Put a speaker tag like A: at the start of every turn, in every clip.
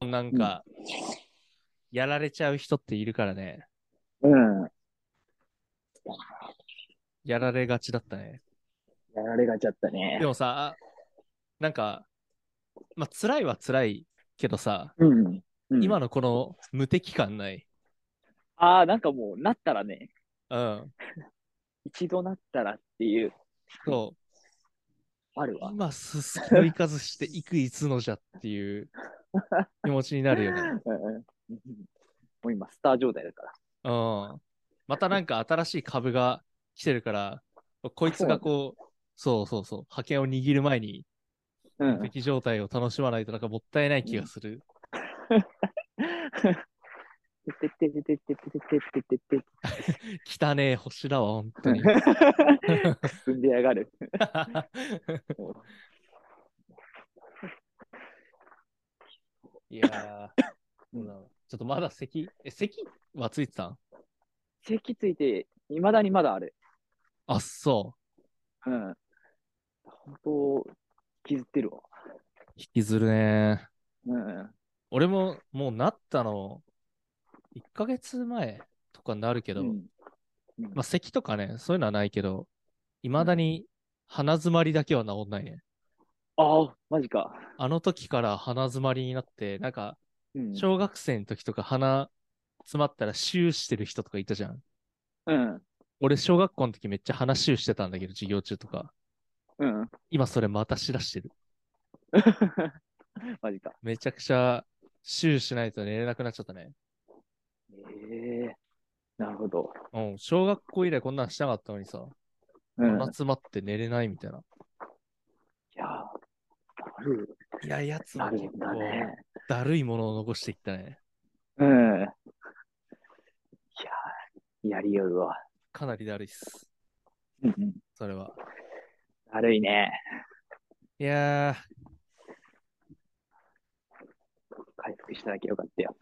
A: なんか、やられちゃう人っているからね。
B: うん。
A: やられがちだったね。
B: やられがちゃったね
A: で。もさ、なんか、まあ、辛いは辛いけどさ、
B: うん。うん
A: 今のこの無敵感ない。
B: ああ、なんかもう、なったらね、
A: うん。
B: 一度なったらっていう、
A: そう。
B: あるわ。
A: 今すすきのいかずしていくいつのじゃっていう気持ちになるよね。
B: うんうんもう今、スター状態だから。
A: うん。またなんか新しい株が来てるから、こいつがこう、そうそうそう、覇権を握る前に
B: う
A: 無
B: ん。
A: 敵状態を楽しまないとなんかもったいない気がする。
B: てててててててててて
A: 汚ねえ星だわ、本当 に。
B: て。くすんでやがる。
A: いやー、そうだなちょっとまだ咳、え、咳はついてたん
B: 席ついて、いまだにまだある。
A: あ、そ
B: うん。本当、引きずってるわ。
A: う。引きずるね
B: うん。
A: 俺ももうなったの、1ヶ月前とかになるけど、
B: うん
A: まあ、咳とかね、そういうのはないけど、いまだに鼻詰まりだけは治んないね。
B: ああ、マジか。
A: あの時から鼻詰まりになって、なんか、
B: うん。
A: 小学生の時とか鼻詰まったらシューしてる人とかいたじゃん。
B: うん。
A: 俺、小学校の時めっちゃ鼻シューしてたんだけど、授業中とか。
B: うん。
A: 今それまたしだしてる。
B: マジか。
A: めちゃくちゃシューしないと寝れなくなっちゃったね。
B: ええなるほど。
A: うん、小学校以来こんなんしなかったのにさ、
B: うん。い
A: 鼻詰まって寝れないみたいな。
B: やー、ある。
A: いや、やつ
B: な
A: は
B: る
A: 結
B: んだ
A: 構
B: ね。
A: だるいものを残していったね。
B: うん。いやー、やりよるわ。
A: かなりだるいっす。
B: うんうん。
A: それは。
B: だるいね。
A: いや
B: 回復しただけよかったよ。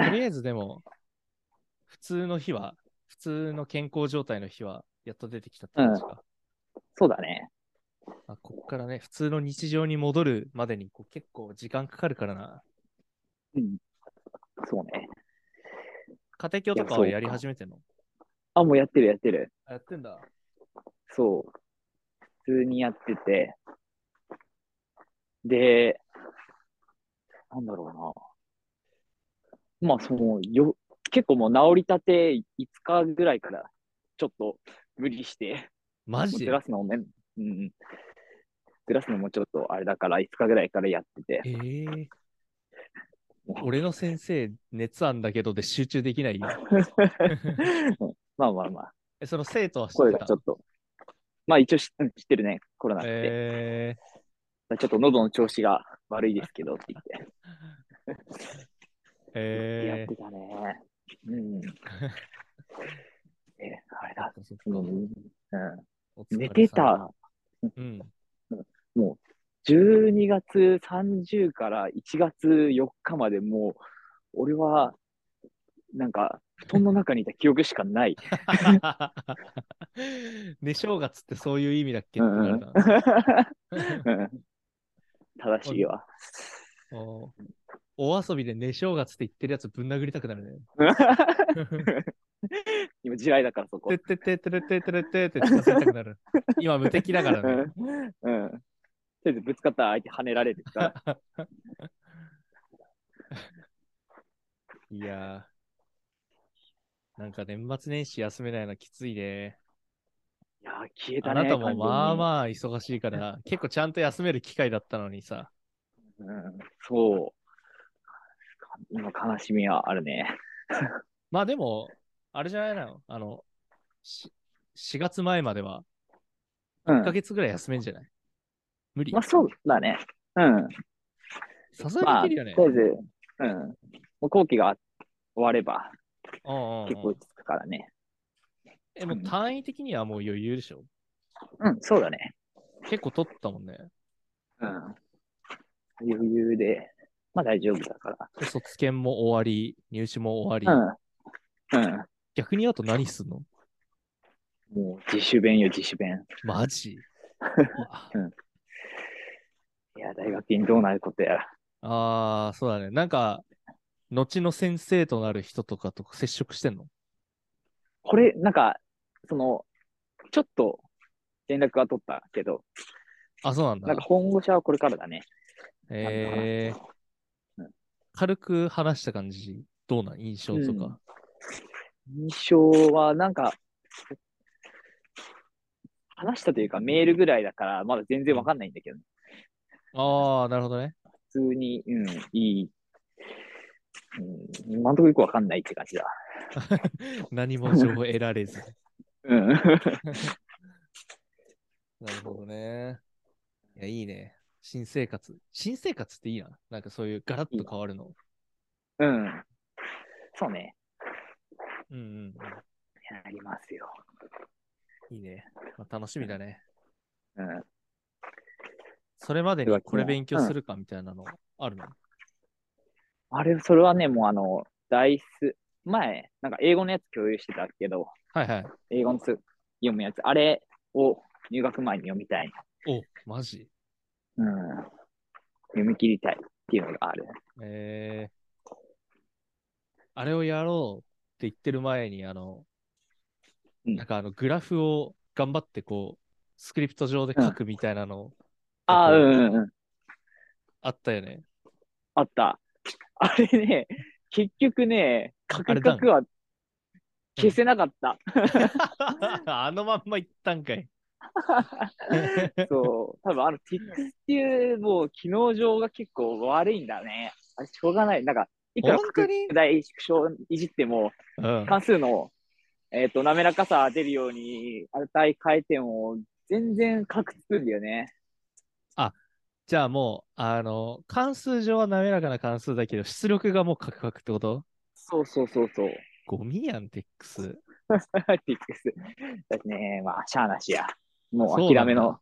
A: ー、 とりあえずでも、普通の日は、普通の健康状態の日は、やっと出てきたって感じか。
B: そうだね。
A: まあ、こっからね、普通の日常に戻るまでにこう結構時間かかるからな。
B: うん。そうね。
A: 家庭教とか
B: いやそう
A: は
B: か
A: やり始めてんの
B: あ、もうやってるやってる。
A: あやってんだ。
B: そう。普通にやってて。で、なんだろうな。まあ、その、よ、結構もう治りたて5日ぐらいから、ちょっと無理して。
A: マ
B: もう
A: ジ
B: ず
A: で
B: らすのもめん、うんうん。ずらすのもちょっとあれだから、5日ぐらいからやっ てて。
A: えー、俺の先生、熱あんだけどで集中できないよ。
B: まあまあまあ、
A: えその生徒は知
B: 声
A: ってた
B: がちょっと。まあ一応し、うん、知ってるね、コロナって。
A: え
B: ちょっと喉の調子が悪いですけどって言って。
A: ー、え
B: やってたね。 うん。え、あれだ。
A: ー、そっか
B: う
A: そっか
B: ん、
A: お疲れ
B: 寝
A: 様
B: てた、
A: うん。
B: 12月30から1月4日までもう、俺は、なんか、布団の中にいた記憶しかない。
A: ね、正月ってそういう意味だっけ
B: う
A: って
B: ん
A: 言わ
B: う
A: れ
B: ん
A: たの。
B: うん正しい わ。
A: おお遊びでね、正月って言ってるやつぶん殴りたくなるね。
B: 今、地雷だからそこ。
A: てってってってれってってれってって近づいたくなる。今無敵だからね。
B: うん。うん。とりあえずぶつかったら相手跳ねられる から。
A: いやー。なんか年末年始休めないのはきついね。
B: いやー、消えた
A: あ
B: ね。
A: なたもまあ
B: あ。
A: まあ忙しいから、結構ちゃんと休める機会だったのにさ。
B: うん、そう。今、悲しみはあるね。
A: まあでも、あれじゃないのあの、し4月前までは
B: う
A: 1ヶ
B: ん。
A: 月ぐらい休めんじゃない無理
B: まあ、。そうだね。うん。
A: さすが
B: まあ、
A: に
B: と
A: できる
B: りあ
A: よね
B: え。ず、うん。もう後期が終われば、
A: うんうん
B: 結構
A: うん
B: 落ち着くからね。
A: え、もう単位的にはもう余裕でしょ
B: うん、そうだね。
A: 結構取ったもんね。
B: うん。余裕で、まあ大丈夫だか
A: 卒検も終わり、入試も終わり。
B: ら。うん。うん。
A: 逆にあと何すんの
B: もう自主弁よ、自主弁。
A: マジうわ
B: いや、大学院どうなることやら。
A: ああ、そうだね。なんか、後の先生となる人とかと接触してんの
B: これ、なんか、その、ちょっと連絡は取ったけど、
A: あ、そうなんだ。
B: なんか本語者はこれからだね。
A: えー
B: うん
A: 軽く話した感じ、どうなん印象とか。
B: 印象は、なんか、話したというかメールぐらいだから、まだ全然わかんないんだけど、
A: ああ、なるほどね。
B: 普通に、うん、いい。うん、今のところよくわかんないって感じだ。
A: 何も情報得られず。
B: う ん。
A: なるほどね。いや、いいね。新生活。新生活っていいな。なんかそういうガラッと変わるの。
B: うん。そうね。
A: うんうん
B: やりますよ。
A: うん。いいね。まあ、楽しみだね。
B: うん。
A: それまで
B: というわ
A: に
B: けで
A: これ勉強
B: うん
A: するかみたいなのあるの、
B: あれ、それはね、もうあの、ダイス、前、なんか英語のやつ共有してたけど、
A: はいはい。
B: 英語のつ読むやつ、あれを入学前に読みたい。
A: お、マジ
B: うん。読み切りたいっていうのがある。
A: えーあれをやろうって言ってる前に、あの、
B: うん
A: なんかあの、グラフを頑張ってこう、スクリプト上で書くみたいなの、
B: ああ、うんうんうん。
A: あったよね。
B: あった。あれね、結局ね、カ
A: あれ
B: ク
A: だ
B: カクは消せなか った。
A: あのまんま言ったんか い。
B: そう。多分あの TIX っていう、もう機能上が結構悪いんだね。あれ、しょうがない。なんか、いくら
A: 本当に
B: 拡大縮小いじっても、
A: うん、
B: 関数の、えっと滑らかさ出るように値変えても全然格つくんだよね。
A: じゃあもう、あの、関数上は滑らかな関数だけど、出力がもうカクカクってこと
B: そうそうそう そう。
A: ゴミやん、テックス。
B: ティックス。だってね、まあ、しゃあなしや。も
A: そううだ
B: 諦
A: ね
B: めの、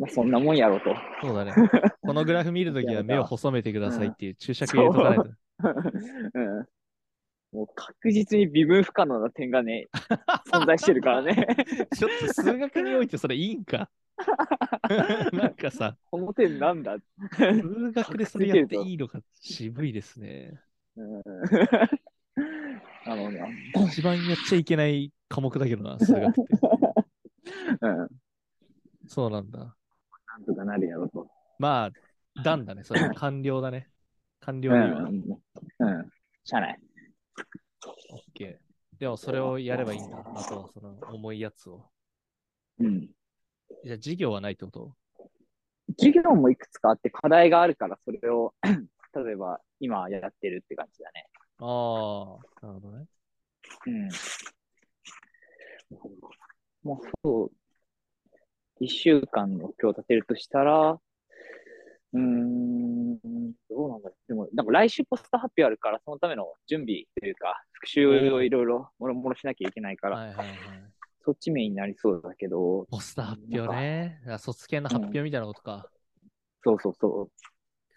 B: まあ、そんなもんやろうと。
A: そうだね。このグラフ見るときは目を細めてくださいっていう注釈入れとかないと。
B: うん、もう確実に微分不可能な点が ね、存在してるからね。
A: ちょっと数学においてそれいいんか。 なんかさ、
B: この点なんだ、
A: 数学でそれやっていいのか渋いですね。
B: うん、あのね、
A: 一番やっちゃいけない科目だけどな、数学って。
B: うん、な
A: そうなんだ。
B: んとかなるやろうと。
A: まあ、段だね、それ。完了だね。完了
B: う
A: に
B: ん、
A: は。
B: うん、しゃあない。
A: オッケー。でもそれをやればいいんだ。あとはその重いやつを。
B: うん
A: じゃあ授業はないってこと
B: 授業もいくつかあって課題があるからそれを 例えば今やってるって感じだね。
A: ああ、なるほどね。
B: うん。もうそう、一週間の今日立てるとしたら、うーん、どうなんだろう。でも、なんか来週ポスター発表あるから、そのための準備というか、復習をいろいろもろもろしなきゃいけないから、
A: はいはいはい。
B: そっちメインになりそうだけど、
A: ポスター発表ね。あ卒検の発表みたいなことか。
B: そうそうそう。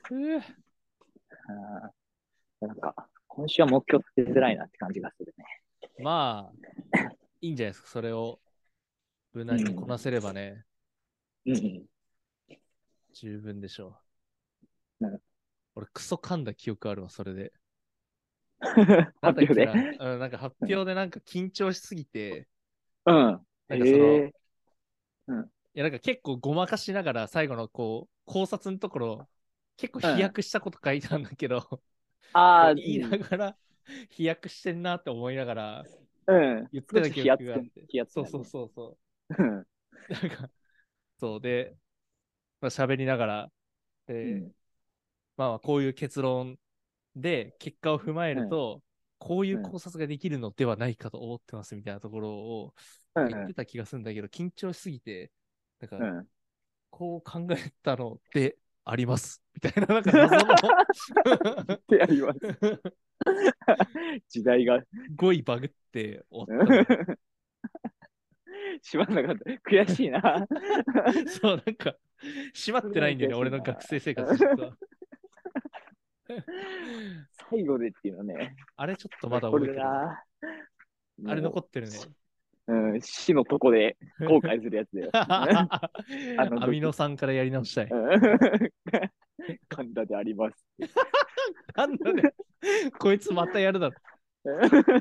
A: ふう
B: うん、なんか、今週は目標立てづらいなって感じがするね。
A: まあ、いいんじゃないですか。それを無難にこなせればね、
B: うん。
A: 十分でしょ
B: う。
A: うん俺、クソ噛んだ記憶あるわ、それで。なん
B: 発
A: だっ
B: 表
A: け
B: で
A: な。うん、なんか発表でなんか緊張しすぎて、
B: うん。
A: なんかその、
B: え
A: いや、なんか結構ごまかしながら最後のこう考察のところ、結構飛躍したこと書いたんだけど、
B: ー、あ あ、
A: 言いながら、飛躍してんなって思いながら
B: うん。
A: 言ってた記憶があって
B: 少し。飛躍
A: そう
B: 感
A: そうそうそ
B: うん
A: う。 なんか、そうで、まあ、喋りながら、で
B: うん
A: まあまあこういう結論で結果を踏まえると、こういう考察ができるのではないかと思ってますみたいなところを
B: うん
A: 言ってた気がするんだけど、緊張しすぎて、なんか、
B: うん
A: こう考えたのであります。みたい な、なんか謎の
B: ってやります。時代が
A: 語彙バグって終わ った
B: しまんなかった。悔しいな。
A: の。そう、なんか、閉まってないんだよね、
B: そ
A: 俺
B: れは
A: の
B: 悔しいな
A: 学生生活実は。
B: 最後でっていうのね。
A: あれちょっとまだ
B: こ
A: 覚え
B: れ
A: てる。
B: な。
A: あれ残ってるね。
B: うん、死のとこで後悔するやつだよ。
A: ア
B: の時
A: ミノ酸からやり直したい。
B: うん神田であります。
A: なんだね。こいつまたやるだろ。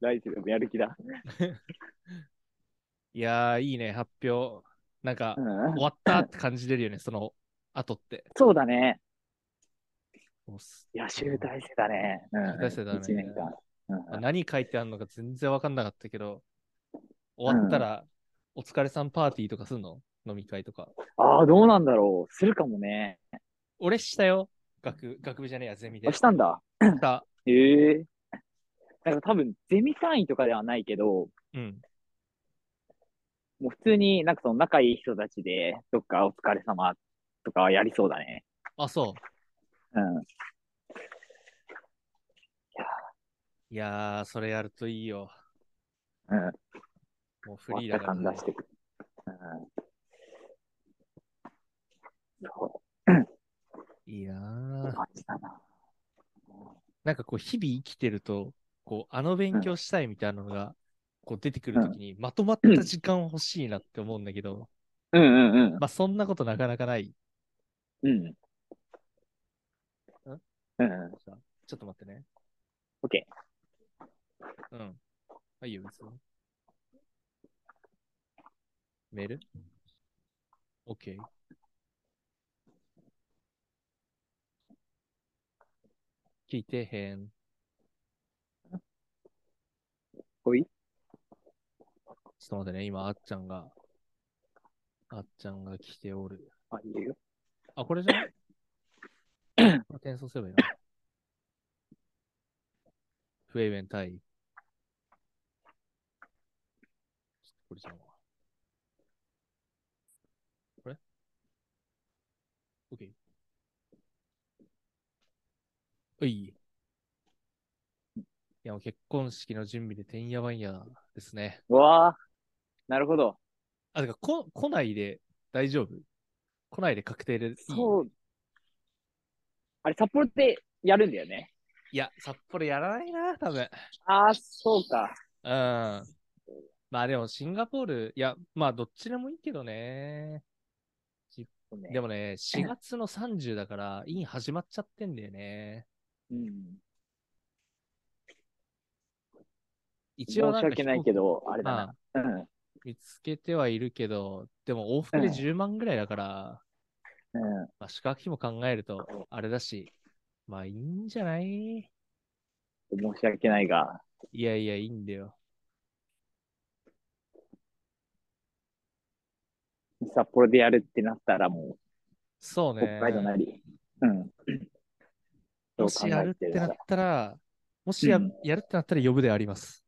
B: 大丈夫、やる気だ。
A: いやー、いいね、発表。なんか
B: う、ん
A: 終わったって感じれるよね、その後って。
B: そうだね。
A: もうす
B: いや、集大成だね。うん
A: 集大成だね
B: 一年間。
A: あ何書いてあるのか全然わかんなかったけど、終わったら、お疲れさんパーティーとかすんの飲み会とか。
B: ああー、どうなんだろう。するかもね。
A: 俺したよ。学学部じゃねえや、ゼミで。
B: あしたんだ。
A: た。
B: ええなんか多分、ゼミ単位とかではないけど、
A: うん。
B: もう普通になんかその仲いい人たちで、どっかお疲れ様とかはやりそうだね。
A: あ、そ
B: うん。
A: う。いやー、それやるといいよ。
B: うん。
A: もうフリ
B: 終
A: ー
B: わ
A: だ
B: った
A: から
B: 感
A: ね、
B: 出してくる。うん。そ
A: いいな
B: ういう
A: ー
B: 感じだな。
A: なんかこう、日々生きてると、こう、あの勉強したいみたいなのが、こう出てくるときに、まとまった時間欲しいなって思うんだけど、
B: うんうんうん。
A: まあ、そんなことなかなかない。
B: うん。うん。
A: ちょっと待ってね。
B: オッケ
A: ー。うん。はいいよ、別に。メール ?OK。聞いてへん。
B: ほい。
A: ちょっと待ってね、今、あっちゃんが、あっちゃんが来ておる。
B: あ、いいよ。
A: あ、これじゃないこれ転送すればいいな。フェイウェン対。ちょっとこれじゃんわ。これ ?OK。うい。いや、もう結婚式の準備でてんやわんやですね。
B: うわあ、なるほど。
A: あ、てか、こ、来ないで大丈夫来ないで確定でいい
B: そう。あれ、札幌でやるんだよね。
A: いや、札幌やらないな、多分。うん。
B: ああ、そうか。
A: まあでも、シンガポール、いや、まあどっちでもいいけどね。
B: そうね
A: でもね、4月の30だから、イン始まっちゃってんだよね。
B: うん。
A: 一
B: 申し
A: 応なんか
B: 訳ないけ
A: 飛行
B: ど、あれ
A: 機、
B: だ
A: まあ。
B: なうん。
A: 見つけてはいるけど、でも往復で
B: うん
A: 10万ぐらいだから、
B: うん。
A: まあ宿泊費も考えると、あれだし、まあいいんじゃない
B: 申し訳ないが。
A: いやいや、いいんだよ。
B: 札幌でやるってなったらも
A: そう
B: う、
A: ね。
B: 北海道なり。 うん。
A: もしやるってなったら、もしや,、
B: うん
A: やるってなったら呼ぶであります。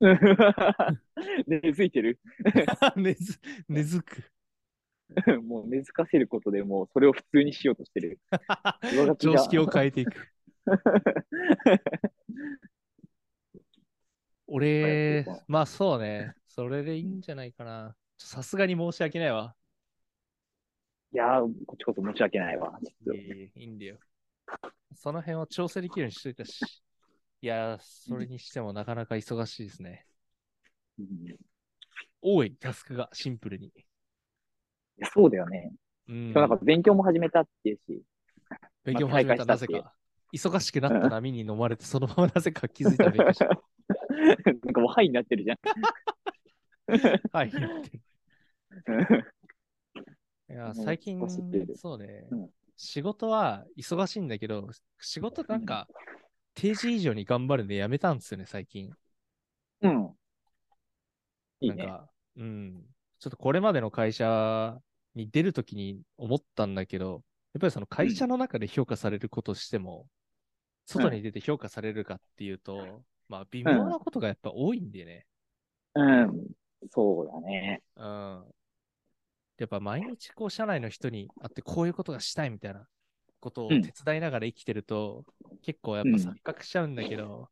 B: ら。 根付いてる
A: 根付根付く。
B: もう根付かせることでもうそれを普通にしようとしてる。上書きだ
A: 常識を変えてい く。俺、まあそうね。それでいいんじゃないかな。ちょさすがに申し訳ないわ。
B: いやー、こっちこそ申し訳ないわ。ちょっ
A: いやいやいいんだよ。その辺を調整できるようにしといたし。いやー、それにしてもなかなか忙しいですね。
B: とうんい
A: 多い、タスクがシンプルに。
B: やそうだよね。
A: うん。
B: なんか勉強も始めたっていう し。
A: 勉強を始めた、
B: ま
A: な
B: あ
A: ぜ
B: 再開したっ
A: か。忙しくなった波に飲まれて、そのままなぜか気づいたら勉強した。
B: なんかもうハイになってるじゃん。
A: はい。 やってるいや、
B: もう
A: 最近
B: 少しっていう、
A: そうね
B: うん、
A: 仕事は忙しいんだけど、仕事なんか、定時以上に頑張るんでやめたんですよね、最近。
B: うん。いい
A: なん
B: ね。
A: か、うん。ちょっとこれまでの会社に出るときに思ったんだけど、やっぱりその会社の中で評価されることしても、外に出て評価されるかっていうと、まあ微妙なことがやっぱ多いんでね。
B: うん。そうだね。
A: うん。やっぱ毎日こう社内の人に会ってこういうことがしたいみたいなことを
B: うん
A: 手伝いながら生きてると、結構やっぱ
B: うん
A: 錯覚しちゃうんだけど、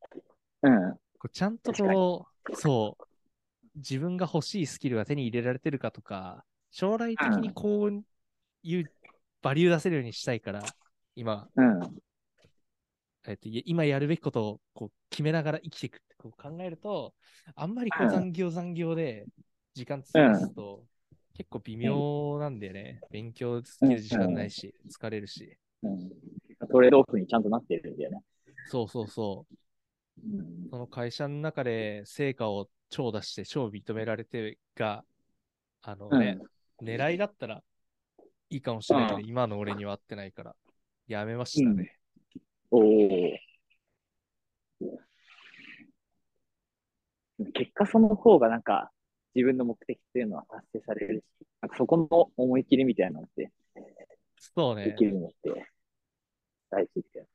B: うん。
A: こうちゃんと
B: 確かに
A: こう、そう、自分が欲しいスキルが手に入れられてるかとか、将来的にこういうバリュー出せるようにしたいから、今、
B: うん。
A: えっと、い今やるべきことをこう決めながら生きていくってこう考えると、あんまりこ
B: う
A: うん残業残業で時間費やすと、結構微妙なんだよね。勉強つける時間ないし、疲れるし。
B: うん。トレードオフにちゃんとなってるんだよね。
A: そうそうそう。
B: うん
A: その会社の中で成果を超出して、超認められてが、あのね、狙いだったらいいかもしれないけど、
B: う
A: 今の俺には合ってないから、やめましたね。
B: おお。結果その方がなんか自分の目的っていうのは達成されるし、なんかそこの思い切りみたいなのって
A: そう
B: で
A: ね
B: き。るのって大事だよ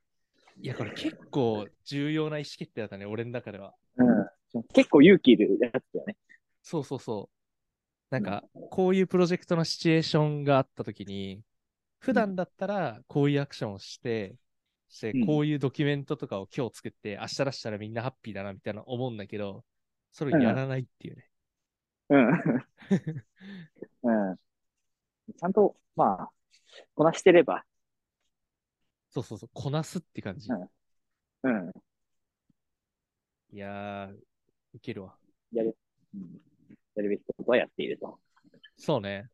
A: いや、これ結構重要な意思決定だったね、俺の中では。
B: うん。結構勇気いるやつだよね。
A: そうそうそう。なんか、こういうプロジェクトのシチュエーションがあったときに、普段だったらこういうアクションをして、して
B: うん
A: こういうドキュメントとかを今日作って、明日出したらみんなハッピーだなみたいな思うんだけど、それをやらないっていうね。
B: うん。うん。ちゃんと、まあ、こなしてれば、
A: そうそうそう、こなすって感じ。
B: うんうん。
A: いやー、いけるわ。
B: やる、うん、やるべきことはやっていると。
A: そうね。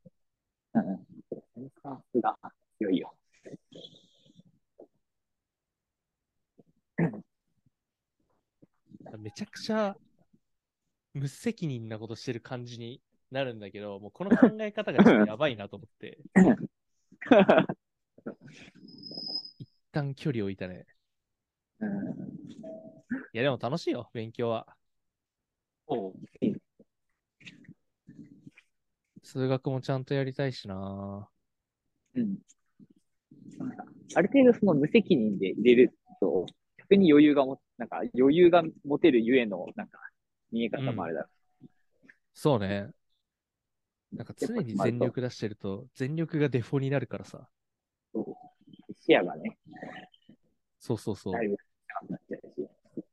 B: うん。さすが、強いよ。
A: めちゃくちゃ無責任なことしてる感じになるんだけど、もうこの考え方がちょっとやばいなと思 って、一旦距離を置いたね。
B: うん。
A: いや、でも楽しいよ、勉強は。
B: おう
A: 数学もちゃんとやりたいしな。
B: うん。なんかある程度その無責任で入れると、逆に余裕がも、なんか余裕が持てるゆえの、なんか、見え方もあれだ。
A: そうね。なんか常に全力出してると、全力がデフォになるからさ。
B: 視野がね、
A: そうそうそう。
B: だいぶ深くなっちゃうし。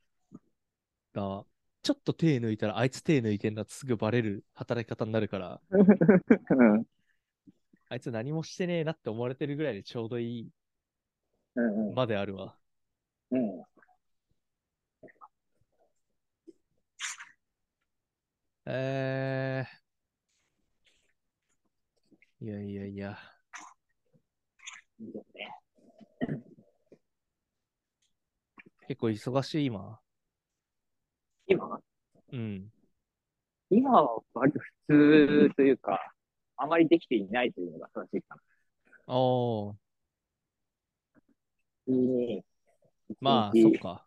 A: だからちょっと手抜いたら、あいつ手抜いてんなってすぐバレる働き方になるから、
B: うん。
A: あいつ何もしてねえなって思われてるぐらいでちょうどいい
B: うん。
A: まであるわ。
B: うん。
A: えー。いやいやいや。
B: いいよね
A: 結構忙しい今。
B: 今、
A: うん。
B: 今は割と普通というか、あまりできていないというのが正しいかな。
A: ああ。
B: うん
A: まあ、
B: 一
A: そっ
B: 日
A: か。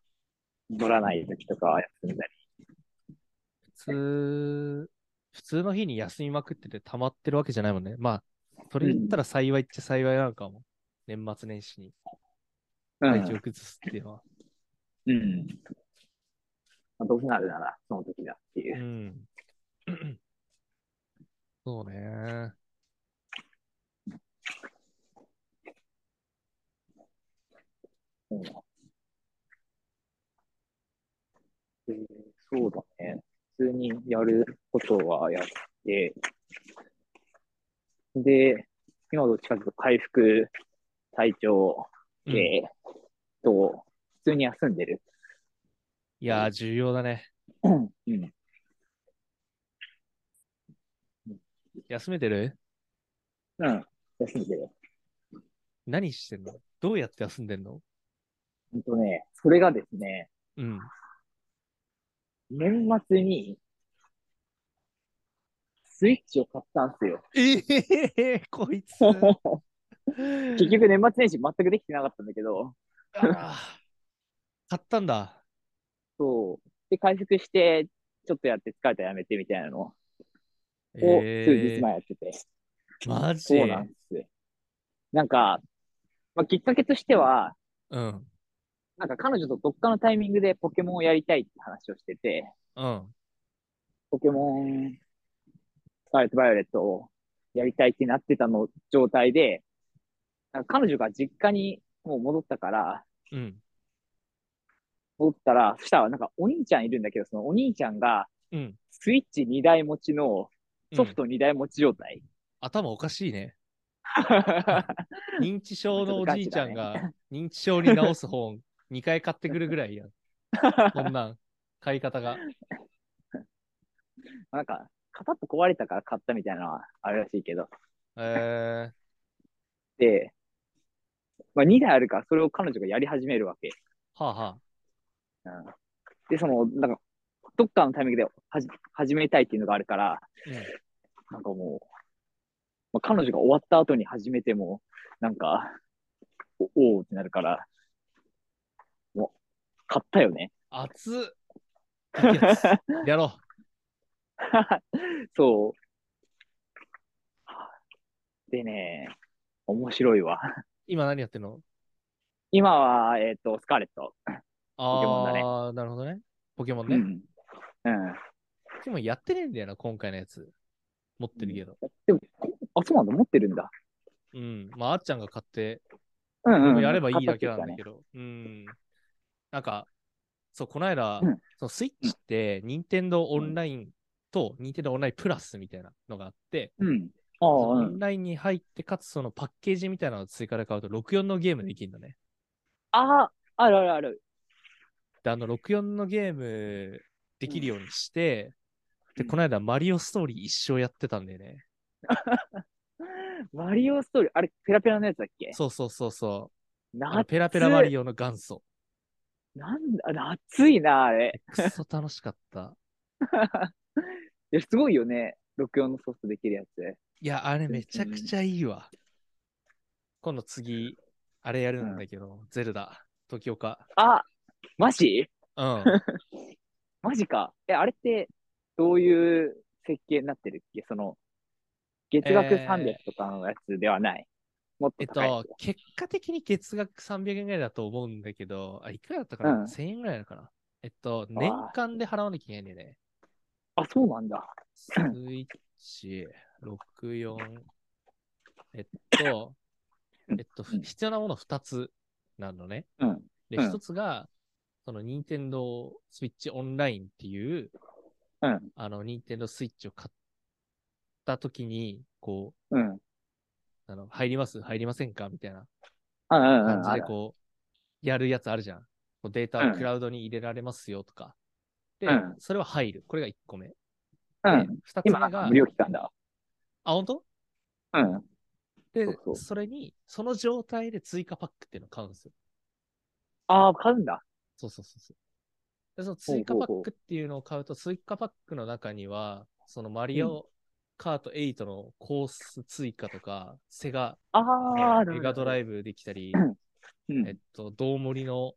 B: 乗らない時とかは休んだり。
A: 普通、普通の日に休みまくってて溜まってるわけじゃないもんね。まあ、それ言ったら幸いっちゃ幸いなのかも。年末年始に体調崩すっていうのは。
B: うん。まあ、どうせなるなら、その時だっていうう。
A: ん。そうね。
B: うんえーそうだね。普通にやることはやって、で、今どっちかというと回復、体調、
A: うん
B: えーと、普通に休んでる。
A: いやー、重要だね。
B: うん。
A: 休めてる
B: うん。休んでる。
A: 何してんのどうやって休んでんの
B: ほんとね、それがですね、
A: うん。
B: 年末に、スイッチを買ったんですよ。
A: ええ こい つ。
B: 結局年末年始全くできてなかったんだけど、
A: あー買ったんだ。
B: そう。で、回復して、ちょっとやって疲れたらやめてみたいなのを数
A: え
B: 日前やってて。
A: ー、マジ
B: そうなんです。なんか、まあ、きっかけとしては、
A: うん。
B: なんか彼女とどっかのタイミングでポケモンをやりたいって話をしてて、
A: うん。
B: ポケモン、スカーレット・バイオレットをやりたいってなってたの状態で、なんか彼女が実家にもう戻ったから、
A: うん。
B: 戻ったら、そしたらなんかお兄ちゃんいるんだけど、そのお兄ちゃんが
A: うん。
B: スイッチ2台持ちのソフ
A: うん
B: ト2台持ち状態。
A: 頭おかしいね。認知症のおじいちゃん
B: ちょ
A: が認知症に治す本2回買ってくるぐらい やん。こんなん、買い方が。
B: なんか、片っぽ壊れたから買ったみたいなのはあるらしいけど。
A: えー、
B: で、まあ、2台あるから、それを彼女がやり始めるわけ。
A: はあは
B: うんで、その、なんか、どっかのタイミングではじ始めたいっていうのがあるから、なんかもう、まあ、彼女が終わった後に始めても、なんか、おおーってなるから、もう、買ったよね。
A: あ。熱っ。 いいやつやろ
B: そう。でね、面白いわ。
A: う。今何やってんの
B: 今は、えっ、と、スカーレット。
A: あ
B: ケモンだね
A: あ、なるほどね。ポケモンね。
B: う
A: で
B: ん。うん。
A: もやってねえんだよな、今回のやつ。持ってるけど。
B: でも、あ、そうなんだ、持ってるんだ。
A: うん。まあ、あっちゃんが買って、
B: うんうん、うん。
A: やればいいだけ
B: 買
A: な
B: った
A: ん
B: って
A: だ
B: 言って
A: けど。うん。なんか、そう、この間、
B: うん
A: そのスイッチって、任天堂オンラインと、任天堂オンラインプラスみたいなのがあって、
B: たね。うん。あ
A: そのオ
B: あ、うん
A: ン。ラインに入って、かつそのパッケージみたいなのを追加で買うと、64のゲームできるんだね。
B: ああ、あるあるある。
A: で、あの、64のゲームできるようにして、
B: うん
A: で、この間、マリオストーリー一生やってたんだよね。
B: マリオストーリー、あれ、ペラペラのやつだっけ
A: そうそうそうそう。あ
B: な
A: の、ペラペラマリオの元祖。
B: なんだ、熱いな、あれ。
A: くっそ楽しかった。
B: いやすごいよね。64のソフトできるやつ。
A: いや、あれめちゃくちゃいいわ。今度次、あれやるんだけど、ゼルダ、時岡。
B: あ、マジ
A: うん。
B: マジか。え、あれって、どういう設計になってるっけその、月額
A: えー
B: 300とかのやつではない。もっ
A: え
B: と
A: っ
B: 高いや
A: と
B: つ。、
A: 結果的に月額300円ぐらいだと思うんだけど、あ、いくらだったかな、
B: うん
A: ?1000 円ぐらいなのかなえっと、
B: あー
A: 年間で払わなきゃいけないんだよね。
B: あ、そうなんだ。
A: スイッチ、64、えっと、えっと、
B: うん
A: 必要なもの2つなのね。
B: うん。
A: で、
B: うん
A: 1つが、その、任天堂スイッチオンラインっていう、
B: うん。
A: あの、任天堂スイッチを買った時に、こ
B: うん。
A: う、あの、入ります入りませんかみたいな
B: あうんうん
A: 感じ
B: あ
A: で、
B: る
A: こう、やるやつあるじゃん。こうデータ
B: う
A: を
B: ん
A: クラウドに入れられますよとか。で
B: うん、
A: それは入る。これが1個目。で
B: うん。
A: 二つ目
B: 今、
A: が
B: 無、料期間だ。
A: あ、本当
B: うん。
A: で
B: そうそう、
A: それに、その状態で追加パックっていうのを買うんですよ。
B: ああ、買うんだ。
A: そうそうそうそう。で、その追加パ
B: ほうほうほ
A: ッ
B: う
A: クっていうのを買うと、追加パックの中には、そのマリオカート8のコース追加とか、セガ、
B: あ
A: え
B: あ、ある
A: ーメガドライブできたり、
B: ブ。うん
A: えっと、道盛りの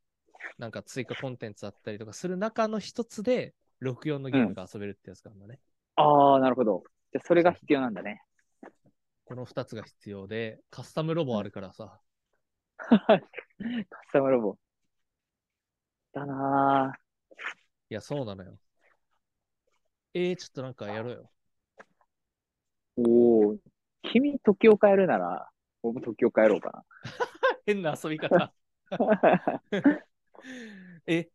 A: なんか追加コンテンツあったりとかする中の一つで、64のゲームが遊べるってやつがあるのね。
B: ああ、なるほど。じゃあそれが必要なんだね。
A: この二つが必要で、カスタムロボあるからさ、
B: カスタムロボ。だなぁ。
A: いや、そうなのよ。えー、ちょっとなんかやろうよ。
B: おお。君、時を変えるなら、僕も時を変えろうか
A: 変な遊び方。
B: な。
A: え、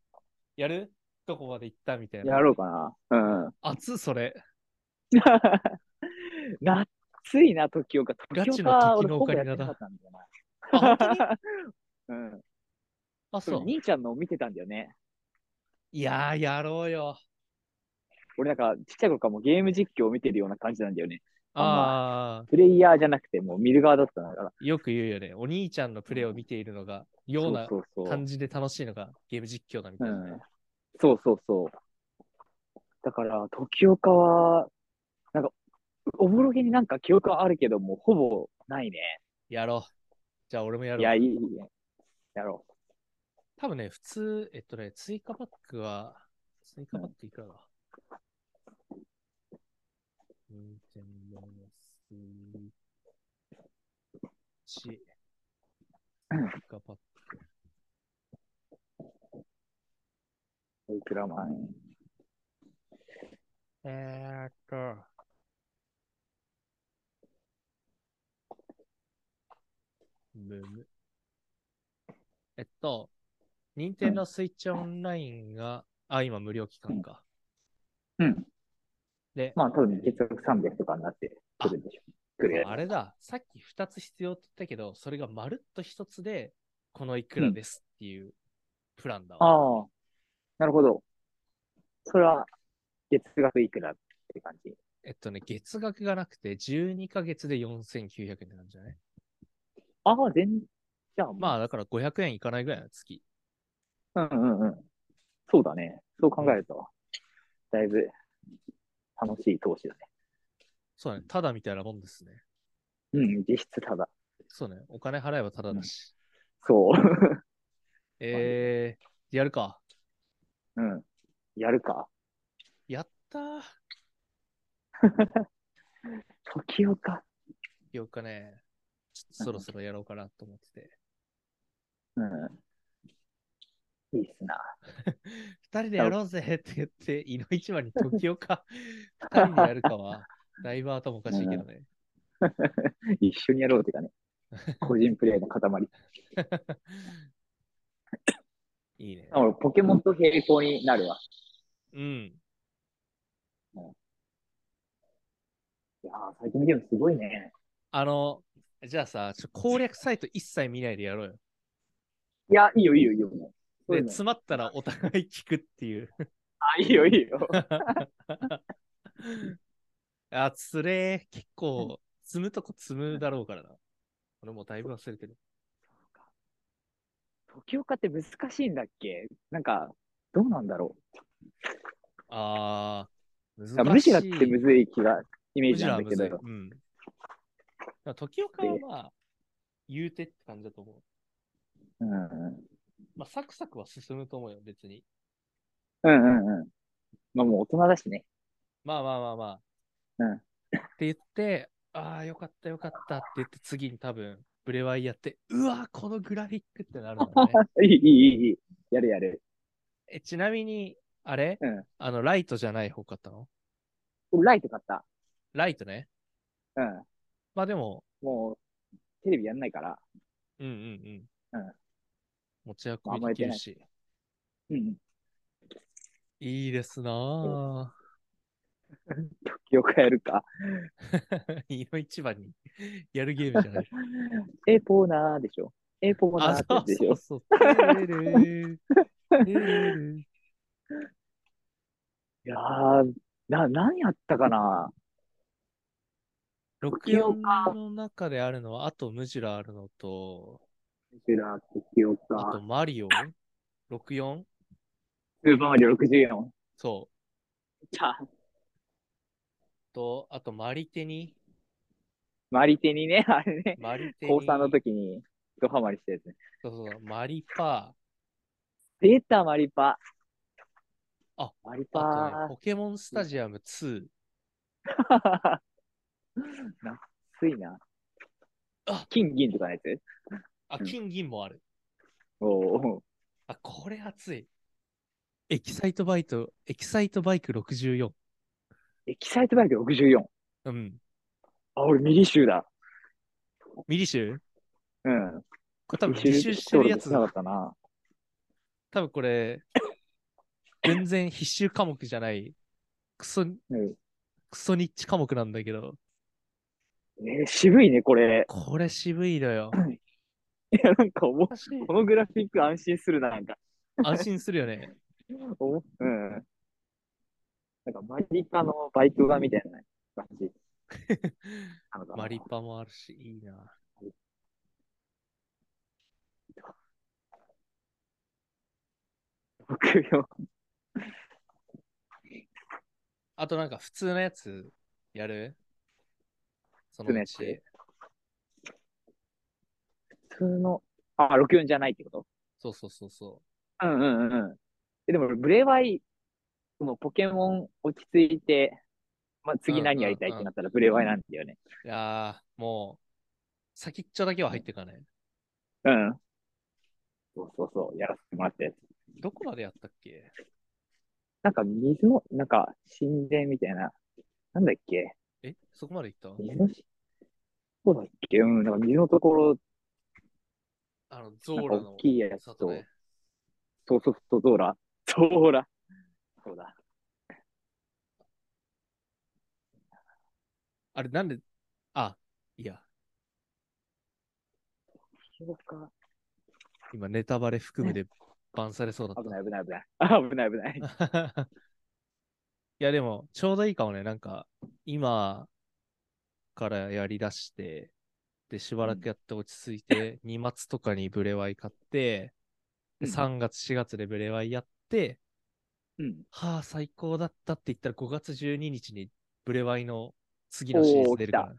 A: やるどこまで行ったみたい
B: や
A: な。
B: ろうかな。うん。
A: 熱っそ れ。
B: 夏いな、時をか。
A: ガチ
B: 時
A: の
B: 岡
A: 時
B: 俺
A: の
B: ほぼ
A: オカ
B: やっ
A: リナ
B: て
A: だ
B: なかったんだよな。
A: あ、本当に
B: うん。
A: あ、
B: そ
A: そう
B: れ。兄ちゃんのを見てたんだよね。
A: いやー、やろうよ。
B: 俺なんか、ちっちゃい頃からもうゲーム実況を見てるような感じなんだよね。
A: あ
B: プレイヤーじゃなくて、もう見る側だったから。
A: ー、よく言うよね。お兄ちゃんのプレイを見ているのが、ような
B: そうそうそう。
A: 感じで楽しいのがゲーム実況だみた
B: う
A: いなね、
B: んそうそうそう。だから、時岡は、なんか、おぼろげになんか記憶はあるけど、もうほぼないね。
A: やろう。じゃあ俺もや
B: いや、
A: ろ。
B: いういね。やろ
A: 多分ね、普通、えっとね、追加パックは、追加パックいくらだ任天堂のスイッ チ。追加パック。
B: う。いくら万円。
A: えーっと。むむ。えっと、任天堂スイッチオンラインが、あ、今無料期間か。
B: うん。
A: で、
B: まあ、多分月額300とかになってくるでしょ。くるやつ
A: あれだ、さっき2つ必要って言ったけど、それがまるっと1つで、このいくらですっていうプランだわ。
B: ああ。なるほど。それは、月額いくらって感じ。
A: えっとね、月額がなくて、12ヶ月で4900円なんじゃない
B: ああ、全、じゃあ、
A: まあ、だから500円いかないぐらいの月。
B: あ、うんうんうん。そうだね。そう考えると、だいぶ楽しい投資だね。
A: そうだね。ただみたいなもんですね。
B: うん、実質ただ。
A: そうね。お金払えばただだし。
B: そう。
A: えー、やるか。
B: うん。やるか。
A: やったー。
B: 時をか。
A: よかね。ちょっとそろそろやろうかなと思ってて。
B: うん。いいっすな。
A: 二人でやろうぜ って言って、井の一番に時をか、 二人でやるかは、だいぶ頭おかしいけどね。
B: 一緒にやろうってかね。個人プレイ の塊。
A: いいね。
B: 俺、ポケモンと並行になるわ。
A: うん。
B: いやー、最近のゲームすごいね。
A: あの、じゃあさ、ちょ攻略サイト一切見ないでやろうよ。
B: いや、いいよ、いいよ、いいよ。もうそうい
A: で、
B: うの
A: 詰まったらお互い聞くっていう。
B: あ、いいよ、いいよ。
A: あ、つれー、結構、積むとこ積むだろうからな。俺もうだいぶ忘れてる。
B: 時岡って難しいんだっけなんか、どうなんだろ
A: あー、
B: う。
A: 難しい。
B: むしらってむずい気が、イメー
A: む
B: ジ
A: しろ
B: な
A: は
B: ん
A: む
B: だけ
A: ずい。
B: ど。
A: うん。だから時岡はまあ、言うてって感じだと思う。
B: うんうん
A: まあ、サクサクは進むと思うよ、別に。
B: うんうん。まあもう大人だしね。
A: まあまあまあまあ。
B: うん
A: って言って、ああ、よかったよかったって言って、次に多分、ブレワイやって、うわー、このグラフィックってなるんだ ね。
B: いい、いい、いい。やるやる。
A: えちなみに、あれ、
B: うん
A: あの、ライトじゃない方買ったの
B: 俺ライト買った。
A: ライトね。
B: うん。
A: まあでも、
B: もう、テレビやんないから。
A: うんうんう。
B: うんん
A: 持ち運びできるし。
B: うん。
A: いいですなぁ。
B: 時岡やるか。
A: いの一番にやるゲームじゃない。
B: えー、ポーナーでしょ。えー、ポーナ
A: あ、
B: ー
A: そ
B: ってや
A: う
B: つでし
A: そう
B: ょ。
A: そう。てれれーてれれー
B: いやー、な、何やったかな
A: 64の中であるのは、あとムジュラあるのと、
B: ジュラ時
A: あと
B: 岡。
A: マリオ ?64?
B: スーパーマリオ64。
A: そう。
B: じゃあ、
A: と、あとマリテニ
B: マリテにね、あれね。
A: マリテニ
B: 高3の時にドハマりしたやつね。
A: そうそうそう、マリパ
B: 出た、マリパ。
A: あ、
B: マリ
A: ー。あとね、
B: パ
A: ポケモンスタジアム2。
B: ー。 懐いな。
A: あ
B: 金銀とかのやつ
A: あ、
B: うん
A: 金銀もある。
B: おお。
A: あ、これ熱い。エキサイトバイト、エキサイトバイク64。
B: エキサイトバイク64。
A: うん。
B: あ、俺ミリ集だ。
A: ミリ集
B: うん。
A: これ多分
B: ミリ
A: 履修
B: 集
A: してるやつ
B: 登録なかったな。
A: 多分こ れ、全然必修科目じゃない、クソ、ク
B: うん
A: ソニッチ科目なんだけど、
B: えー渋いね、これ。
A: これ渋いのよ。
B: いや、なんか思う。このグラフィック安心するな、なんか。
A: 安心するよね。
B: おうん。なんかマリパのバイク版みたいな感じ。 なのかな
A: マリパもあるし、いいな。
B: 64。
A: あとなんか普通のやつやるそ
B: 普通の
A: の
B: や
A: う
B: つ
A: ち。
B: 普通の。あ、64じゃないってこと
A: そうそうそうそ
B: うんうんうんうん。えでも、ブレワイ、もうポケモン落ち着いて、まあ、次何やりたいってなったらブレワイなんだよね。
A: う。いやー、もう、先っちょだけは入ってるからね。
B: うん。そうそうそう、やらせてもらったやつ。
A: どこまでやったっけ
B: なんか水の、なんか神殿みたいな、なんだっけ
A: えそこまでいった
B: 水のし、そうだっけうん、なんか水のところ、
A: あの、ゾ
B: な
A: ー
B: んか
A: ラ
B: 大
A: の。
B: きいやつ
A: 里
B: と、
A: ね。
B: そうそうそう、ゾーラ。 ゾーラ。そうだ。
A: あれ、なんで、あ、いや、
B: そうか
A: 今、ネタバレ含めでバンされそうだ
B: 危
A: っ
B: ない危ない危ない。あ危ない危ない。
A: た。 いや、でも、ちょうどいいかもね。なんか、今からやりだして、で、しばらくやって落ち着いて、2月とかにブレワイ買って、で
B: うん
A: 3月、4月でブレワイやって、
B: うん。
A: はあ、最高だったって言ったら、5月12日にブレワイの次のシリーズ出るから。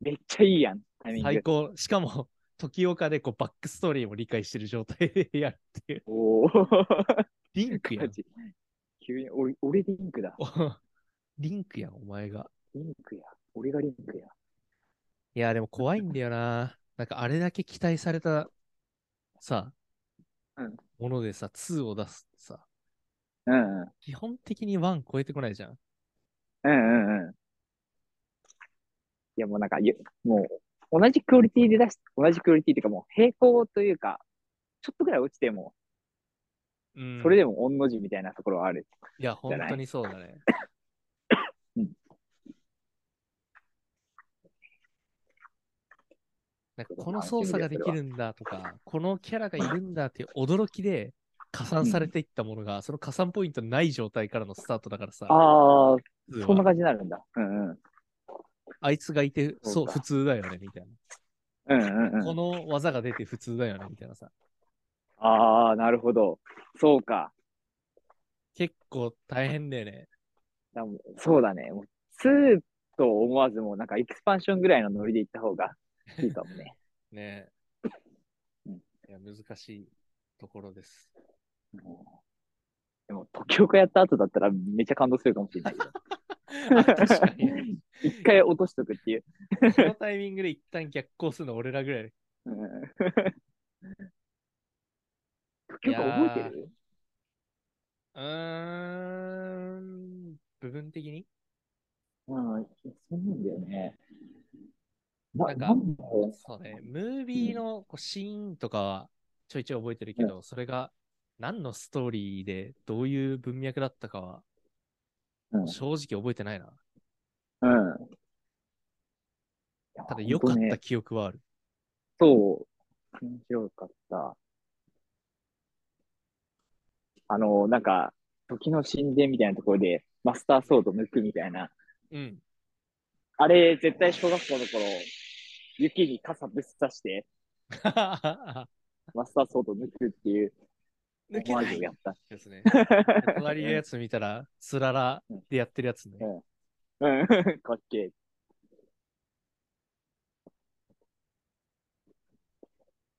B: めっちゃいいやん、タイミン
A: 最
B: グ。
A: 高。しかも、時岡でこうバックストーリーも理解してる状態でやるっていう。
B: おお。
A: リンクやん
B: マ。ジ急に、俺、俺リンクだ。
A: お リンクやん、お前が。
B: リンクや。俺がリンクや。
A: いや、でも怖いんだよな。 なんかあれだけ期待されたさ、
B: うん
A: ものでさ、2を出すってさ、
B: うんうん。
A: 基本的に1超えてこないじゃん。
B: うんうんうん。いや、もうなんか、ゆもう、同じクオリティで出し、同じクオリティっていうか、もう平行というか、ちょっとぐらい落ちても、
A: うん、
B: それでも御の字みたいなところはある。
A: いや、本
B: ゃない
A: 当にそうだね。
B: うん
A: なんかこの操作ができるんだとか、このキャラがいるんだっていう驚きで加算されていったものが、その加算ポイントない状態からのスタートだからさ、
B: ああ、
A: 普通は
B: そんな感じになるんだ。うんうん。
A: あいつがいて、
B: そ
A: そうう、
B: か
A: 普通だよね、みたい
B: うんうん
A: な。
B: う
A: こ
B: ん。
A: の技が出て普通だよね、みたいなさ。
B: ああ、なるほど。そうか。
A: 結構大変だよね。
B: だもうそうだね。もう2と思わずもうなんかエキスパンションぐらいのノリで行った方がいいかも ね。
A: ねえ
B: うん。
A: いや、難しいところです。
B: うんでも、時岡やった後だったらめっちゃ感動するかもしれないけど。
A: あ確か に。
B: 一回落としとくっていう。
A: このタイミングで一旦逆行するの俺らぐらい。
B: うん時岡覚えてる
A: うーん、部分的に
B: うん、そうなんだよね。な
A: なんか
B: なんだろう
A: そうね、ムービーのこうシーンとかはちょいちょい覚えてるけど、それが何のストーリーでどういう文脈だったかは
B: うん
A: 正直覚えてないな。
B: うん。
A: ただ良かっ
B: いや
A: た記憶はある。
B: そう、面白かった。あの、なんか、時の神殿みたいなところで、マスターソード抜くみたいな。
A: うん。
B: あれ、絶対小学校の頃、雪に傘ぶっ刺して、マスターソード抜くっていう、
A: 抜け
B: オマ
A: な
B: ージュをや
A: い
B: った。
A: ですね。隣のやつ見たら、つららでやってるやつね。
B: うん、 かっけえ。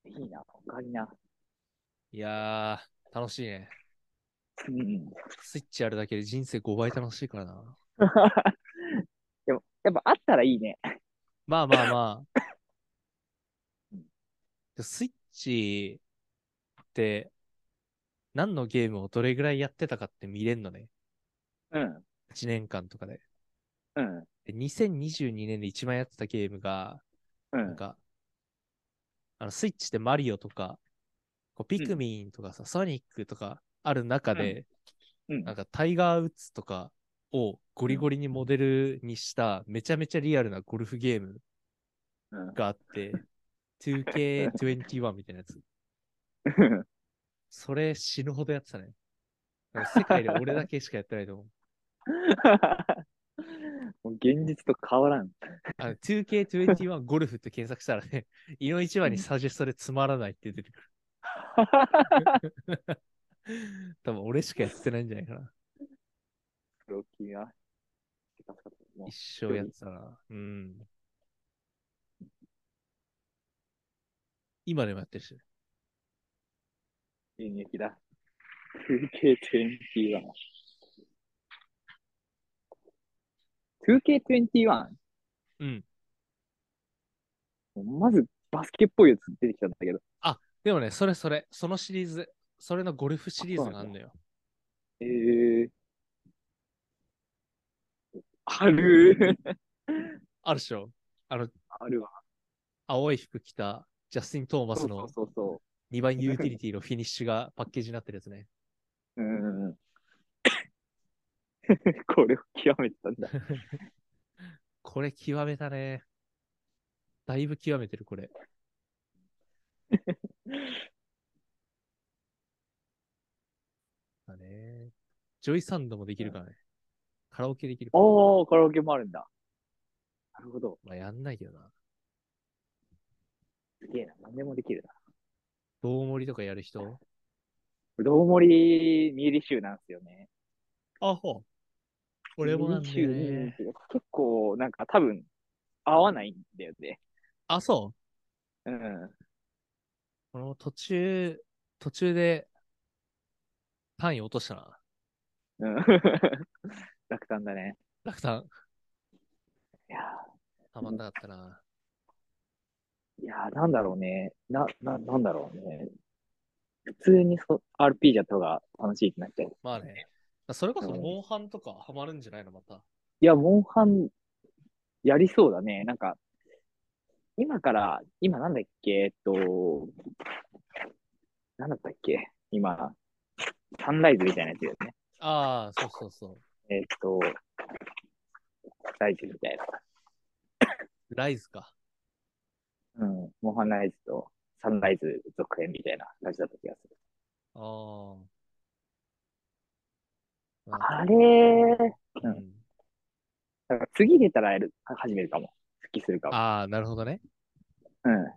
B: いいな、他にな。
A: いやー、楽しいね。
B: うん。
A: スイッチあるだけで人生5倍楽しいからな。
B: でも、やっぱあったらいいね。
A: まあまあまあ
B: うん。
A: でスイッチって何のゲームをどれぐらいやってたかって見れるのね。
B: うん、
A: 1年間とかで。
B: うん、
A: で2022年で一番やってたゲームが、
B: う
A: なん
B: ん。
A: か、あのスイッチでマリオとか、こうピクミンとかさ、ソニックとかある中で、
B: うん
A: なんかタイガー・ウッズとかをゴリゴリにモデルにしためちゃめちゃリアルなゴルフゲーム
B: うん
A: があって、2K21 みたいなやつ。それ死ぬほどやってたね。なんか世界で俺だけしかやってないと思う。
B: もう現実と変わら ん。
A: あの 2K21 ゴルフって検索したらね、井の一番にサジェストでつまらないって出てくる。多分俺しかやってないんじゃないかな。
B: 黒木が。てかもう
A: 一生やってたな。うん。今でもやってるし。
B: 現役だ。2K21。2K21?
A: うん。
B: まずバスケっぽいやつ出てきたんだけど。
A: でもね、それそれ、そのシリーズ、それのゴルフシリーズがあるのよ。
B: えー。ある
A: あるでしょあの、
B: あるわ。
A: 青い服着たジャスティン・トーマ
B: そ
A: ス
B: うそ
A: の
B: うそうそ
A: 2番ユーティリティのフィニッシュがパッケージになってるやつね。
B: う。うんうん うん。これを極めてたんだ。
A: これ極めたね。だいぶ極めてる、こ れ。だね。ジョイサンドもできるからね。カラオケできる
B: あ
A: から。
B: あ、カラオケもあるんだ。なるほど。
A: まあ、やんないけどな。
B: すげえな。何でもできるな。
A: 大盛りとかやる人
B: 大盛り、ミリ集なんですよね。
A: あ、ほう。俺もなん
B: ミ
A: で、
B: リ集人数結構、なんか多分、合わないんだよね。
A: あ、そう。
B: うん。
A: この途中、途中で単位落としたな。
B: うん。 落胆だね。
A: 落胆。
B: いや
A: たまんなかったな。
B: ー、いやーなんだろうね。な、な、なんだろうね。普通にそ RPG だった方が楽しいってなっちゃう。
A: まあね。それこそ、
B: うん
A: モンハンとかハマるんじゃないのまた。
B: いや、モンハン、やりそうだね。なんか、今から、今なんだっけ、えっと、なんだったっけ、今、サンライズみたいなやつだよね。
A: ああ、そうそうそう。
B: えっと、ライズみたい
A: ライズか。
B: な。うん、モンハンライズとサンライズ続編みたいな感じだった気がする。
A: ああ。ま
B: あれ
A: う
B: うん
A: ん、
B: なんか次出たらやる、始めるかも。復帰するかも。
A: ああ、なるほどね。
B: うん。
A: あ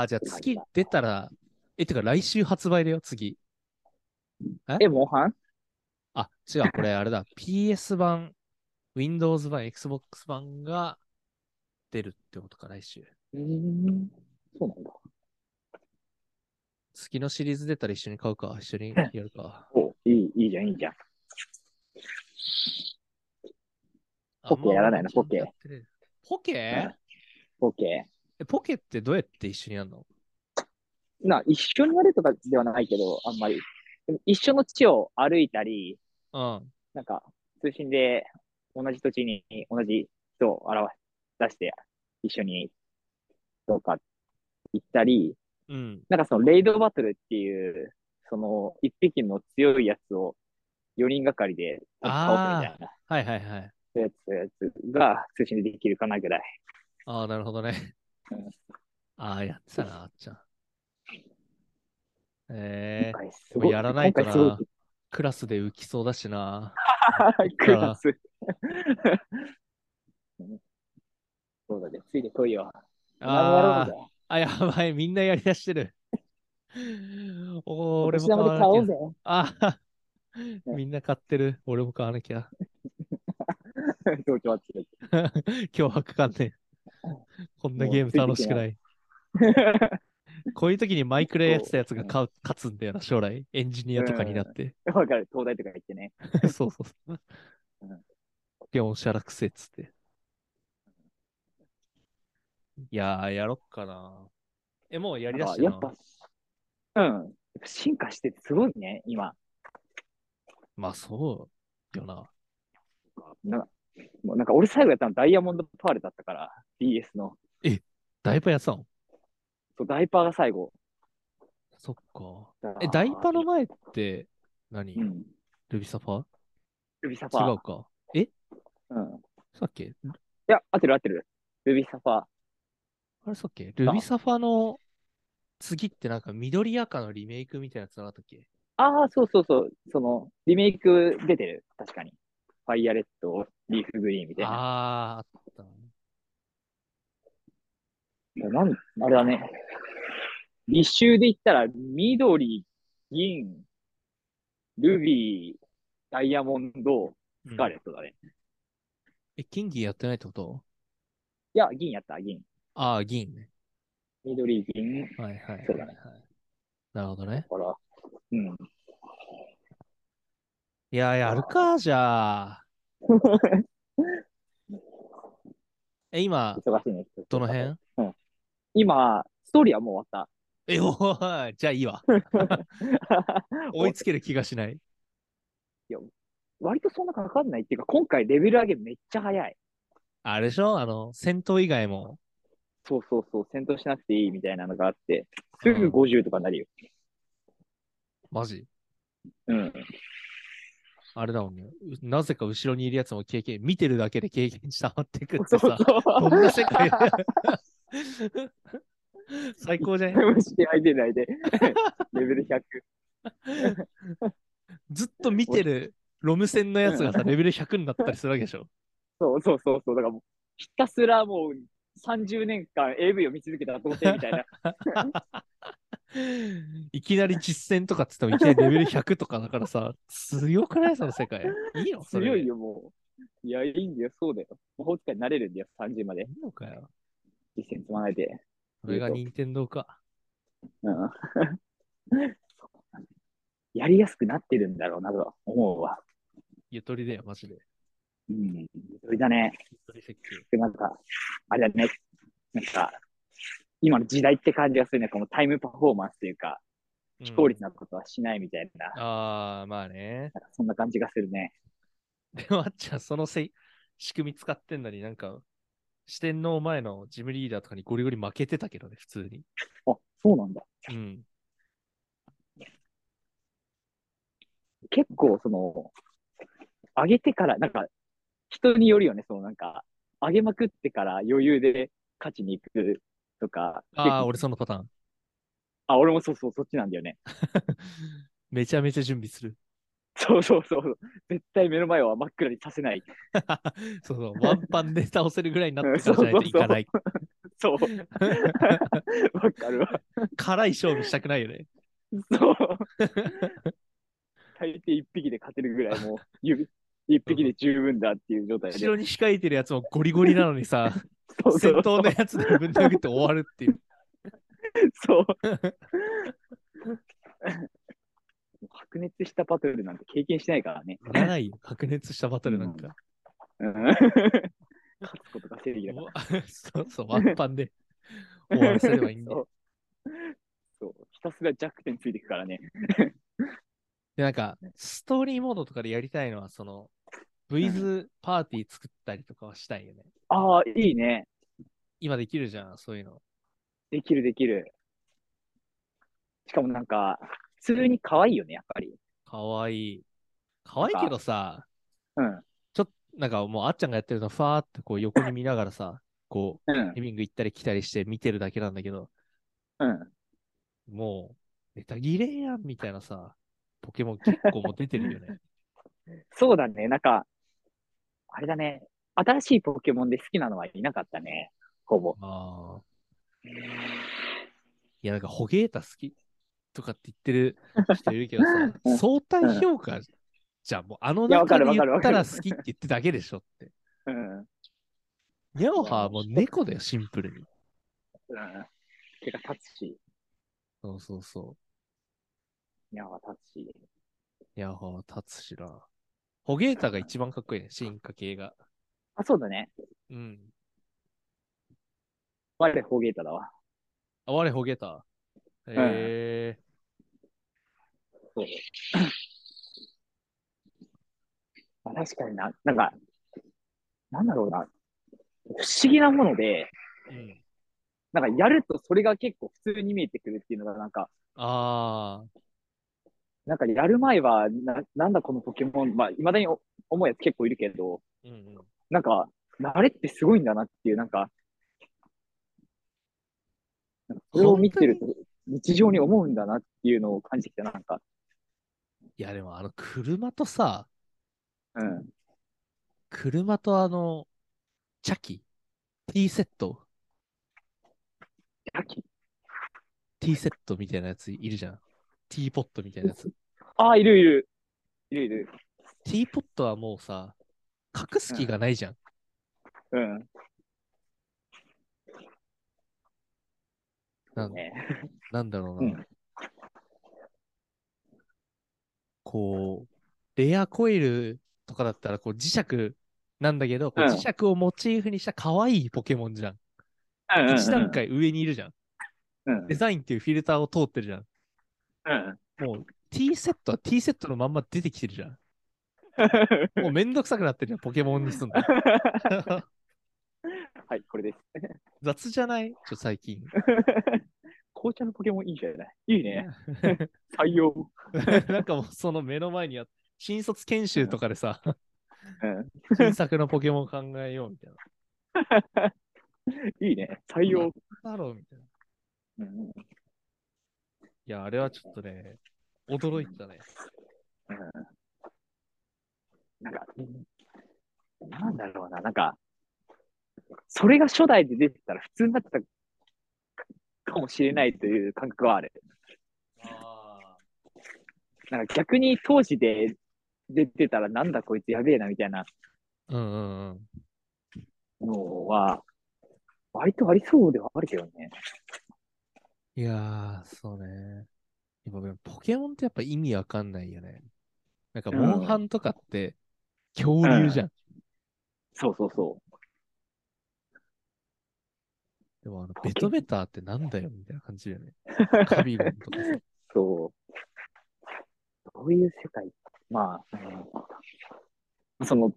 A: あ、じゃあ次出たら、え、てか来週発売だよ、次。
B: え、モンハン
A: あ、違う、これ あれだ。PS 版、Windows 版、Xbox 版が出るってことか、来週。
B: うーん、そうなんだ。
A: 月のシリーズ出たら一緒に買うか、一緒にやる か。
B: おいい、いいじゃん、いいじゃん。
A: あんま俺もちゃんとやってねえなポケえ
B: ポケやらないのポケオッケ
A: ポケってどうやって一緒にやるの
B: ー。な、一緒にやるとかではないけど、あんまり。でも一緒の地を歩いたり、
A: うん。
B: なんか、通信で同じ土地に同じ人を表し出して、一緒にどうか行ったり、
A: うん。
B: なんかそのレイドバトルっていう、その一匹の強いやつを4人がかりで倒すみたいな
A: はいはいはい。
B: やつやつが通信でできるかなぐらい。
A: ああ、なるほどね
B: うん。
A: ああ、やってたな、あっちゃん。え
B: 今
A: ー、
B: 回すごい
A: やらないとな
B: 今回す
A: クラスで浮きそうだしな。
B: ごい クラス。うんそうだね、ついてこいよ。
A: あ
B: な
A: ー
B: るほど
A: あ、やばい、みんなやりだしてる。おお、
B: お
A: 俺も
B: 年
A: 買
B: 玉
A: わ
B: で買
A: なき
B: おう
A: ゃ。
B: ぜ。
A: ああ、みんな買ってる。俺も買わなきゃ。
B: 東京は強い。
A: 脅迫観念。こんなゲーム楽しくない。こういう時にマイクラやってたやつが買う勝つんだよな、将来。エンジニアとかになって。
B: わかる、東大とか行ってね。
A: そうそうそう
B: うん。
A: ポケモンシャラクセっつって。いやー、やろっかな。え、もうやりだ
B: な
A: し
B: ん
A: た
B: かや
A: な
B: っ。ぱ、うん。やっぱ進化しててすごいね、今。
A: まあ、そうよな。
B: なんか、もうなんか俺最後やったのダイヤモンドパールだったから、DS の。
A: ダイパーやってたの
B: そう、ダイパーが最後。
A: そっか。え、ダイパーの前って何、
B: うん。
A: ルビサファ
B: ルビサファー。
A: 違うか。え
B: うん。い
A: さっき
B: や、合ってる合ってる。ルビサファー。
A: あれさっきルビサファの次ってなんか緑赤のリメイクみたいなやつなかったっけ
B: ああ、そうそうそう。その、リメイク出てる。確かに。ファイアレッド、リーフグリーンみたい
A: あー、
B: な。
A: あったな。
B: なんあれだね。立秋で言ったら、緑、銀、ルビー、ダイヤモンド、スカーレットだね。
A: え、金銀やってないってこと
B: いや、銀やった、銀。
A: ああ、銀ね。
B: 緑、銀。だ
A: はいはいはい、
B: そうだね
A: はいなるほどね。
B: から、うん。
A: いや、やるか、じゃあ。 え、今、
B: 忙しいね。
A: どの辺
B: 今、ストーリーはもう終わっ
A: え、おい、じゃあいい わ。
B: た。
A: 追いつける気がしない。
B: 割とそんなかかんないっていうか、今回レベル上げめっちゃ早い。
A: あれでしょあの、戦闘以外も。
B: そうそうそう、戦闘しなくていいみたいなのがあって、すぐ50とかになるよ。
A: マジ
B: うん。
A: あれだもんね。うなぜか後ろにいるやつも経験、見てるだけで経験したまってくっ
B: そ
A: て
B: うそう
A: さ、。こんな世 界。最高じゃない
B: 虫相手ないで、レベル100。
A: ずっと見てるロム線のやつがさ、
B: うん
A: レベル100になったりするわけでしょ。
B: そうそうそうそう。だからもう、ひたすらもう30年間 AV を見続けた童貞みたいな。
A: いきなり実践とかっつってもいきなりレベル100とかだからさ、強くないその世界。いいの それ。
B: 強い。よ、もう。いや、いいんだよ、そうだよ。魔法使いになれるんだよ、30まで。
A: いいのかよ。
B: 実践積まないで。
A: それが任天堂か。
B: うん。 そうやりやすくなってるんだろうなとは思うわ。
A: ゆとりだよ、マジで。
B: うん。それだね。
A: ゆとり設計。
B: で、なんか、あれだね。なんか、今の時代って感じがするね。このタイムパフォーマンスというか、非効率なことはしないみたいな、
A: ああ、まあね。
B: なんかそんな感じがするね。
A: でもあっちゃん、そのせい仕組み使ってんのになんか、四天王前のジムリーダーとかにゴリゴリ負けてたけどね、普通に。
B: あ、そうなんだ。
A: うん。
B: 結構、その、上げてから、なんか、人によるよね、そのなんか、上げまくってから余裕で勝ちに行くとか。
A: ああ、俺
B: 結構
A: そのパターン。
B: あ、俺もそうそう、そっちなんだよね。
A: めちゃめちゃ準備する。
B: そうそうそう。絶対目の前は真っ暗にさせない。
A: そうそう、ワンパンで倒せるぐらいになってからじゃないといかない。
B: そう。わかるわ。
A: 辛い勝負したくないよね。
B: そう。大抵一匹で勝てるぐらいもう指、一匹で十分だっていう状態で。
A: 後ろに控えてるやつもゴリゴリなのにさ、
B: そうそ
A: 先
B: う
A: 頭のやつでぶん殴って終わるっていう。
B: そう。 白熱したバトルなんて経験しないからね。
A: いらないよ、白熱したバトルなんか。
B: うん 勝つことが正義だか
A: お そうそう、ワンパンで終わらせればいいん
B: ら。
A: だ
B: そ
A: よ。
B: うそう。ひたすら弱点ついていくからね。
A: で、なんか、ストーリーモードとかでやりたいのは、その、V ズパーティー作ったりとかはしたいよね。
B: ああ、いいね。
A: 今できるじゃん、そういうの。
B: できるできる。しかもなんか、普通に可愛いよね、やっぱり。
A: かわいい。かわいいけどさ、
B: うん。
A: ちょっと、なんかもう、あっちゃんがやってるの、ファーってこう横に見ながらさ、こ
B: うん
A: う、リビング行ったり来たりして見てるだけなんだけど、
B: うん。
A: もう、ネタ切れやんみたいなさ、ポケモン結構もう出てるよ ね。
B: そうだね。なんか、あれだね。新しいポケモンで好きなのはいなかったね。ほぼ。
A: ああ。いや、なんか、ホゲータ好きとかって言ってる人いるけど
B: うん
A: さ、相対評価じゃん、もう、あの
B: いやわ
A: 中
B: か
A: で
B: る
A: 言った
B: わかるわ
A: ら
B: かる
A: 好きって言ってだけでしょって。
B: うん。うん。
A: ニャオハはもう猫だよ、シンプルに。
B: 手が立つし、
A: そうそうそ
B: ニャンは立つし。
A: う。ニャオハは立つしな。ホゲータが一番かっこいいね、進化系が。
B: あ、そうだね。
A: うん。
B: 我、ホゲータだわ。
A: あ、我ホゲータ。へえ
B: そう。 まあ、確かにな。なんか、なんだろうな。不思議なもので、
A: ー。うん。
B: なんかやるとそれが結構普通に見えてくるっていうのがなんか、
A: ああ。
B: なんかやる前はな、なんだこのポケモン、まあ、未だにお思うやつ結構いるけど、
A: うんうん。
B: なんか、慣れってすごいんだなっていう、なんか、なんかそれを見てると、日常に思うんだなっていうのを感じてきた、なんか。
A: いや、でも、あの、車とさ、
B: うん。
A: 車とあの、チャキ、T セット、
B: ヤキ
A: T セットみたいなやついるじゃん。T ポットみたいなや つ。
B: ああ、いるいる。いるいる。
A: T ポットはもうさ、隠す気がないじゃん。
B: うん。
A: なん
B: ね。
A: なんだろう
B: う
A: な。
B: ん
A: こう、レアコイルとかだったら、こう、磁石なんだけど、こう
B: うん
A: 磁石をモチーフにした可愛いポケモンじゃん。
B: うんうんうん
A: 一段。階上にいるじゃん。
B: うん。うん
A: デザインっていうフィルターを通ってるじゃん。
B: うん。
A: もう、T セットは T セットのまんま出てきてるじゃん。もうめんどくさくなってるじゃん、ポケモンにすんの。
B: はい、これです。
A: 雑じゃないちょ、最近。
B: 紅茶のポケモンいいじゃない。いい ね。採用。
A: なんかもうその目の前にあっ新卒研修とかでさ、
B: うん。
A: 新作のポケモン考えようみたいな。
B: いいね。採用。
A: なんだろうみたいな。い
B: うん。
A: や、あれはちょっとね、驚いたね。
B: なんか、なんだろうな、なんか、それが初代で出てたら普通になってたかもしれないという感覚はある。
A: あ
B: なんか逆に当時で出てたらなんだこいつやべえなみたいな
A: あ。うんうんうん。
B: のは、割とありそうではあるけどね。
A: いやー、そうね。今ポケモンってやっぱ意味わかんないよね。なんか、
B: うん
A: モンハンとかって、恐竜じゃん。
B: そうそうそ
A: でも、あの、
B: ケ
A: ベトベターってなんだよ、みたいな感じ だよね。カビゴンとかさ。
B: う。そう。どういう世界まあ、うんその、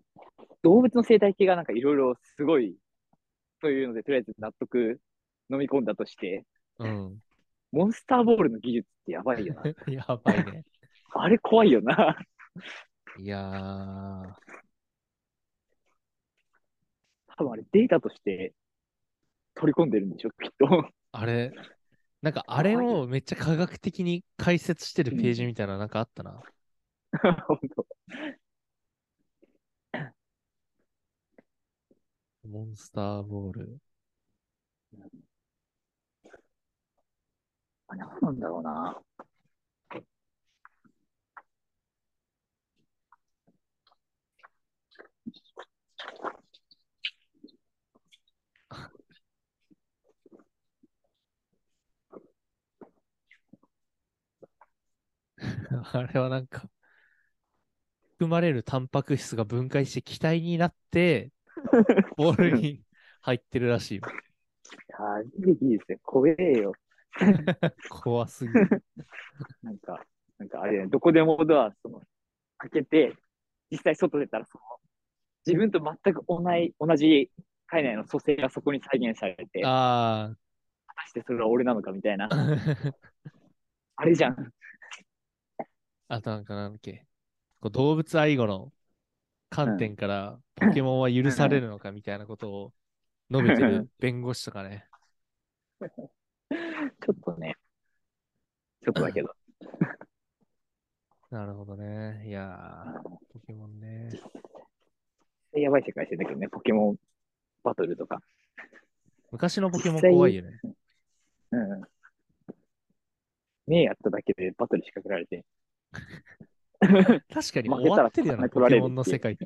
B: 動物の生態系がなんかいろいろすごい、というので、とりあえず納得、飲み込んだとして、
A: うん。
B: モンスターボールの技術ってやばいよな。
A: やばいね。
B: あれ怖いよな。
A: いやー。
B: 多分あれデータとして取り込んでるんでしょ、きっと。
A: あれ、なんかあれ
B: 怖い
A: をめっちゃ科学的に解説してるページみたいななんかあったな。
B: 本当
A: モンスターボール。
B: あ何なんだろうな。
A: あれはなんか、含まれるタンパク質が分解して気体にな って、ボールに入ってるらしいよ。
B: あれいいですね。怖えよ。
A: 怖すぎ る。
B: なんか、なんかあれ、どこでもドア、その、開けて、実際外出たら、その、自分と全く同じ、同じ体内の蘇生がそこに再現されて、果
A: あ
B: たしてそれは俺なのかみたいな、
A: あ。
B: あれじゃん。
A: あとなんかなんだっけ。こう動物愛護の観点からポケモンは許されるのかみたいなことを述べてる弁護士とかね。
B: ちょっとね、ちょっとだけど、
A: なるほどね。いやー、ポケモンね。
B: やばい世界線だけどね、ポケモンバトルとか。
A: 昔のポケモン
B: 実際
A: 怖いよね。
B: うん。目やっただけでバトル仕掛けられて、
A: 確かに
B: 負け
A: 終
B: たら
A: わってるよな、
B: 金取
A: ポ
B: られ
A: ケ
B: る
A: モンの世界って。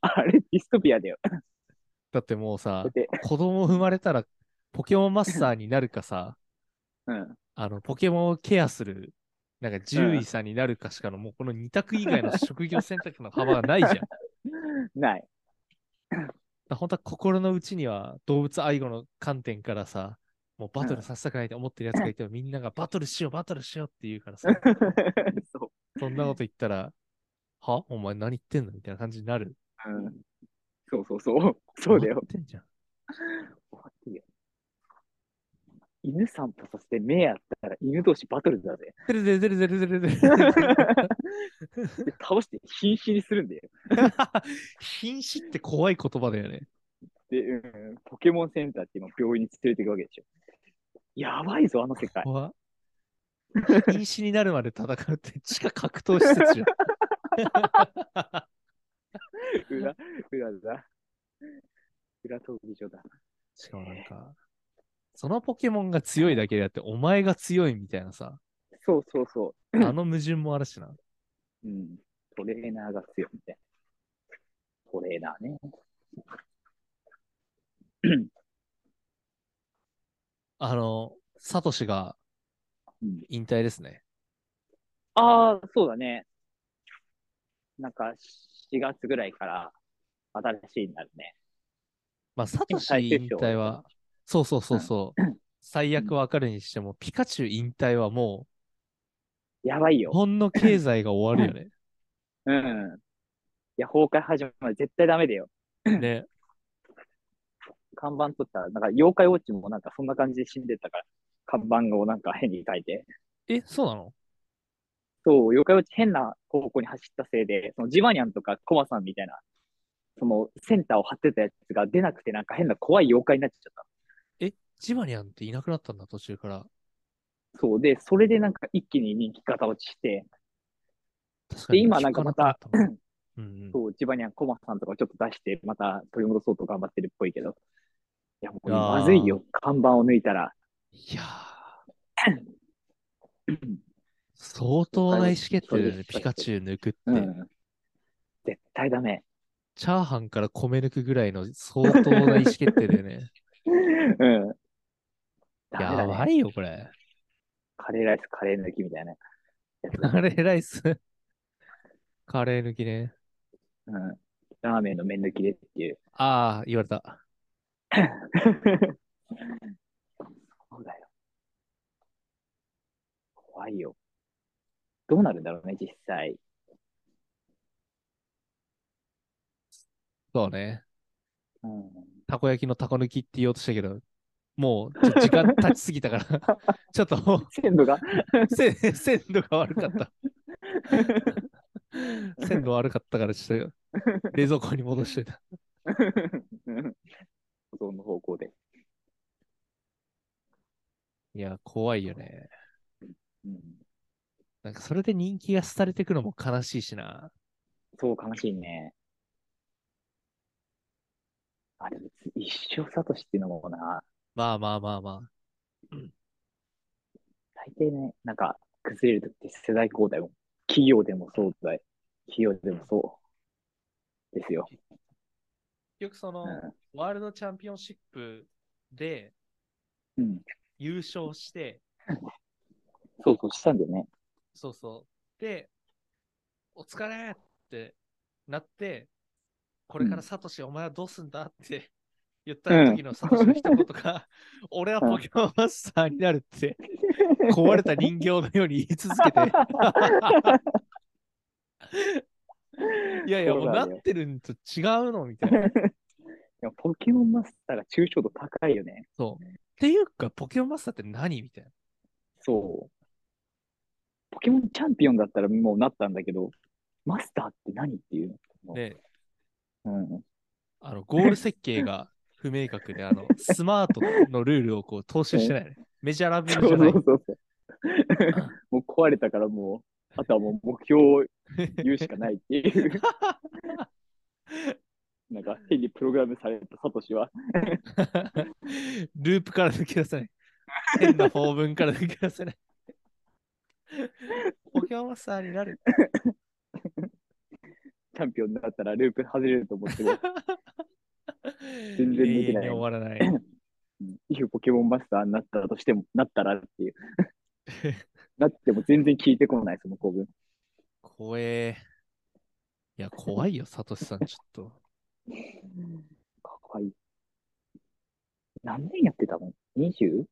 B: あれディストピアだよ。
A: だってもうさ
B: だっ、て、
A: 子供生まれたらポケモンマスターになるかさ、
B: うん。
A: あの、ポケモンをケアする、なんか獣医さんになるかしかの、もうこの2択以外の職業選択の幅がないじゃん。だか
B: ない。
A: ら本当は心の内には動物愛護の観点からさ、もうバトルさせたくないと思ってるやつが いても、みんながバトルしよう、バトルしようって言うからさ、
B: そう。
A: そんなこと言ったら、はお前何言ってんのみたいな感じになる。
B: うん。そうそうそう。そうだ
A: 終わ
B: よ
A: っ。てんじゃん。
B: 犬散歩させて目やったら犬同士バトルだぜ。
A: てるてるてるてるてるてる。
B: で倒して瀕死にするんだよ。
A: 瀕死って怖い言葉だよね。
B: で、うん、ポケモンセンターって今病院に連れていくわけでしょ。やばいぞ、あの世 界。
A: 怖っ瀕死になるまで戦うって地下格闘施設じゃん。
B: 裏、裏だ。裏闘技場だ。
A: しかもなんか、そのポケモンが強いだけであって、お前が強いみたいなさ、
B: そうそうそ
A: あの矛盾もあるしな。
B: う。うん。トレーナーが強いみたいな。トレーナーね。
A: あの、サトシが
B: うん
A: 引退ですね。
B: ああ、そうだね。なんか、4月ぐらいから新しいになるね。
A: まあ、サト
B: 今
A: シ引退は、そうそうそうそう、最悪わかるにしても、ピカチュウ引退はも、
B: やばいうよ
A: 日。本の経済が終わるよね。
B: うん。いや、崩壊始まるまで絶対ダメだよ。
A: ね。
B: 看板取ったら、なんか、妖怪ウォッチもなんか、そんな感じで死んでたから、看板をなんか変に書いて。
A: え、そうなの
B: そう、妖怪ウォッチ変な方向に走ったせいで、そのジバニャンとかコマさんみたいな、そのセンターを張ってたやつが出なくて、なんか変な怖い妖怪になっちゃっ
A: え、ジバニャンっていなくなったんだ、途中から。
B: た。そうで、それでなんか一気に人気型落ちして、
A: 確かに
B: 今なんか
A: 聞なくったもん うんうん、
B: そう、千葉にはコマさんとかをちょっと出して、また取り戻そうと頑張ってるっぽいけど。いや、もう
A: いやー
B: まずいよ、看板を抜いたら。
A: いやー相当な意思決定だよね、ピカチュウ抜くって。
B: うん。絶対ダメ。
A: チャーハンから米抜くぐらいの相当な意思決定だよね。
B: うん。 ダメ
A: や
B: だね。
A: ばいよ、これ。
B: カレーライス、カレー抜きみたいなやつだ
A: カレーライス。カレー抜きね。
B: うん。ラーメンの麺抜きでっていう。
A: ああ、言われた。
B: そうだよ。怖いよ。どうなるんだろうね、実際。
A: そうね。
B: うん。
A: たこ焼きのたこ抜きって言おうとしたけど、もうちょっと時間経ちすぎたから、ちょっともう
B: 鮮度が、
A: 鮮鮮度が悪かった。 鮮度悪かったから、ちょっと冷蔵庫に戻してた。
B: うん保存の方向で。
A: いや、怖いよね。
B: うん。
A: なんかそれで人気が廃れてくのも悲しいしな。
B: そう、悲しいね。あ、でも、一生サトシっていうのもな、
A: まあまあまあまあ。
B: 大抵ね、なんか、崩れるときって世代交代も、企業でもそうだい。企業でもそう。ですよ。
A: 結局その、
B: う
A: ワールドチャンピオンシップで
B: ん。うん。
A: 優勝して、
B: そうそう、したんだよね。
A: そうそう。で、お疲れってなって、これからサトシ、お前はどうすんだって 言った時のサトシの一言が、俺はポケモンマスターになるって、壊れた人形のように言い続け て。いやいや、もうなってるんと違うのみたいな。
B: いやポケモンマスターが抽象度高いよね。
A: そう。っていうか、ポケモンマスターって何みたいな。
B: そう。ポケモンチャンピオンだったらもうなったんだけど、マスターって何っていうの。
A: ね、
B: うん。
A: あの、ゴール設計が不明確で、あの、スマートのルールをこう踏襲してない、ね。メジャーラブル
B: そう
A: じゃ
B: そ。
A: ないう
B: そうそう。 もう壊れたからもう、あとはもう目標を言うしかないっていう。なんか変にプログラムされたサトシは、
A: ループから抜け出せない。変な法文から抜け出 せない。ポケモンマスターになる。
B: チャンピオンだったらループ外れると思っても、
A: 全
B: 然できない
A: に終わらない。
B: うんいいポケモンマスターになったとしても、なったらっていう。なっても全然聞いてこない、その構文。
A: 怖え。いや、怖いよ、サトシさん、ちょっと。
B: かわいい。何年やってたの ?20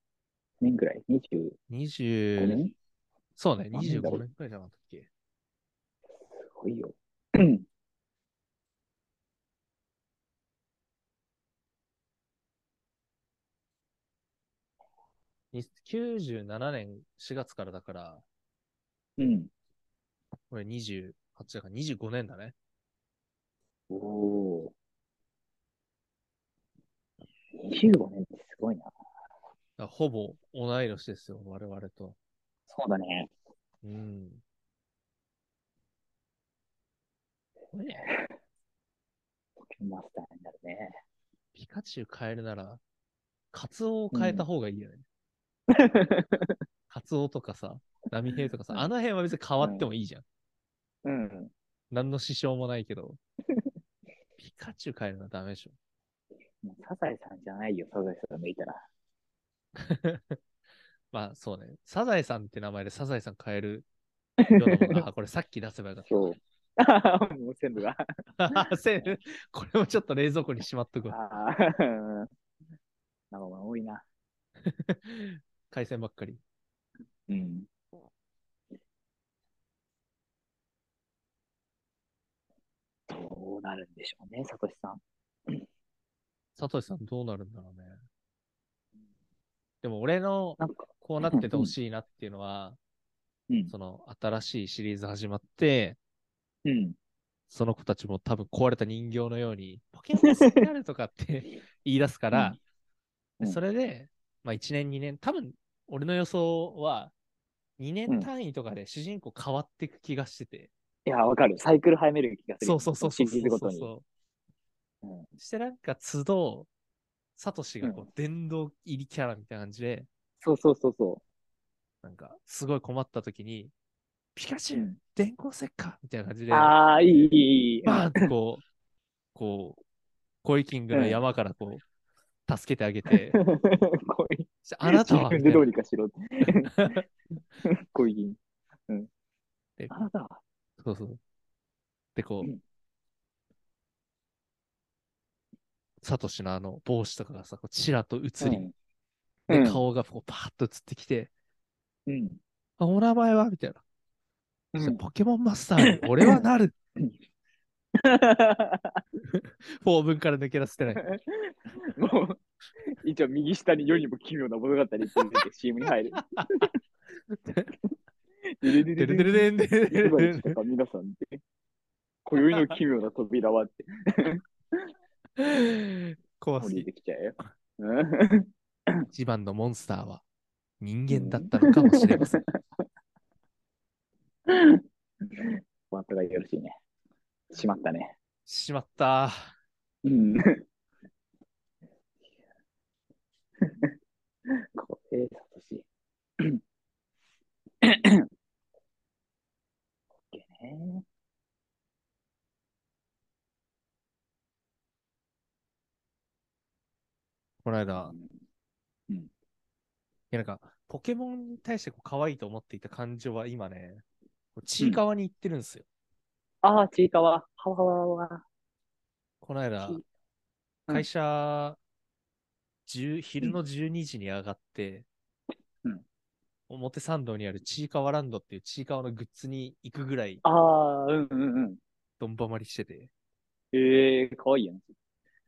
B: 年ぐらい ?25
A: 20、
B: 年
A: そうね、
B: 何年だろ
A: 25
B: う
A: 年くらいじゃなかったっけ。
B: すごいよ。
A: 97年4月からだから、
B: うん。
A: これ28だから25年だね。
B: おお。25年ってすごいな。
A: だからほぼ同い年ですよ、我々と。
B: そうだね。
A: うん。
B: ポケモンマスターになるね。
A: ピカチュウ変えるなら、カツオを変えた方がいいよね。 カツオとかさ、ナミヘイとかさ、
B: うん
A: あの辺は別に変わってもいいじゃん。
B: うん。
A: 何の支障もないけど。 ピカチュウ変えるのはダメでしょ。
B: もうサザエさんじゃないよ、サザエさん抜いたら。
A: まあそうね。サザエさんって名前でサザエさん変えるようなも のが。あ、これさっき出せばよかった。
B: そう。もう 全部が。
A: セールこれもちょっと冷蔵庫にしまっとくわ。
B: ああ。うんなんか多いな。
A: 海鮮ばっかり。
B: うん。どうなるんでしょうね、サトシさん。
A: サトシさんどうなるんだろうね。でも俺の
B: なんか、
A: こうなっててほしいなっていうのは、
B: うん。
A: その新しいシリーズ始まって、
B: うん。
A: その子たちも多分壊れた人形のように、ポケモン好きになるとかって 言い出すから、
B: うん
A: でそれで、まあ1年2年、多分俺の予想は2
B: う
A: 年
B: ん
A: 単位とかで主人公変わっていく気がしてて、
B: いや、わかる。サイクル早める気がする。
A: そうそうそうそう
B: 一
A: そう
B: 日ご
A: そう
B: とに。
A: そう。
B: うん
A: してなんか都度、サトシがこ
B: う
A: う、殿堂入りキャラみたいな感じで、
B: そうそうそうそ
A: なんか、すごい困った時に、ピカチ
B: う。う
A: ュウ、
B: ん
A: 電光石火みたいな感じで、バ
B: ああ、いい、いい、いい。
A: ーンってこう、 こう、コイキングの山からこう、助けてあげ て、
B: こういう
A: あなたは
B: 自
A: みた
B: 分で
A: い
B: ど
A: な
B: うにかしろって。こういう。うん
A: で。
B: あなたは。
A: そうそう。で、こ
B: うん
A: う、サトシのあの帽子とかがさ、こうちらっと映り、
B: う
A: で、
B: ん
A: 顔がこうパーッと映ってきて、
B: うん。
A: あお名前はみたいな。
B: う
A: そ
B: ん
A: したらポケモンマスタ ーに俺はなる法文から抜け出せて ない。
B: もう、一応右下に世にも奇妙な物語って出て CM に入る。デレデ
A: てる
B: レデ
A: て
B: レ
A: る
B: デ
A: てんてるて
B: レ
A: るて
B: デ
A: ん
B: レか皆さんって。今宵の奇妙な扉はって
A: てん怖す
B: 降
A: ぎ
B: り
A: る。
B: てきちゃえよ。うん
A: 一番のモンスターは人間だったのかもしれません。
B: ワントがよろしいね。しまったね。
A: しまった。
B: うん。これ、サトシ。OK ね。
A: この間、
B: うん
A: いやなんか、ポケモンに対してこう可愛いと思っていた感情は今ね、こうちいかわに行ってるんですよ。
B: ああ、ちいかわ。はわわわわ。
A: この間
B: ちい、うん
A: 会社、10昼の12時に上がって、
B: うん
A: 表参道にあるちいかわランドっていうちいかわのグッズに行くぐらい
B: ああ、うんうんうん。
A: どんばまりしてて。
B: ええー、かわいいよね。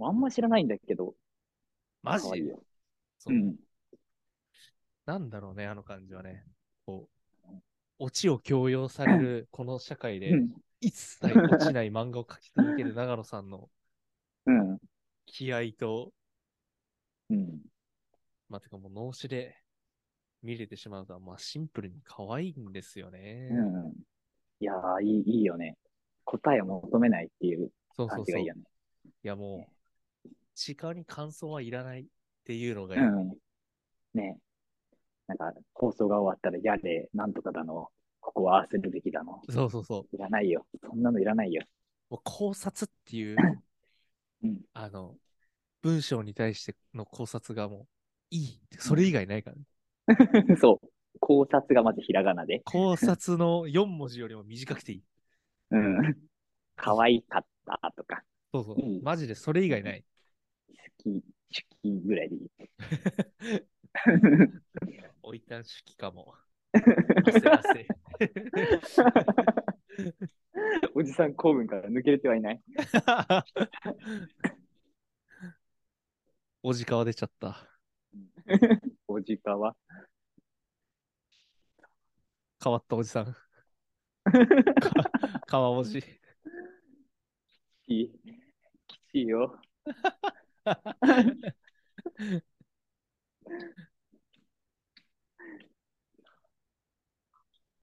B: あんま知らないんだけど。
A: マジ
B: かわいいよ。。
A: そううんなんだろうね、あの感じはね。こう、オチを強要されるこの社会で
B: う、ん。
A: 一切落ちない漫画を描き続ける長野さんの
B: うん。
A: 気合と、
B: うん。
A: まあ、てかもう脳死で見れてしまうのは、まあ、シンプルに可愛いんですよね。
B: うん、いやーいい、いいよね。答えを求めないっていう
A: そうそ
B: 感
A: う
B: じ
A: そ
B: が
A: う。
B: いい
A: い
B: よね。
A: や、もう、時間に感想はいらないっていうのが、
B: うん。ねなんか、放送が終わったら、やれ、なんとかだの、ここはああするべきだの。
A: そうそうそう。
B: いらないよ。そんなのいらないよ。
A: もう考察っていう、
B: うん
A: あの、文章に対しての考察がもう、いい。それ以外ないから、ね。
B: そう。考察がまずひらがなで。
A: 考察の4文字よりも短くていい。
B: うん。可愛かったとか、
A: そうそう
B: いい。
A: マジでそれ以外ない。
B: 好き、好きぐらいでい い。
A: おいたん式かも。汗汗。
B: おじさん公文から抜けれてはいない。
A: おじかわ出ちゃった。
B: おじかは。
A: 変わったおじさん。かわおじ。
B: き、きちいよ。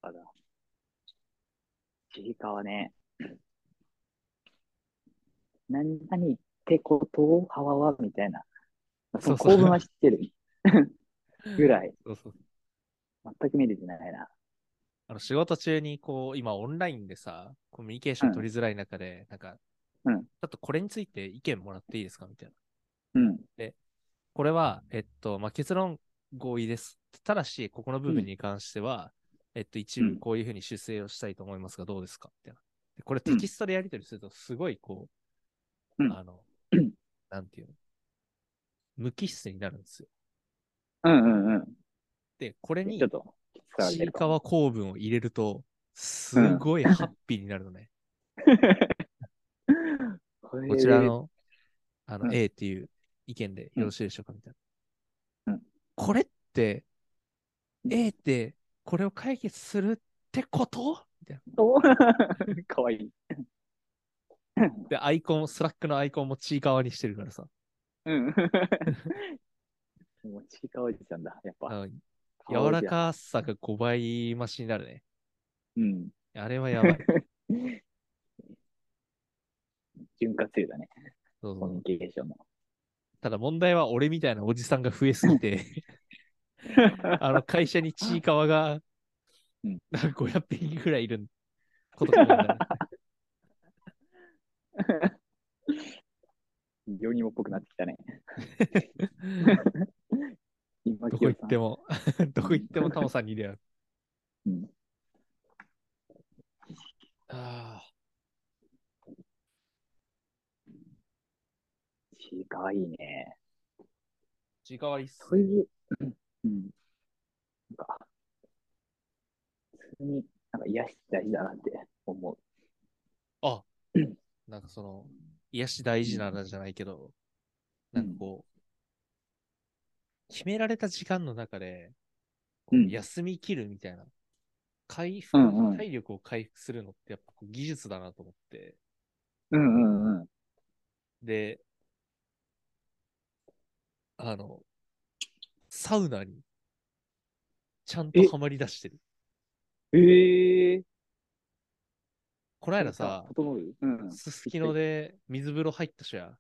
B: あら。ちいかわね。何々ってことをはわわみたいな。そ
A: そう
B: の
A: そう
B: 構文は知ってる。ぐらい。
A: そうそう
B: 全く見れてないな。
A: あの仕事中に、こう、今オンラインでさ、コミュニケーション取りづらい中で、なんか、
B: う
A: ち
B: ん
A: ょっとこれについて意見もらっていいですかみたいな。
B: うん。
A: これは、えっと、まあ、結論合意です。ただし、ここの部分に関しては、えっと、一
B: う
A: 部
B: ん
A: こういうふうに修正をしたいと思いますが、どうですかみたいな。でこれテキストでやり取りすると、すごい、こう、
B: うん
A: あ の
B: うん、
A: なんていうの、無機質になるんですよ。
B: うんうんうん。
A: で、これに
B: ちょっ、と、きつわれ
A: ち
B: て
A: い
B: る
A: か
B: か
A: わ構文を入れると、すごいハッピーになるのね。
B: も
A: こちら。の、あ
B: う
A: の、
B: ん
A: A っていう意見でよろしいでしょうかみたいな。
B: うん
A: これって、
B: うん
A: A ってこれを解決するってことみたい
B: おかわいい。
A: な。で、アイコン、スラックのアイコンもちいかわにしてるからさ。
B: うん。もうちいかわおじさんだ、やっ
A: あ
B: ぱ。
A: の
B: わお
A: 柔
B: じ
A: ら
B: や。
A: かさが5倍増しになるね。
B: うん。
A: あれはやばい。
B: 潤滑油だね、
A: そうそ
B: コミュ
A: う
B: ニケー ションの。
A: ただ問題は俺みたいなおじさんが増えすぎ て、あの会社にちいかわが、
B: うん
A: なんか500匹ぐらいいることが問題
B: 世にもっぽくなってき たね。今
A: どこ行って
B: も。
A: も、 どこ行ってもタモさんに出会う。
B: うん
A: ああ、
B: ちいかわいいね。
A: ちいかわいいっす。
B: そういう、うん。なんか、普通に、なんか癒し大事だなって思う。
A: なんかその、癒し大事ならじゃないけど、
B: う
A: なんんかこう、決められた時間の中で、
B: う
A: こ
B: ん
A: う休み切るみたいな、回復、
B: うんうん
A: 体力を回復するのってやっぱこう技術だなと思って、
B: うんうんうん。
A: で、あの、サウナに、ちゃんと
B: え
A: ハマり出してる。
B: ええ
A: この間さ、
B: 整ううん。
A: すすきので水風呂入ったしや、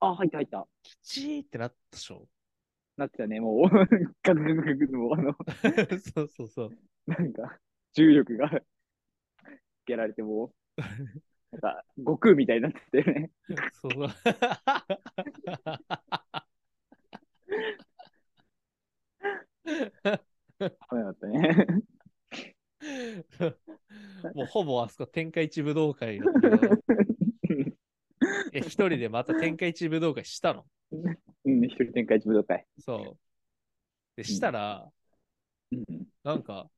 B: あ、入った入った。
A: きちーってなったっし ょ。
B: なってたね、もう、ガ クガクガクの、あの、
A: そうそうそう。
B: なんか、重力が、やられてもう、なんか、悟空みたいになってたよね。
A: そうそう。
B: 危なかったね。
A: もうほぼあそこ天下一武道会だけど え一人でまた天下一武道会したの。
B: うん、一人展開自武道会。
A: そう。で、したら、
B: うん。
A: なんか、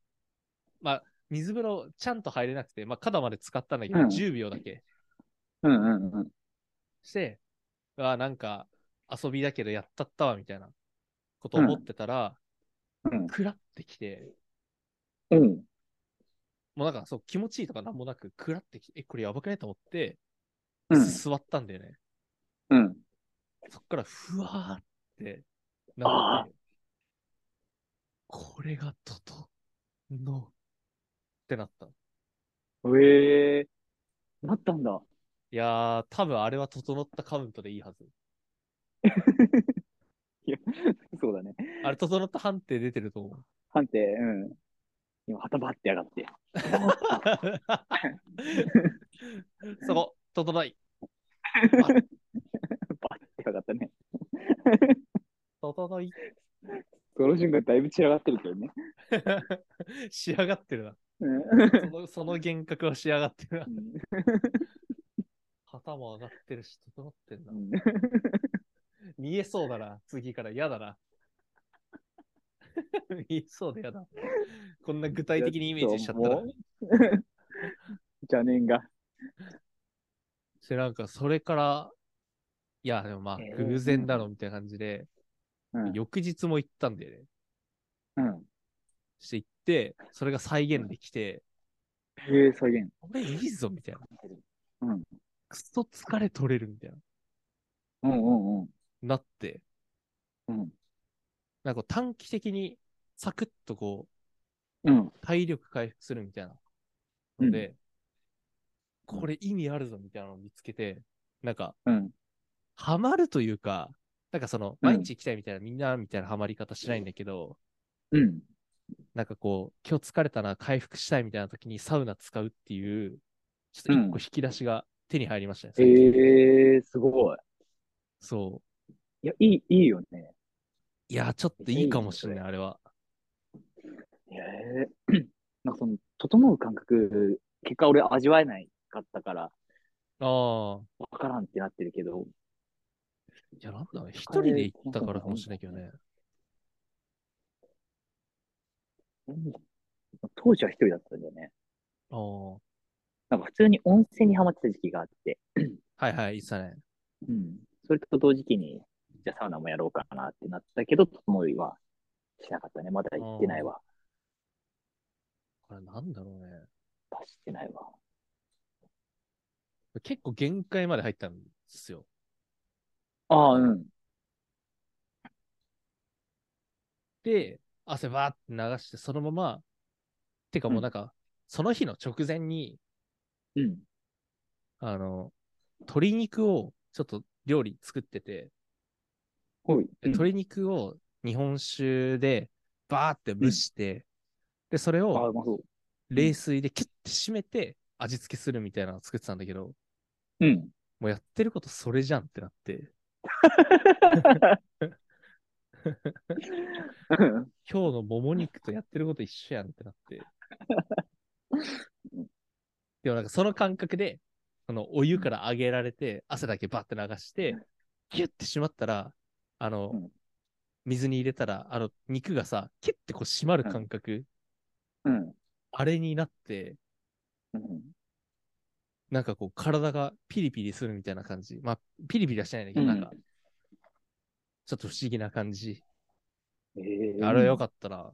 A: まあ、水風呂ちゃんと入れなくて、まあ、肩まで使ったんだけど、
B: うん
A: 10秒だけ
B: うんうんうん。
A: して、あなんか遊びだけどやったったわ、みたいなこと思ってたら、
B: うん
A: くらってきて、
B: うん。
A: もうなんかそう気持ちいいとかなんもなく、くらってきて、え、これやばくないと思って、
B: うん。
A: 座ったんだよね。
B: うん。
A: そっからふわーってなって、これがととのうってなった。い
B: ええなったんだ。
A: やー、多分あれは整ったカウントでいいはず。
B: そうだね。
A: あれ、整った判定出てると思う。
B: 判定、うん。今、旗ばってやがって。
A: そこ、整い。
B: ばってやがったね。
A: 整い。
B: その瞬間、だいぶ散らがってるけどね。
A: 仕上がってるな。
B: うん
A: その その幻覚は仕上がってるな。旗も上がってるし、整ってんな
B: う。ん。
A: 見えそうだな、次から嫌だな。 見えそうで嫌だ。こんな具体的にイメージしちゃったら
B: も。う邪念が。
A: それなんか、それから、いや、でもまあ
B: え、ー
A: 偶然だろ、みたいな感じで、
B: うん。
A: 翌日も行ったんだよね。
B: うん、
A: して行って、それが再現できて、
B: ええ再現。
A: これいいぞ、みたいな。
B: うん。
A: くっそ疲れ取れる、みたいな。
B: うんうんうん。
A: なって、
B: うん。
A: なんかこう短期的に、サクッとこ
B: うん。
A: う、体力回復するみたいな。ので、これ意味あるぞ、みたいなのを見つけて、なんか、
B: うん。
A: ハマるというか、なんかその、
B: うん
A: 毎日行きたいみたいな、みんなみたいなハマり方しないんだけど、
B: うん。
A: なんかこう、今日疲れたな、回復したいみたいな時にサウナ使うっていう、ちょっと一個引き出しが手に入りましたね。
B: え
A: 最近
B: えすごい。
A: そう。
B: いや、いい、いいよね。
A: いやー、ちょっといいかもしれない、あれは。
B: ええ なんかその、整う感覚、結果俺味わえないかったから、
A: ああ。
B: わからんってなってるけど、
A: いや、なんだろう一人で行ったからかもしれないけどね。
B: うん当時は一人だったんだよね。
A: ああ。
B: なんか普通に温泉にハマってた時期があって、
A: はいはい、いいっすね。
B: うん。それと同時期に、じゃあサウナもやろうかなってなったけど、整いはしなかったね。まだ行ってないわ。
A: これなんだろうね。
B: 達してないわ。
A: 結構限界まで入ったんですよ。
B: ああ、うん。
A: で、汗ばーって流して、そのまま、てかもうなんか、その日の直前に、
B: うん。
A: あの、鶏肉をちょっと料理作ってて、
B: ほい。
A: で鶏肉を日本酒でバーって蒸して、で、それ
B: うんあ、
A: を
B: うまそう。
A: 冷水でキュッて締めて味付けするみたいなのを作ってたんだけど、
B: うん。
A: もうやってることそれじゃんってなって、 今日のもも肉とやってること一緒やんってな って。でもなんかその感覚で、そのお湯から揚げられて、汗だけバッて流して、キュッてしまったら、あの、
B: うん
A: 水に入れたら、あの、肉がさ、キュッてこう締まる感覚、
B: うん。
A: あれになって、
B: うん。
A: なんかこう体がピリピリするみたいな感じ。まあ、ピリピリはしてないんだけど、
B: うん
A: なんか、ちょっと不思議な感じ。
B: えー
A: あれはよかったな。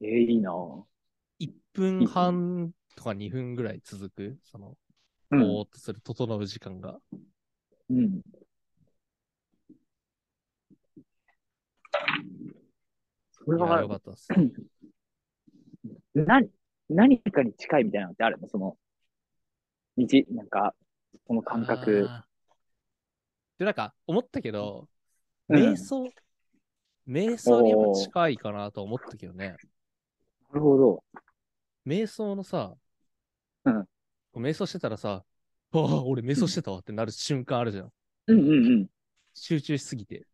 B: えー、いいなぁ。
A: 1分半とか2分ぐらい続く、その、ぼ
B: うん。
A: ーっとする、整う時間が。
B: うん。それ
A: いや、よ
B: は
A: かったっす。
B: 何、何かに近いみたいなのってあるのその、日、なんか、その感覚。
A: あー。で、なんか、思ったけど、
B: うん
A: 瞑想、瞑想にやっぱ近いかなと思ったけどね。
B: なるほど。
A: 瞑想のさ、
B: うん
A: こう瞑想してたらさ、ああ、俺瞑想してたわってなる瞬間あるじゃん。
B: うんうんうん。
A: 集中しすぎて。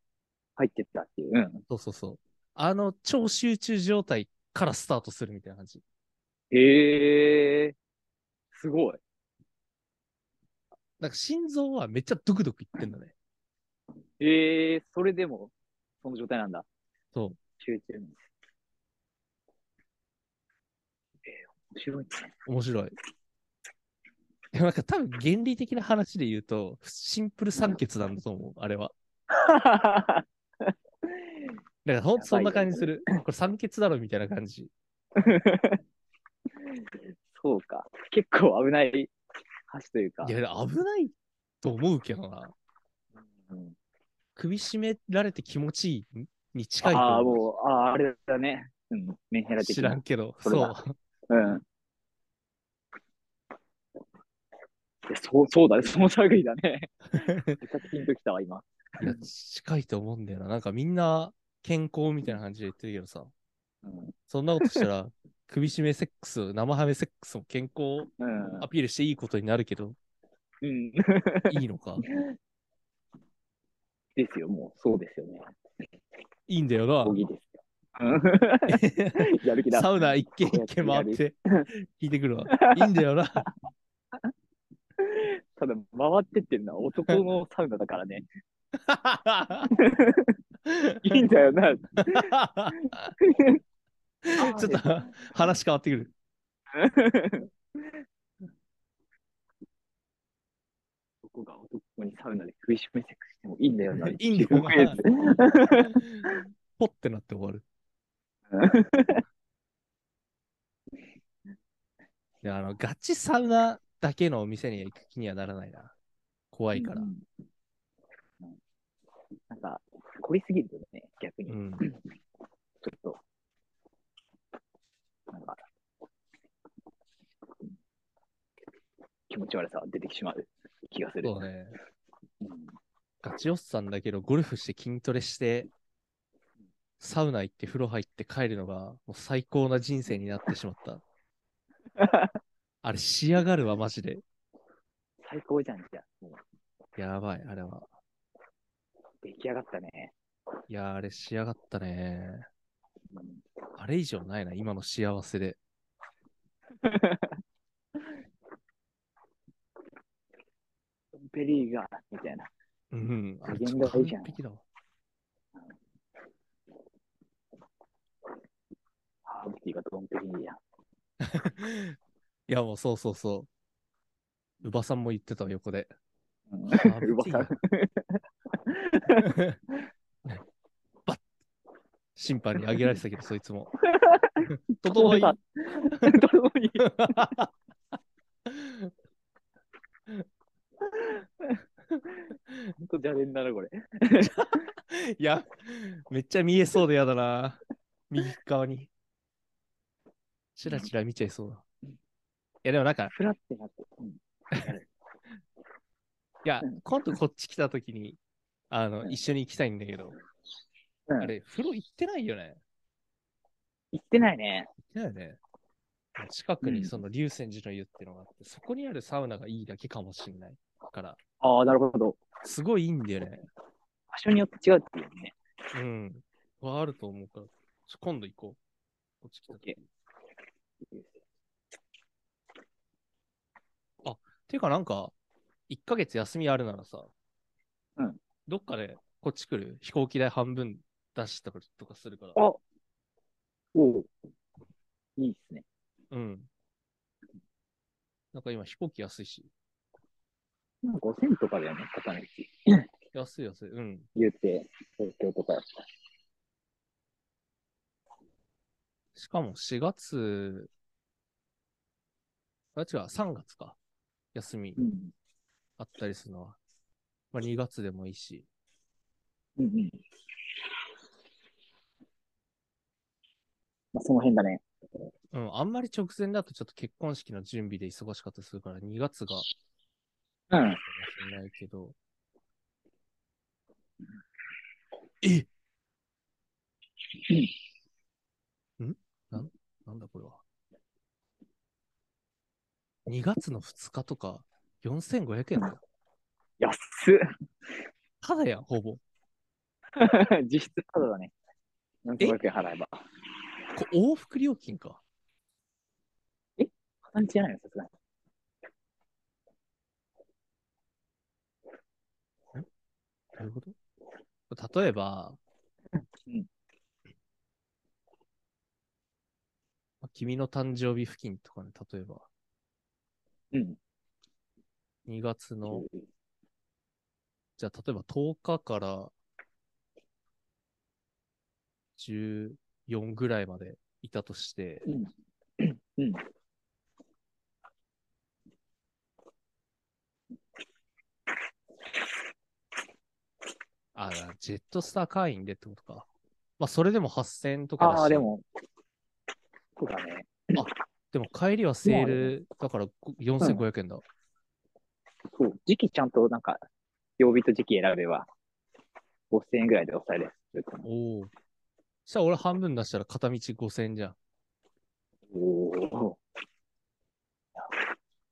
B: 入ってったっていう。うん。
A: そうそうそう。あの、超集中状態からスタートするみたいな感じ。
B: へえ、すごい。
A: なんか心臓はめっちゃドクドクいってんだね。
B: ええ、それでも、その状態なんだ。
A: そう。
B: 集中。えー、面白 いね。
A: 面白い。でもなんか多分原理的な話で言うと、シンプル酸欠なんだと思う、あれは。だからほんとそんな感じする。これ酸欠だろみたいな感じ。
B: そうか。結構危ない橋というか。
A: いや、危ないと思うけどな。
B: うん
A: 首絞められて気持ちいいに近いと思う。
B: ああ、もう、ああ、あれだね。うん。メンヘラ的
A: 知ら
B: な。
A: んけど、
B: それ
A: そう
B: だ。うん。いやそう、そうだね。その類だ ね。めっちゃピンときたわ、今。
A: いや、近いと思うんだよな。なんかみんな健康みたいな感じで言ってるけどさ、
B: うん。
A: そんなことした ら、首絞めセックス、生ハメセックスも健康
B: うん
A: アピールしていいことになるけど、
B: うん。
A: いいのか。
B: ですよ、もう。そうですよね。
A: いいんだよ
B: ボ
A: な。
B: ギーですよ。 うん やる気だ。
A: サウナ一軒一軒回って、 聞いてくるわ。いいんだよな。
B: ただ、回ってってるのは男のサウナだか らね。いいんだ よな。
A: ちょっと話変わってくる。
B: 男が男にサウナで食いしめセックスしてもいいんだよ な。
A: いいんだよな
B: 地獄絵図
A: ポッてなって終わる。いやあのガチサウナだけのお店には行く気にはならないな。怖いから。
B: うんなんか、凝りすぎるよね、逆に。
A: う
B: ち
A: ん。
B: ょっと。なんか、気持ち悪さは出てきてしまう気がする。
A: そうね。
B: うん
A: ガチおっさんだけど、ゴルフして筋トレして、サウナ行って風呂入って帰るのが、もう最高な人生になってしまった。あれ、仕上がるわ、マジで。
B: 最高じゃん、じゃあ。もう
A: やばい、あれは。
B: 出来上がったね。
A: いやー、あれ、仕上がったね。
B: うん
A: あれ以上ないな、今の幸せで。
B: ドンペリーガーみたいな。
A: うん、あれ、ち
B: 現
A: ょっと
B: 代じゃん
A: 完璧だわ。
B: ハーブティーがドンペリーや。
A: いや、もうそうそうそう。うばさんも言ってたわ、横 で。
B: うん
A: ハーブティー
B: うば
A: がバッ審判にあげられてたけど、そいつ も。整い。
B: 整い。本当じゃれんだな、これ。
A: いや、めっちゃ見えそうでやだな。右側に。チラチラ見ちゃいそうだ。や、でもなんか、
B: ふらってなって。うん
A: いや
B: うん、
A: 今度こっち来たときに、あの、
B: うん
A: 一緒に行きたいんだけど、
B: うん
A: あれ、風呂行ってないよね。
B: 行ってないね。
A: 行ってないよね。近く
B: うん
A: にその竜泉寺の湯っていうのがあって、そこにあるサウナがいいだけかもしれないから、
B: ああ、なるほど。
A: すごいいいんだよね。
B: 場所によって違うっていうね。
A: うん。はあると思うから、ちょ今度行こう。こっち来た時。
B: OK
A: ていうかなんか、1ヶ月休みあるならさ、
B: うん
A: どっかでこっち来る飛行機代半分出したりとかするから。
B: あおお。いいですね。
A: うん。なんか今飛行機安いし。
B: なんか5000とかだよね、片道。
A: 安い安い。うん。
B: 言うて、東京とかやったら。
A: しかも4月、あ、違う、3月か。休み
B: うん。
A: あったりするのは。まあ2月でもいいし。
B: うんうん。まあ、その辺だね。
A: うん。あんまり直前だとちょっと結婚式の準備で忙しかったりするから、2月が
B: う
A: か
B: ん。
A: もしれないけど。えんなんなんだこれは。2月の2日とか4500円だよ。
B: 安
A: ただやん、ほぼ。
B: っ。 実質ただだね。4500円払えば。
A: こ往復料金か。
B: 片道じゃないの、さすがに。
A: どういうこと例えば、
B: うん
A: 君の誕生日付近とかね、例えば、
B: うん。
A: 2月のじゃあ、例えば10日から14ぐらいまでいたとして、
B: うん。うん。
A: あ、ジェットスター会員でってことか。まあ、それでも8000とかだし、
B: ああ、でも。そうだね。
A: でも帰りはセールだからご4500円だ。
B: そう。時期ちゃんと、なんか、曜日と時期選べば、5000円ぐらいで抑えれるかな。
A: おお。そしたら俺半分出したら片道5000円じゃん。
B: おお。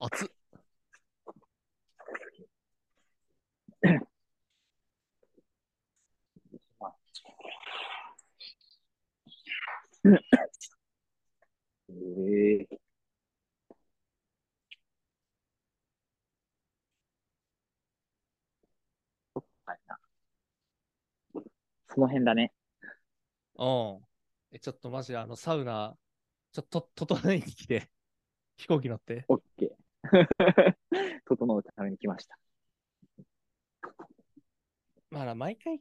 A: 熱っ。
B: ええそっかいなその辺だね。
A: うん。え、ちょっとマジであのサウナ、ちょっと整えに来て、飛行機乗って。
B: オッケー。 整うために来ました。
A: まあな、毎回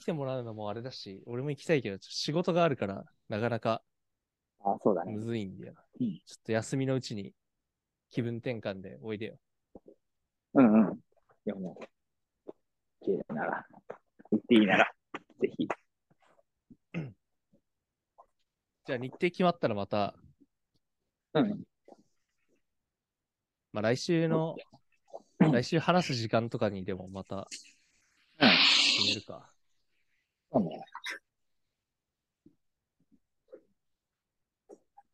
A: 来てもらうのもあれだし、俺も行きたいけど、ちょっと仕事があるから、なかなか
B: あそうだね
A: む。ずいんだよな。
B: うん
A: ちょっと休みのうちに気分転換でおいでよ。
B: うんうん。でももう、綺麗なら、行っていいなら、ぜひ。
A: じゃあ日程決まったらまた、
B: うん。
A: まあ来週の、
B: うん
A: 来週話す時間とかにでもまた
B: うん。
A: 決めるか。
B: そうね。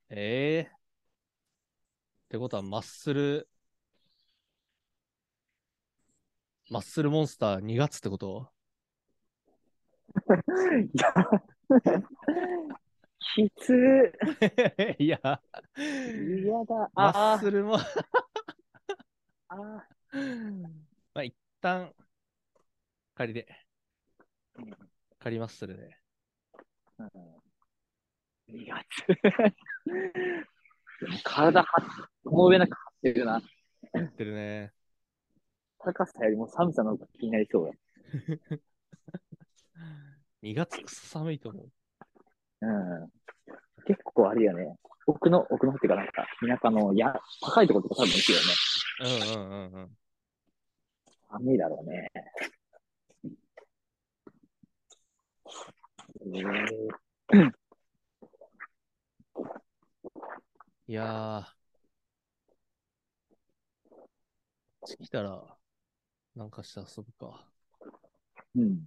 A: ええってことはマッスル、マッスルモンスター2月ってこと
B: いや、 きつ ー。
A: いや、
B: 嫌だ。
A: マ
B: あ
A: ッスルも、
B: あ、あ
A: まあ、一旦、仮で、
B: あ。
A: 仮マッスルで。
B: うん2月。でも体張っこの上なんか張ってるな。
A: やってるね。
B: 高さよりも寒さの方が気になりそう
A: 2月くそ寒いと思う。
B: だ。うん。結構あれだよね。奥の、奥の方っていうかなんか、田舎の、や、高いところとか多分行くよね。
A: うんうんうんうん。
B: 寒いだろうね。えー
A: いやー、っち来たら、なんかして遊ぶか。
B: うん。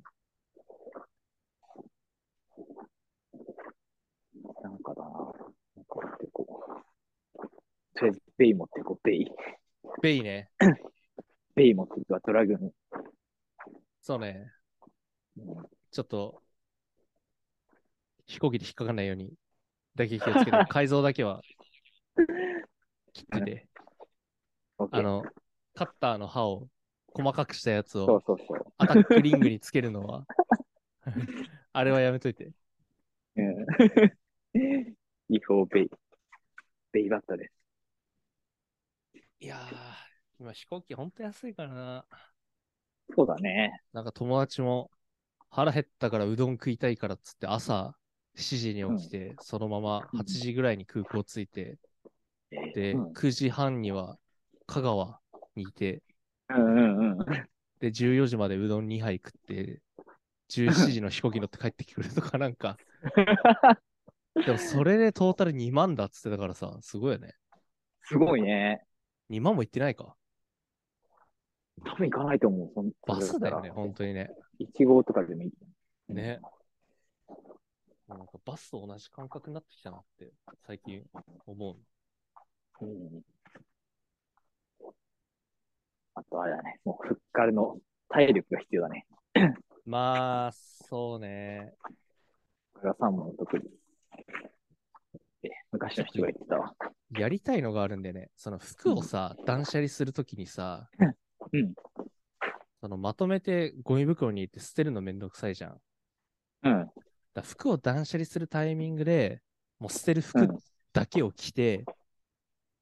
B: なんかだな。なんか持っていこう。とりあえず、ベイ持っていこう、ベイ。
A: ベイね。
B: ベイ持っていくわ、ドラグーン。
A: そうね。
B: うん
A: ちょっと、飛行機で引っかかんないように、だけ気をつけて、改造だけは、キックで、
B: オッケー
A: あの、カッターの刃を細かくしたやつ
B: そう
A: を
B: そうそう。
A: アタックリングにつけるの は、あれはやめといて。
B: うん。違法ベ イ。ベイバットです。
A: いやー、今飛行機ほんと安いからな。
B: そうだね。
A: なんか友達も腹減ったからうどん食いたいからっつって朝7時に起きて、そのまま8時ぐらいに空港着いて、で、
B: うん
A: 9時半には香川にいて、
B: うんうんうん。
A: で、14時までうどん2杯食って、17時の飛行機乗って帰ってくるとかなん か、でもそれでトータル2万だっつってたからさ、すごいよね。
B: すごいね。
A: 2万も行ってないか。
B: 多分行かないと思う。そん
A: バスだよね、
B: それ
A: 本
B: っ
A: 当にね。
B: たら1号とかでもいい。
A: ね。なんかバスと同じ感覚になってきたなって、最近思う。
B: うん。あとあれだね。もう、フッカルの体力が必要だね。
A: まあ、そうね。
B: これは3問特に。え昔の人が言ってたわ。
A: やりたいのがあるんでね、その服をさ、断捨離するときにさ、
B: うん
A: そのまとめてゴミ袋に入れて捨てるのめんどくさいじゃん。だか
B: うん。
A: ら服を断捨離するタイミングで、もう捨てる服
B: うん
A: だけを着て、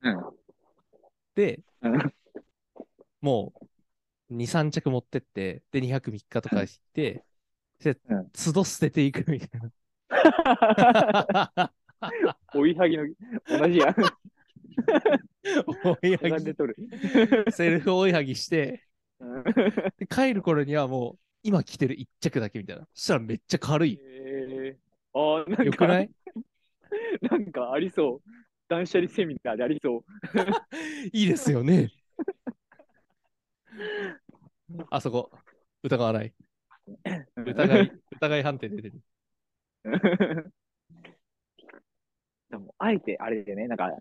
B: うん。
A: で、
B: うん
A: もう2、3着持ってって、で、2泊3日とかして、で
B: うん、
A: 都度捨てていくみたい な。
B: 追いはぎの、同じやん。
A: 追い上
B: 自分で
A: げ、
B: 取る。
A: セルフ追い上げして、
B: うん
A: で帰る頃にはもう、今着てる一着だけみたいな。そしたらめっちゃ軽い。
B: えー、あーなんか
A: よくない
B: なんかありそう。断捨離セミナーでありそう。
A: いいですよ ね。あそこ、疑わない。疑い、疑い判定出てる。
B: でも、あえてあれでね、なんか、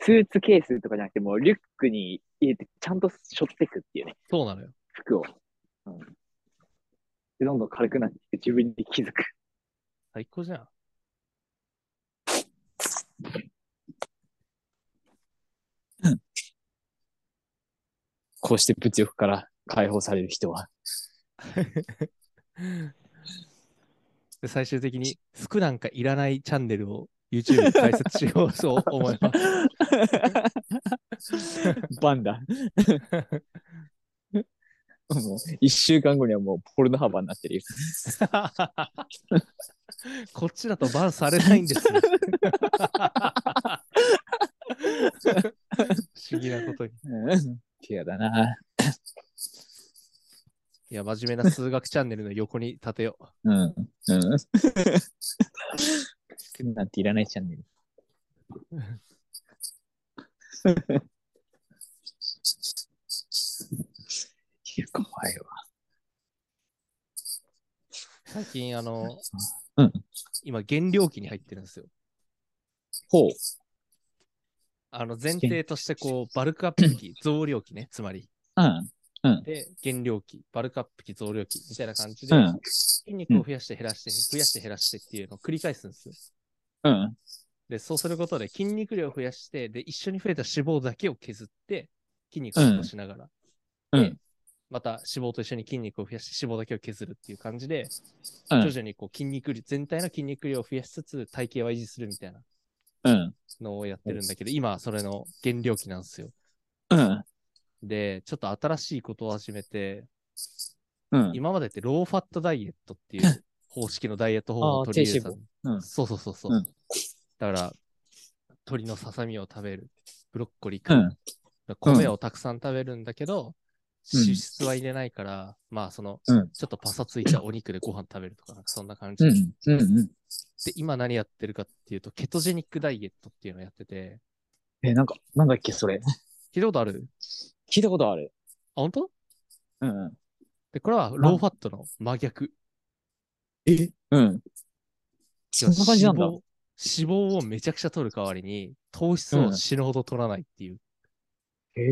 B: スーツケースとかじゃなくて、もうリュックに入れて、ちゃんと背負ってくっていうね、
A: そうなのよ。
B: 服を。うん、でどんどん軽くなってきて、自分に気づく。
A: 最高じゃん。
C: こうして物欲から解放される人 は。
A: で最終的に、服なんかいらないチャンネルを YouTube で解説しようと思います。
C: バンだ。 もう一週間後にはもうポルノ幅にな ってるよ。
A: こっちだとバンされないんですね。不思議なことに。
C: うんピュアだな。
A: いや、真面目な数学チャンネルの横に立てよう。
C: うん。うん。服なんていらないチャンネル。いや、怖いわ。
A: 最近、あの、
C: うん
A: 今、減量期に入ってるんですよ。
C: ほう。
A: あの、前提として、こう、バルクアップ期、増量期ね、つまり。
C: うん。
A: で、減量期、バルクアップ期、増量期、みたいな感じで、
C: うん。
A: 筋肉を増やして減らして、増やして減らしてっていうのを繰り返すんですよ。
C: うん。
A: で、そうすることで、筋肉量を増やして、で、一緒に増えた脂肪だけを削って、筋肉を残しながら、
C: うん
A: でまた脂肪と一緒に筋肉を増やして、脂肪だけを削るっていう感じで、
C: うん
A: 徐々にこう筋肉量、全体の筋肉量を増やしつつ、体型は維持するみたいな。
C: うん。
A: のをやってるんだけど、今はそれの減量期なんですよ。
C: うん。
A: で、ちょっと新しいことを始めて、
C: うん。
A: 今までってローファットダイエットって いう方式のダイエット方法を
C: あー
A: 取り入れてたの
C: 低脂肪うん
A: そうそうそうそう。
C: うん
A: だから、鶏のささみを食べる、ブロッコリ
C: う
A: ーか、
C: ん。
A: 米をたくさん食べるんだけど、
C: うん
A: 脂質は入れないから、まあその、
C: うん
A: ちょっとパサついたお肉でご飯食べるとか、なんかそんな感じ、
C: うん。
A: で、
C: うん。
A: 今何やってるかっていうと、ケトジェニックダイエットっていうのをやってて、
C: え、なんか、なんだっけ、それ。
A: 聞いたことある
C: 聞いたことある。
A: 本当
B: うん。
A: で、これはローファットの真逆。
B: えうん。そんな感じなんだ。
A: 脂肪脂肪をめちゃくちゃ取る代わりに、糖質を死ぬほど取らないっていう
B: へ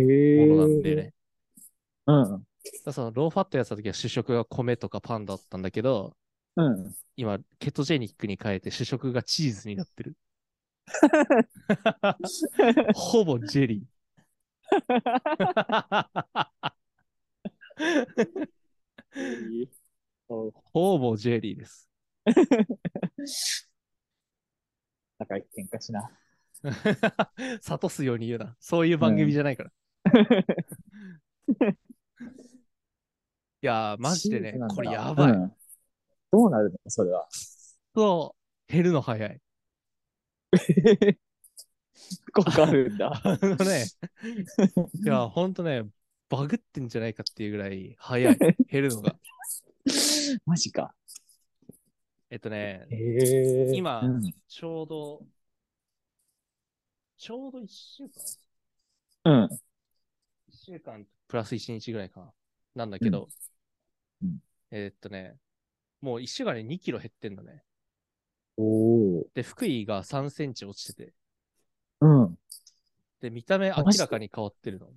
A: も
B: え
A: のなんでね。。
B: うん。
A: だからそのローファットやってた時は主食が米とかパンだったんだけど、
B: うん。
A: 今、ケトジェニックに変えて主食がチーズになってる。ほぼジェリー。ほぼジェリーです。
B: 高い喧嘩しな。
A: 諭すように言うな。そういう番組じゃないから。いやー、マジで
B: チーズ
A: ね
B: なん、だ
A: これやばい。
B: うんどうなるのそれ は。
A: そう、減るの早 い。
B: 効果あるんだ。
A: あのね、いや、ほんとね、バグってんじゃないかっていうぐらい早い。減るの が。
B: マジか。
A: えっとね、
B: へえ
A: 今
B: うん。
A: ちょうど、ちょうど1週間
B: うん。
A: 一週間プラス1日ぐらいかな。なんだけど、
B: うんうん
A: えーっとね、もう1週間で2キロ減ってんのね。
B: おー
A: で、福井が3センチ落ちてて、
B: うん。
A: で、見た目明らかに変わってるの。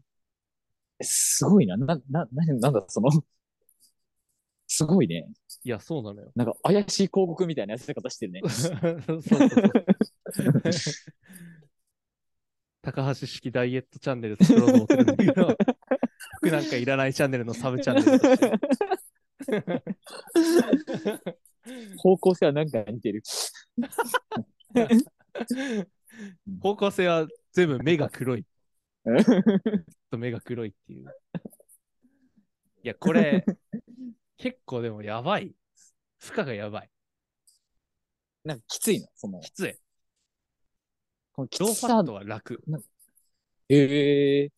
B: すごいな。な、な、ななんだ、その。すごいね。
A: いや、そうなのよ。。
B: なんか怪しい広告みたいなやつの方してるね
A: そうそうそう。 高橋式ダイエットチャンネル作ろうと思ってるんだけど、 服なんかいらないチャンネルのサブチャンネルとして。
B: 方向性はなんか 似てる。
A: 方向性は全部目が黒い。
B: うん
A: ちょっと目が黒いっていう。いや、これ、結構でもやばい。負荷がやばい。
B: なんかきついな、その。
A: きつい。
B: このき
A: ロー
B: つ
A: ファ
B: さ
A: ットは楽。
B: へえ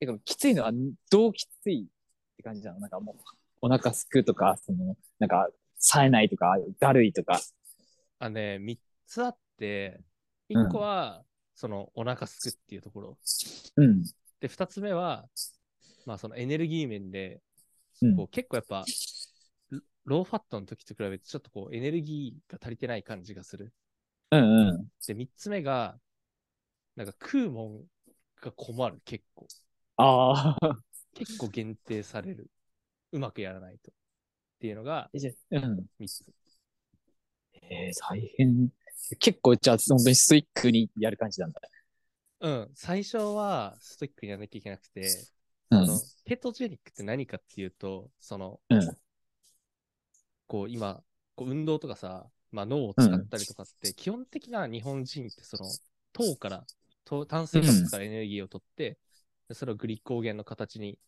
B: てか、きついのは、どうきついって感じなのなんかもう、お腹すくとか、その、なんか、冴えないとか、だるいとか。
A: あのね、3つあって、1個は、そのお腹すくっていうところ。
B: うん。
A: で、2つ目は、まあそのエネルギー面で、
B: うん
A: こう結構やっぱ、ロローファットの時と比べてちょっとこうエネルギーが足りてない感じがする。
B: うんうん。
A: で、3つ目が、なんか食うもんが困る、結構。
B: ああ。
A: 結構限定される。うまくやらないと。っていうのが
B: うん。
A: 3つ。
B: えー、大変。結構、じゃあ、本当にスイックにやる感じなんだ。
A: うん。最初はストイックにやらなきゃいけなくて、
B: う
A: あの、ケトジェニックって何かっていうと、その、
B: うん
A: こう今、こう運動とかさ、まあ、脳を使ったりとかって、基本的な日本人ってその、糖から、糖炭水化物からエネルギーを取って、でそれをグリコーゲンの形に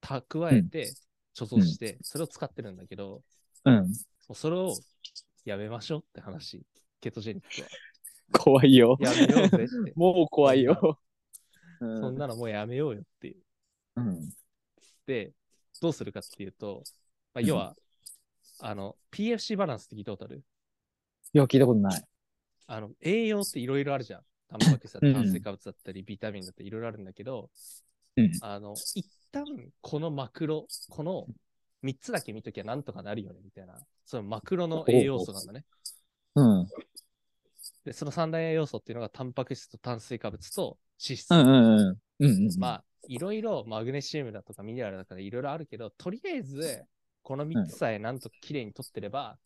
A: 蓄えて、貯蔵して、それを使ってるんだけど、も
B: うん。
A: うそれをやめましょうって話、ケトジェニックは。
B: 怖いよ。
A: やめようぜって。
B: もう怖いよ。 う
A: そんなのもうやめようよっていう。
B: うん。
A: で、どうするかっていうと、まあ、要は、あの、PFC バランスって聞いたことある
B: いや、聞いたことない。
A: あの、栄養っていろいろある じゃん。タンパク質だった
B: う
A: り、
B: ん
A: 炭水化物だったり、ビタミンだったり、いろいろあるんだけど、
B: うん
A: あの、一旦、このマクロ、この3つだけ見ときゃなんとかなるよね、みたいな。そのマクロの栄養素なんだね。
B: うん。うん
A: で、その三大栄養素っていうのが、タンパク質と炭水化物と脂質。
B: うんうん。うんうん。
A: まあ、いろいろマグネシウムだとかミネラルだとかいろいろあるけど、とりあえず、この3つさえなんときれいに取ってれば、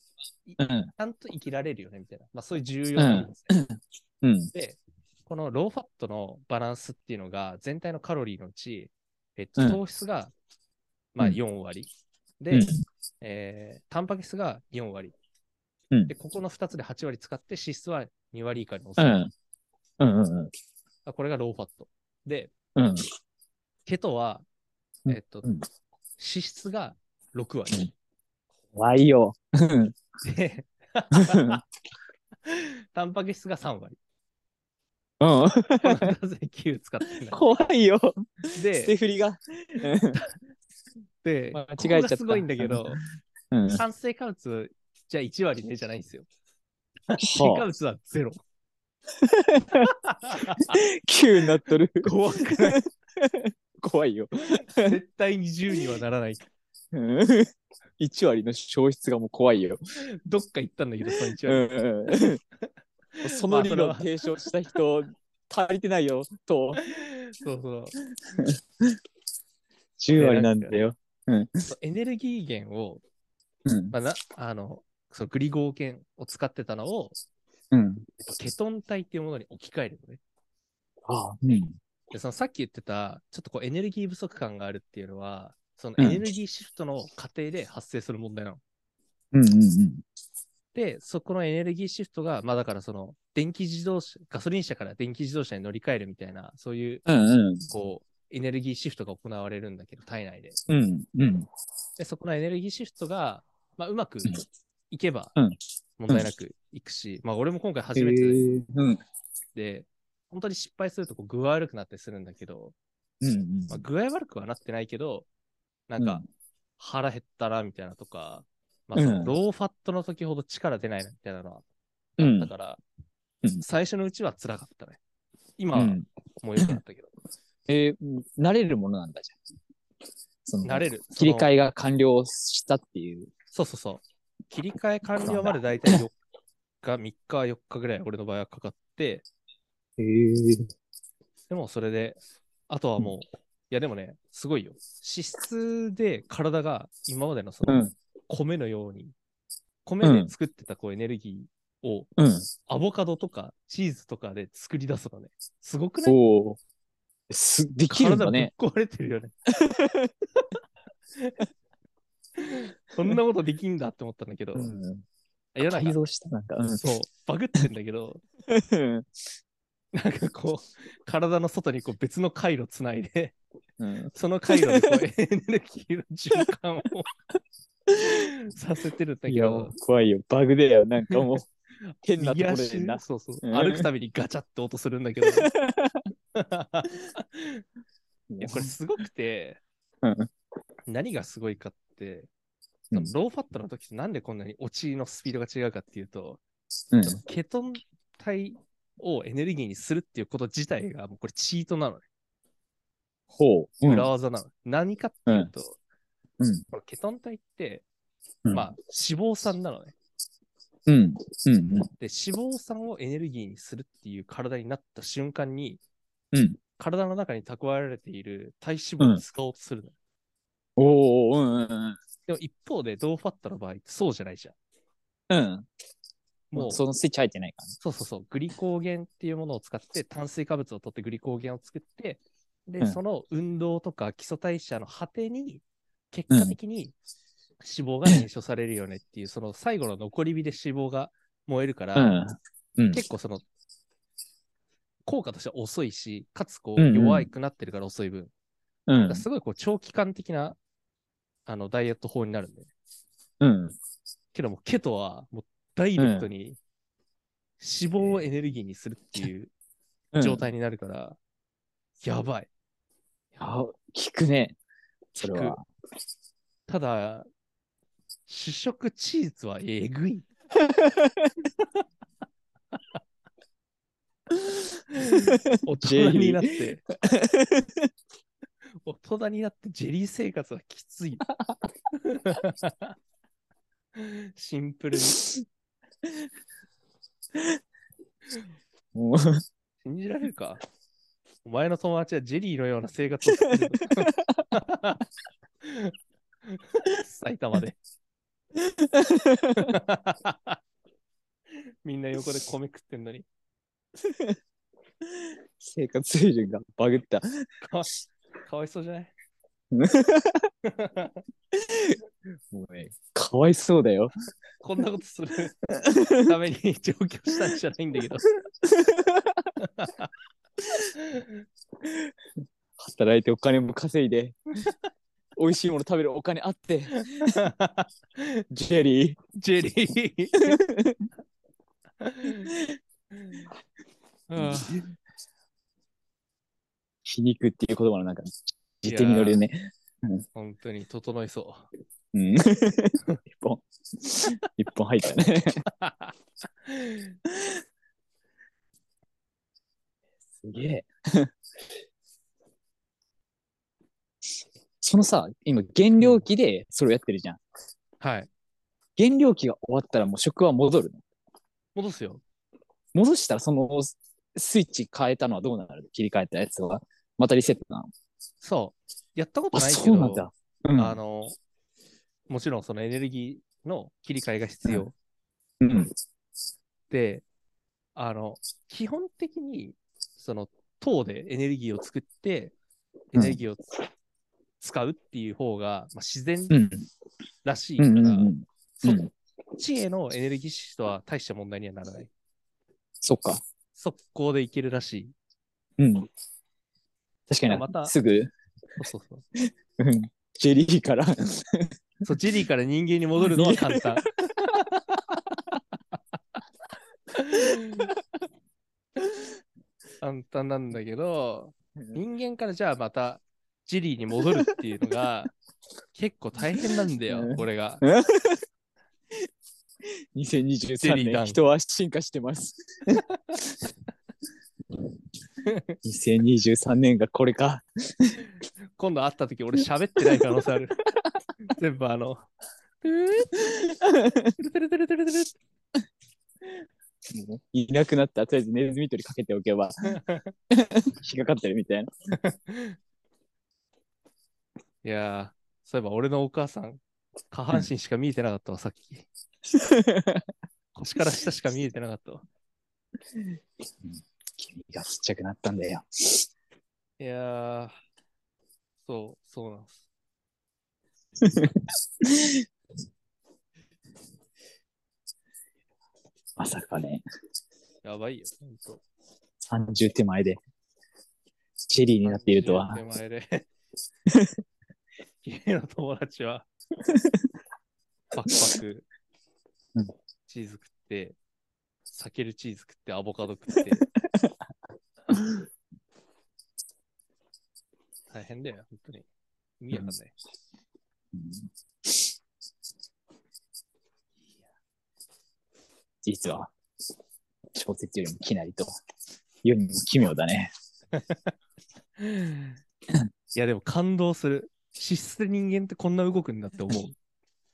B: うん。
A: ちゃんと生きられるよねみたいな、まあ、そういう重要なんですね。
B: うん。
A: で、このローファットのバランスっていうのが、全体のカロリーのうち、えっ
B: う
A: と、
B: ん
A: 糖質が、まあ
B: うん
A: 4割。で、
B: うん
A: えータンパク質が4割。
B: うん
A: で、ここの2つで8割使って、脂質は2割以下に
B: う
A: 抑える。
B: ん。うんうんうん。
A: あこれがローファット。で、
B: うん。
A: ケトは、
B: うん
A: えっと、
B: うん
A: 脂質が6割。
B: 怖いよ。うん
A: で、タンパク質が3割。
B: うん。
A: この2つで9使ってない。
B: 怖いよ。
A: で
B: 捨て振りが。
A: で、
B: 間違え
A: こ
B: ち
A: こ
B: ゃった
A: がすごいんだけど、
B: うん。
A: 炭水化物、じゃあ1割ねじゃないんですよ。炭水化
B: はあ、
A: 物はゼロ。
B: 急になっとる。
A: 怖くない
B: 怖いよ。
A: 絶対に10にはならない。
B: うん1割の消失がもう怖いよ。
A: どっか行ったんだけど、その1
B: うん
A: 割。
B: うん、その理
A: ま
B: 論
A: あそれは
B: 提唱した人、足りてないよ、と。
A: そうそう。
B: 10割なんだよ。
A: エネルギー源を、
B: うん。
A: まあ、なあの、そのグリゴー源を使ってたのを、
B: うん。
A: ケトン体っていうものに置き換えるのね。
B: ああ、うん。
A: で、そのさっき言ってた、ちょっとこうエネルギー不足感があるっていうのは、その
B: う
A: エ
B: ん
A: ネルギーシフトの過程で発生する問題なの。
B: うんうんうん。
A: で、そこのエネルギーシフトが、まあだからその、電気自動車、ガソリン車から電気自動車に乗り換えるみたいな、そういう、
B: うんうん。
A: こう、エネルギーシフトが行われるんだけど、体内で。
B: うんうん。
A: で、そこのエネルギーシフトが、まあうまく
B: ん
A: いけば
B: うん、
A: 問題なくいくし、まあ俺も今回初め
B: え
A: て
B: ーうん。
A: で、本当に失敗するとこう具合悪くなってするんだけど、
B: うんうん
A: まあ、具合悪くはなってないけど、なんか腹減ったなみたいなとか、まあ、その
B: うん
A: ローファットの時ほど力出ないなみたいなのは
B: う
A: あ
B: ん
A: ったから、
B: うん
A: 最初のうちは辛かったね。今
B: う
A: は
B: ん。
A: もう良くなったけど、
B: えー、慣れるものなんだじゃん。その
A: 慣れる。
B: 切り替
A: え。
B: えが完了したっていう。
A: そうそうそう。切り替え完了までだいたい4日、3日、4日ぐらい俺の場合はかかって、
B: え
A: でもそれで、あとはもう、いやでもね、すごいよ。脂質で体が今までのその
B: うん
A: 米のように、米で作ってたこうエネルギーを
B: うん。
A: アボカドとかチーズとかで作り出すのね。すごくない
B: おお。す、できるんだね。
A: 体ぶっ壊れてるよ ね。そんなことできんだって思ったんだけど、
B: うん。
A: いやなん
B: 改
A: か
B: 造したなんか。うん
A: そう、バグってんだけど、
B: うん
A: なんかこう、体の外にこう別の回路つないで、
B: うん。
A: その回路でこうエネルギーの循環をさせてるんだ
B: い
A: け
B: や、も
A: ど
B: う、怖いよ。バグだよ。なんかもう、変なと
A: 右
B: ころ
A: 足
B: でな。
A: そうそう、
B: うん
A: 歩くたびにガチャって音するんだけど、い やこれすごくて、
B: うん
A: 何がすごいかって、
B: うん
A: そのローファットの時となんでこんなに落ちのスピードが違うかっていうと、
B: うん
A: そのケトン体をエネルギーにするっていうこと自体がもうこれチートなのね。
B: ほう。
A: 裏技なの。何かっていうと、
B: うんうん
A: このケトン体って、
B: うん
A: まあ脂肪酸なのね。
B: うん。うん。
A: で、脂肪酸をエネルギーにするっていう体になった瞬間に、
B: うん
A: 体の中に蓄えられている体脂肪を使おうとするのよ、
B: おお。うん。うん
A: でも一方で、ドーファットの場合ってそうじゃないじゃん。
B: うん。
A: も
B: も
A: う
B: う、そのスイッチ入ってないか
A: そうそうそう、グリコーゲンっていうものを使って、炭水化物を取ってグリコーゲンを作って、で、
B: うん
A: その運動とか基礎代謝の果てに、結果的に脂肪が燃焼されるよねっていう、その最後の残り火で脂肪が燃えるから、
B: ら。うん。うん。
A: 結構その、効果としては遅いし、かつこ
B: う
A: うん
B: うん
A: 弱くなってるから遅い分、
B: う
A: だか
B: ん
A: ら。すごいこう長期間的なあのダイエット法になるんで、
B: うん。
A: けどもケトはもうダイレクトに脂肪をエネルギーにするっていう
B: うん
A: 状。態になるから、やばい。
B: あ、効くね。それは。
A: ただ、主食チーズはえぐい。大人になって、大人になってジェリー生活はきつい。シンプルに。信
B: もう
A: じられるかお前の友達はジェリーのような生活をしてる。埼玉 で。みんな横で米食ってんのに。
B: 生活水準がバグった。
A: かわいそうじゃない
B: もうね、かわいそうだよ。
A: こんなこと するために上京したんじゃないんだけど。
B: 働いてお金も稼いで、美味しいもの食べるお金あって、ジェリー。
A: ジェリー。 ああ
B: 皮肉っていう言葉の中に、実に乗るよね。
A: 本当に整いそう。
B: うん。一本。一本入ったね。すげえ。そのさ、今、減量期でそれをやってるじゃん。
A: はい。
B: 減量期が終わったらもう職は戻るの
A: 戻すよ。
B: 戻したらそのスイッチ変えたのはどうなる切り替えたやつは。またリセットなの
A: そう。やったこと
B: あ、
A: ないけど、
B: そうなんだ。うん。
A: あの、もちろんそのエネルギーの切り替えが必要
B: うん。
A: で、あの、基本的に、その、糖でエネルギーを作って、エ
B: うん
A: ネルギーをつ使うっていう方が、まあ、自然
B: うん。
A: らしいから、
B: うん。うん。
A: そ
B: うん
A: っちへのエネルギッシュとは大した問題にはならない。
B: そっか。
A: 速攻でいけるらしい。
B: うん。確かに
A: また
B: すぐ、
A: そうそ うそ
B: うんジェリーから。
A: う。そう、ジェリーから人間に戻るのは簡 単。簡単なんだけど、人間からじゃあまたジェリーに戻るっていうの が結構大変なんだ
B: う
A: よ
B: ん、
A: これが。ェリ
B: 2023
A: ーガ
B: 年、
A: ン
B: 人は進化し てます。2023年がこれか。
A: 今度会った時俺喋ってない可能性 ある。全部あの、トゥルトゥルトゥルトゥルトゥル
B: もういなくなったら、とりあえずネズミ取りかけてお けば、引っかかってるみたいな。
A: いやー、そういえば俺のお母さん、下半身しか見えてなかったわ、さっき。腰から下しか見えてなかったわ。
B: 君がちっちゃくなったんだよ。
A: いやー、そう、そうなんです。
B: まさかね、
A: やばいよ、ほんと。
B: 30手前で、ジェリーになっているとは
A: 30。手前で。 君の友達は、パクパク
B: うん、
A: チーズ食って、避けるチーズ食って、アボカド食 って。大変だよ、本当に。意味わかんない。
B: うん実は、小説よりもきなりと、世にも奇妙だね。
A: いや、でも感動する。資質で人間ってこんな動くんだって思う。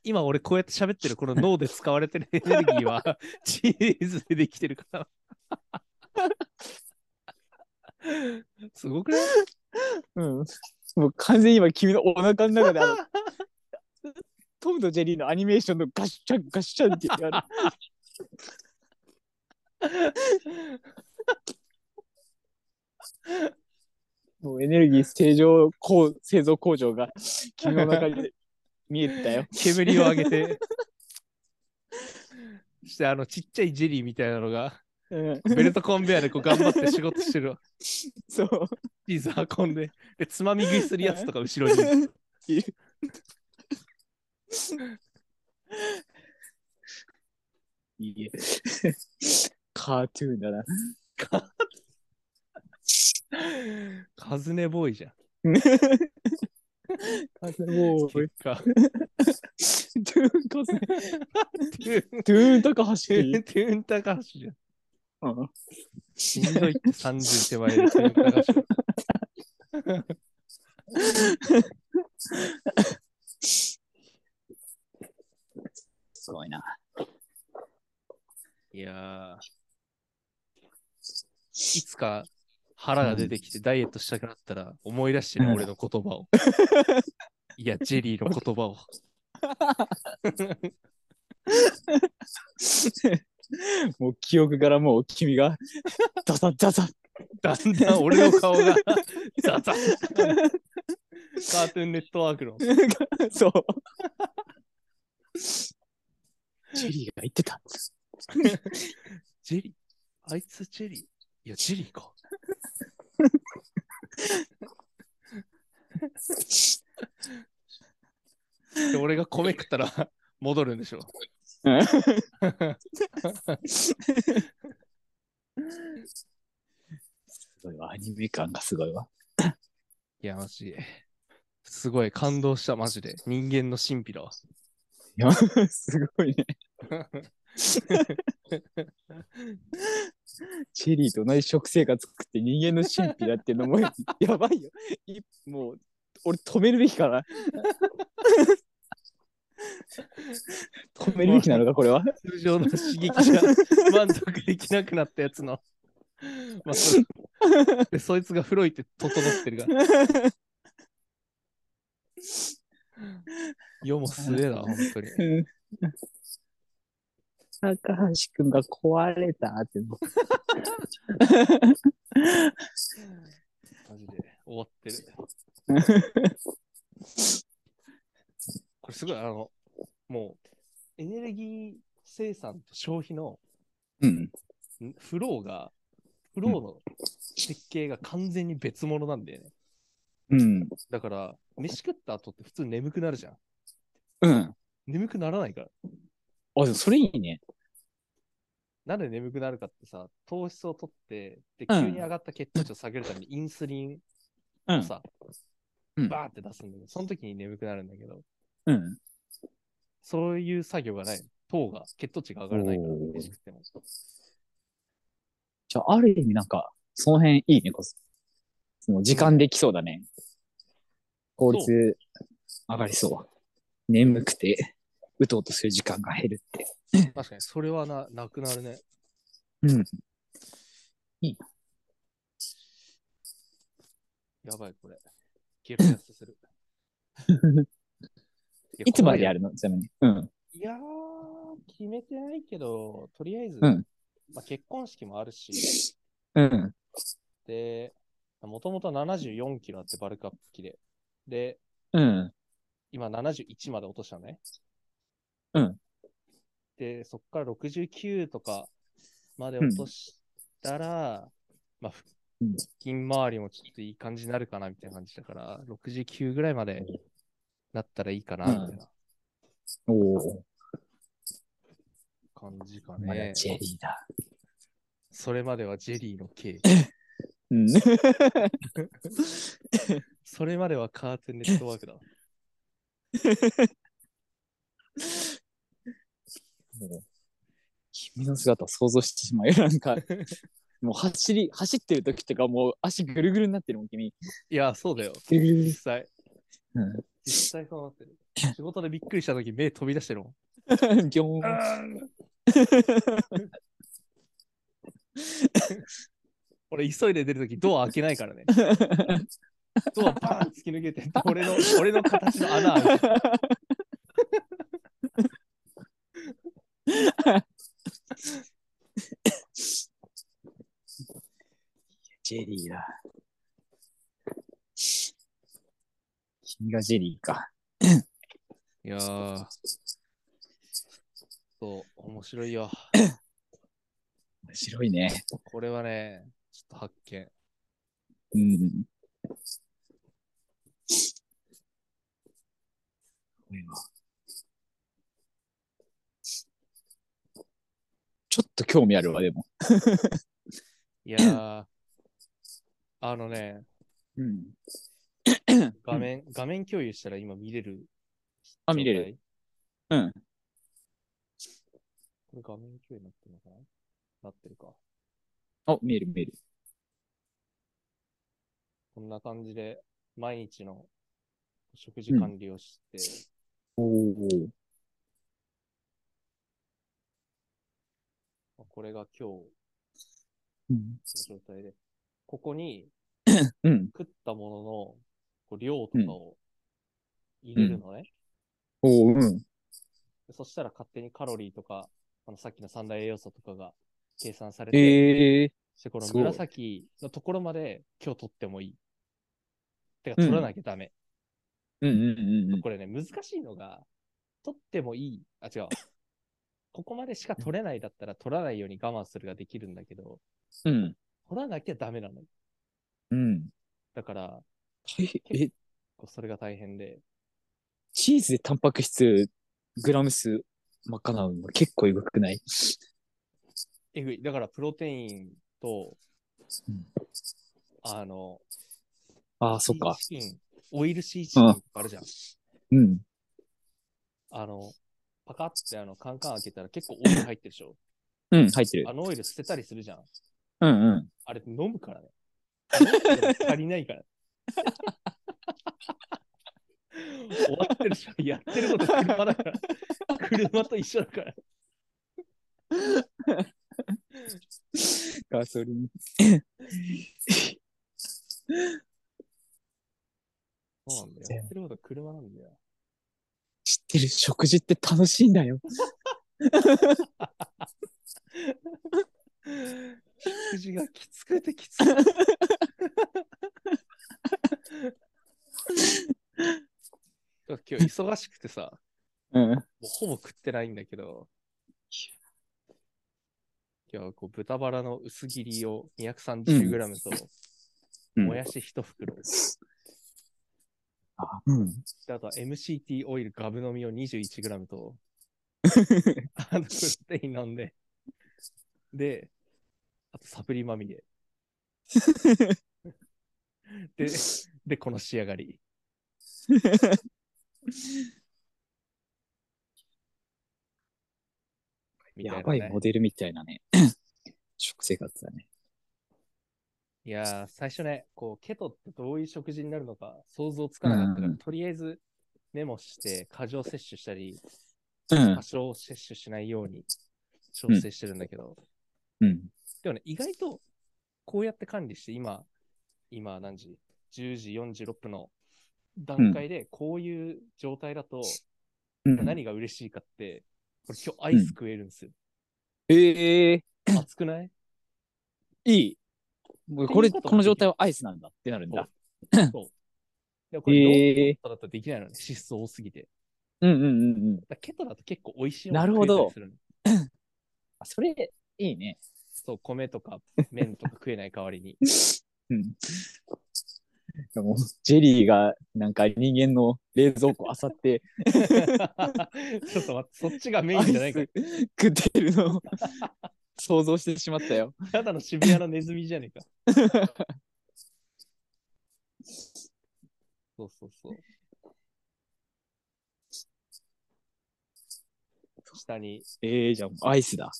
A: 今俺こうやって喋ってるこの脳で使われてるエネルギーはチーズでできてるから。すごくない
B: うん。 もう完全に今君のお腹の中であ の、トムとジェリーのアニメーションのガッシャンガッシャンって やる。もうエネルギー正常こう製造工場が君の中で見えてたよ。
A: 煙を上げて。そしてあのちっちゃいジェリーみたいなのが
B: うん、
A: ベルトコンベアでこう頑張って仕事してるわ
B: そう。
A: チーズ運んででつまみ食いするやつとか後ろに
B: いる いいえ。 カートゥーンだな。
A: カズネボーイじゃん
B: もう、トゥ
A: 結果
B: ーンカズね
A: トゥ
B: トゥーン高橋でいい
A: ーン、トゥーン高橋じゃん。
B: うん
A: しんどい って30手前でトゥーン高橋。
B: すごいな。
A: いやー。いつか腹が出てきてダイエットしたくなったら思い出してね、
B: うん
A: 俺の言葉 を。いや、ジェリーの言葉を。
B: もう記憶からもう君がザザザザ
A: だんだん俺の顔がザザッとカートゥーンネットワークの。
B: そう。ジェリーが言ってた。
A: ジェリーあいつジェリーいや、ジェリーか。で俺が米食ったら戻るんでしょ。
B: すごいわ。アニメ感がすごいわ。
A: いや、マジで。すごい感動した、マジで。人間の神秘だわ。
B: いや、すごいね。チェリーと同じ食生活作って人間の神秘だっていうのもやばいよ。いもう俺止めるべきかな止めるべきなのか、これは。
A: 通常の刺激が 満足できなくなったやつの。まあ、そでそいつが風呂行って整ってるから。世もすれだ、本当に。
B: 高橋くんが壊れたって。
A: マジで終わってる。これすごい、あの、もう、エネルギー生産と消費の
B: うん。
A: んフローが、フローの設計が完全に別物なんだよね。
B: うん。
A: だから、飯食った後って普通眠くなるじゃん。
B: うん。
A: 眠くならないから。
B: あ、でもそれいいね。
A: なんで眠くなるかってさ、糖質を取って、で、
B: う
A: 急
B: ん
A: に上がった血糖値を下げるためにインスリン
B: う
A: を
B: ん。
A: さ、
B: うん
A: バーって出すんだけど、その時に眠くなるんだけど、
B: うん。
A: そういう作業がない。糖が、血糖値が上がらないから
B: おー、
A: 飯食っても。
B: じゃあ、ある意味なんか、その辺いいね、こそ。その時間できそうだね。効率上がりそう。眠くて、うとうとする時間が減るって。
A: 確かに、それはな、なくなるね。
B: うん。
A: やばい、これ。ゲロ痩せ する。
B: いつまでや
A: る
B: るのちなみに。うん。
A: いやー、決めてないけど、とりあえず、
B: うん
A: まあ、結婚式もあるし、
B: うん。
A: で、もともと74キロあって、バルクアップ機で。で、
B: うん。
A: 今71まで落としたのね。
B: うん。
A: で、そっから69とかまで落としたら、まあ、腹
B: うん
A: 筋周りもちょっといい感じになるかなみたいな感じだから、69ぐらいまでなったらいいかな、みたいな
B: おー。
A: 感じか
B: ま
A: ね
B: だ。ジェリーだ。
A: それまではジェリーのケーキ。
B: うん。
A: それまではカーテンネットワークだ。
B: もう君の姿を想像してしまうよ。なん か、もう走り、走ってる時とかもう足ぐるぐるになってるもん、君。
A: いや、そうだよ。
B: ぐるぐるぐ
A: 実
B: る
A: 際。実際そうなってる。仕事でびっくりしたとき目飛び出してるもん。
B: うん。ぎょーん。
A: 俺、急いで出るときドア開けないから ね。ドアバーン突き抜けて、俺の、俺の形の穴開いて
B: ジェリーだ。 君がジェリーか。
A: いやー。そう、面白いよ。
B: 面白いね。
A: これはね、ちょっと発見。
B: うん。これはちょっと興味あるわ、でも。
A: いやー。 あのね、
B: うん。
A: 画面、画面共有したら今見れる。
B: あ見れる。うん。
A: これ画面共有になってるのかななってるか。
B: あ、見える見える。
A: こんな感じで、毎日の食事管理をして、
B: おお。
A: まあこれが今日
B: うん。
A: の状態で、ここに
B: うん。
A: 食ったもののこう量とかを入れるのね、
B: おお、うん。
A: でそしたら勝手にカロリーとか、あのさっきの三大栄養素とかが計算されて、
B: ええ
A: そしてこの
B: すごい
A: 紫のところまで今日取ってもいい。てか取らなきゃダメ。
B: うんうんうん
A: これね、難しいのが、取ってもいい。あ、違う。ここまでしか取れないだったら取らないように我慢するができるんだけど、
B: うん。うん。
A: 取らなきゃダメなのよ。
B: うん。
A: だから、
B: 大変え、
A: こうそれが大変で。
B: チーズでタンパク質、グラム数、真っ赤なの結構えぐくない
A: えぐい。だから、プロテインと、
B: うん
A: あの、
B: ああ、そっか。
A: シーチキン、オイルシーチキンとかあるじゃん。
B: うん。
A: あの、パカッてあの、カンカン開けたら結構オイル入ってるでしょ。
B: うん、入ってる
A: あ。のオイル捨てたりするじゃん。
B: うんうん。
A: あれ、飲むからね。飲むけど足りないから。終わってるし、やってること車だから。車と一緒だから。
B: ガソリン。
A: そうなんだよ。やってること車なんだよ。
B: 知ってる食事って楽しいんだよ。
A: 食事がきつくてきつくて。 今日忙しくてさ、
B: うん。
A: もうほぼ食ってないんだけど、今日はこう豚バラの薄切りを 230g と、
B: うん
A: もやし1袋、
B: あ うん。
A: あとは MCT オイルガブ飲みを 21g と、あのプロテイン飲んで、で、あとサプリまみれ。で、で、この仕上が り。みた
B: や
A: な
B: ば
A: ね
B: いモデルみたいな ね。食生活だね。
A: いやー、最初ね、こう、ケトってどういう食事になるのか想像つかなかったから、
B: うん
A: とりあえずメモして、過剰摂取したり、
B: うん
A: 過。小摂取しないように調整してるんだけど、
B: うん。
A: でもね、意外とこうやって管理して、今、今何時 ?10 時46分の段階で、こういう状態だと
B: うん、
A: 何が嬉しいかって、これ今日アイス食えるんですよ。
B: ええ
A: 熱くない
B: いい。もうこれ、この状態はアイスなんだってなるんだ。
A: そう。でもこれ、
B: ええ
A: ノートだとできないのね、脂質多すぎて。だか
B: うんうんうんうん。
A: らケトだと結構美味しい
B: なるほど
A: もの食えたりすの
B: あそれ、いいね。
A: そう、米とか麺とか食えない代わりに。
B: うん。でもジェリーがなんか人間の冷蔵庫あさって、
A: ちょっと待って、そっちがメインじゃないか
B: アイ。ス食ってる のを想像してしまったよ。
A: ただの渋谷のネズミじゃねえか。そうそうそう。下に
B: ええじゃあアイスだ。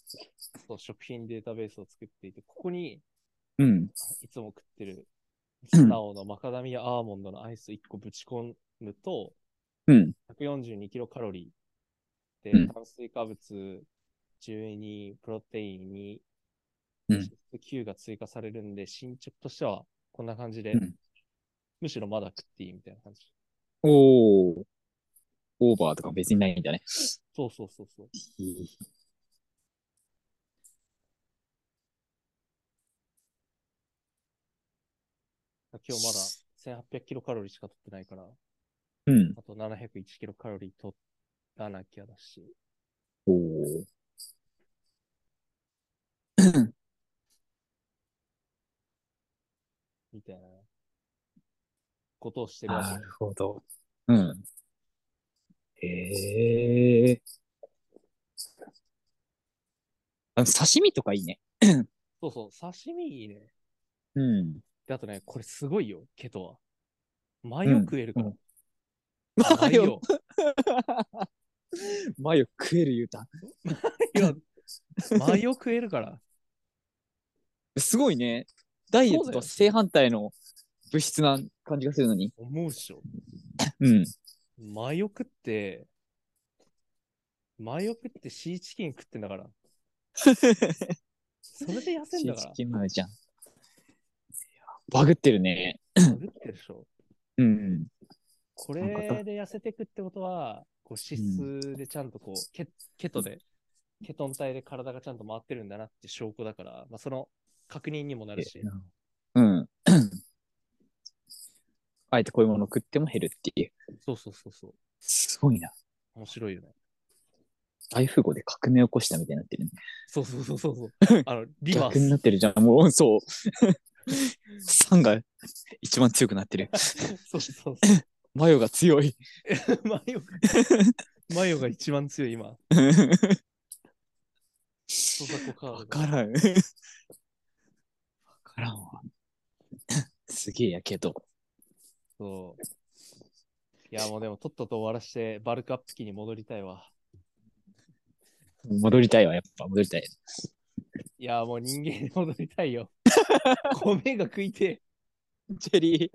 A: そう食品データベースを作っていて、ここに
B: うん。
A: いつも食ってるスタオのマカダミアアーモンドのアイス1個ぶち込むと、
B: うん。
A: 142キロカロリーで、
B: うん
A: 炭水化物12、プロテイン2、
B: うん
A: 脂質9が追加されるんで、進捗としてはこんな感じで、
B: うん
A: むしろまだ食っていいみたいな感じ。
B: おお。オーバーとか別にないんだね。
A: そうそうそうそう。今日まだ1800キロカロリーしか取ってないから、
B: うん。
A: あと701キロカロリー取らなきゃだし。
B: おお。
A: みたいなことをしてるわけ。
B: ほど。うん。へえ。あの刺身とかいいね。
A: そうそう、刺身いいね。
B: うん。
A: であとね、これすごいよ、ケトは。マヨ食えるから。
B: うん マヨ。マヨ食える言うた。
A: マヨ。マヨ食えるから。
B: すごいね。ダイエットとは正反対の物質な感じがするのに。
A: 思うっしょ。
B: うん。
A: マヨ食って、マヨ食ってシーチキン食ってんだから。それで痩せんだから。
B: キンマヨちゃん。バグってるね。
A: 食ってるでしょ。
B: うん。
A: これで痩せてくってことは、こう脂質でちゃんとこう、ケケトで、ケトン体で体がちゃんと回ってるんだなって証拠だから、まあ、その確認にもなるし、
B: うん。 あえてこういうものを食っても減るっていう。
A: そうそうそうそう、
B: すごいな。
A: 面白いよね。
B: 大富豪で革命を起こしたみたいになってるね。
A: そうそうそう そうそう、あの、リバ
B: 逆にな
A: ー
B: っ
A: ス。
B: てるじゃん。もう、そう。酸が一番強くなってる。
A: そうそう
B: マヨが強い。
A: そう、マ ヨが、マヨが一番強い今、ソザコカー
B: わ
A: ドが。
B: からん。わからんわ。すげえやけど。
A: そう。いや、もうでも、とっとと終わらして、バルクアップ機に戻りたいわ。
B: 戻りたいわ、やっぱ戻りたい。
A: いや、もう人間に戻 りたいよ。米が食いてえ。
B: チェリー、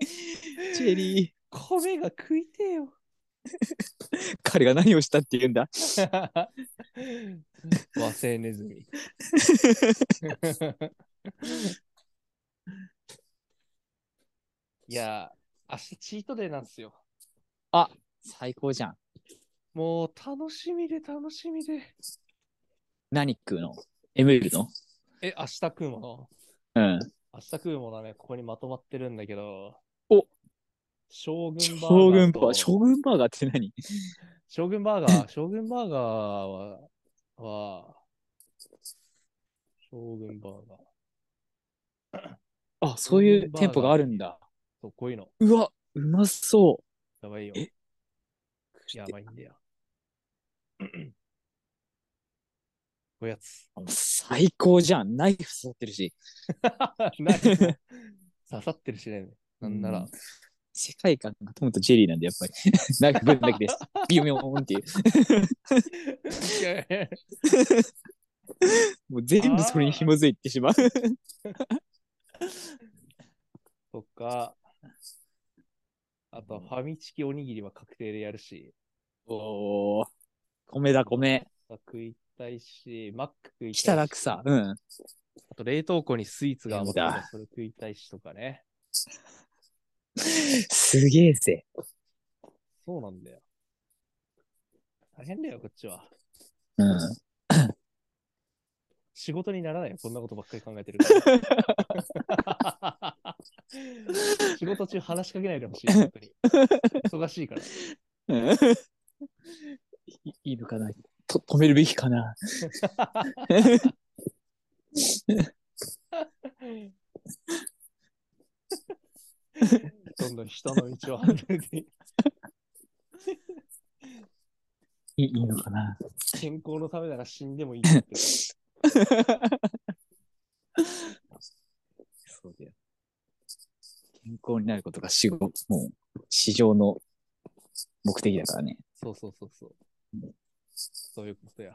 B: チェリー。
A: 米が食いてえ よ。
B: 彼が何をしたって言うんだ。
A: 和製ネズ ミ。いやー、明日チートデーなんですよ。
B: 最高じゃん。
A: もう楽しみで楽しみで。
B: 何食うのエムリルの
A: え、明日食うもの
B: うん。
A: 明日食うものはね、ここにまとまってるんだけど。
B: お
A: 将軍バーガーと。
B: 将軍バーガー、将軍バーガーって何
A: 将軍バーガー、将軍 バーガーは、は、将軍バーガー。
B: あ、そういう店舗があるんだ。
A: そう、こういうの。
B: うわ、うまそ
A: やばいよ。
B: え
A: やばいんだ よ。おやつ。
B: う。最高じゃん。ナイフ刺ってるし。
A: ナイフ刺さってるしね。なんな
B: う
A: ら。
B: 世界観がトムとジェリーなんで、やっぱり。 ナイフぶんだけです。ビヨビヨンっていう。
A: いやいや
B: もう全部それに紐づいてしまう。
A: とか、あとはファミチキおにぎりは確定でやるし、
B: おー。米だ、米。
A: 食いたいし、マック食いたいし。
B: 来たらくさ。うん。
A: あと冷凍庫にスイーツが余ってるから
B: や
A: それ食いたいしとかね。
B: すげえぜ。
A: そうなんだよ。大変だよ、こっちは。
B: うん。
A: 仕事にならないよ、こんなことばっかり考えてるから。仕事中話しかけないでほしい、本当に。忙しいから。
B: うん いいいのかなと止めるべきかな
A: どんどん人の道を離れて、
B: いいいいのかな
A: 健康のためなら死んでもいいって言ってる
B: そうだよ。健康になることが仕事、もう、市場の目的だからね。
A: そうそうそうそう。そういうことや。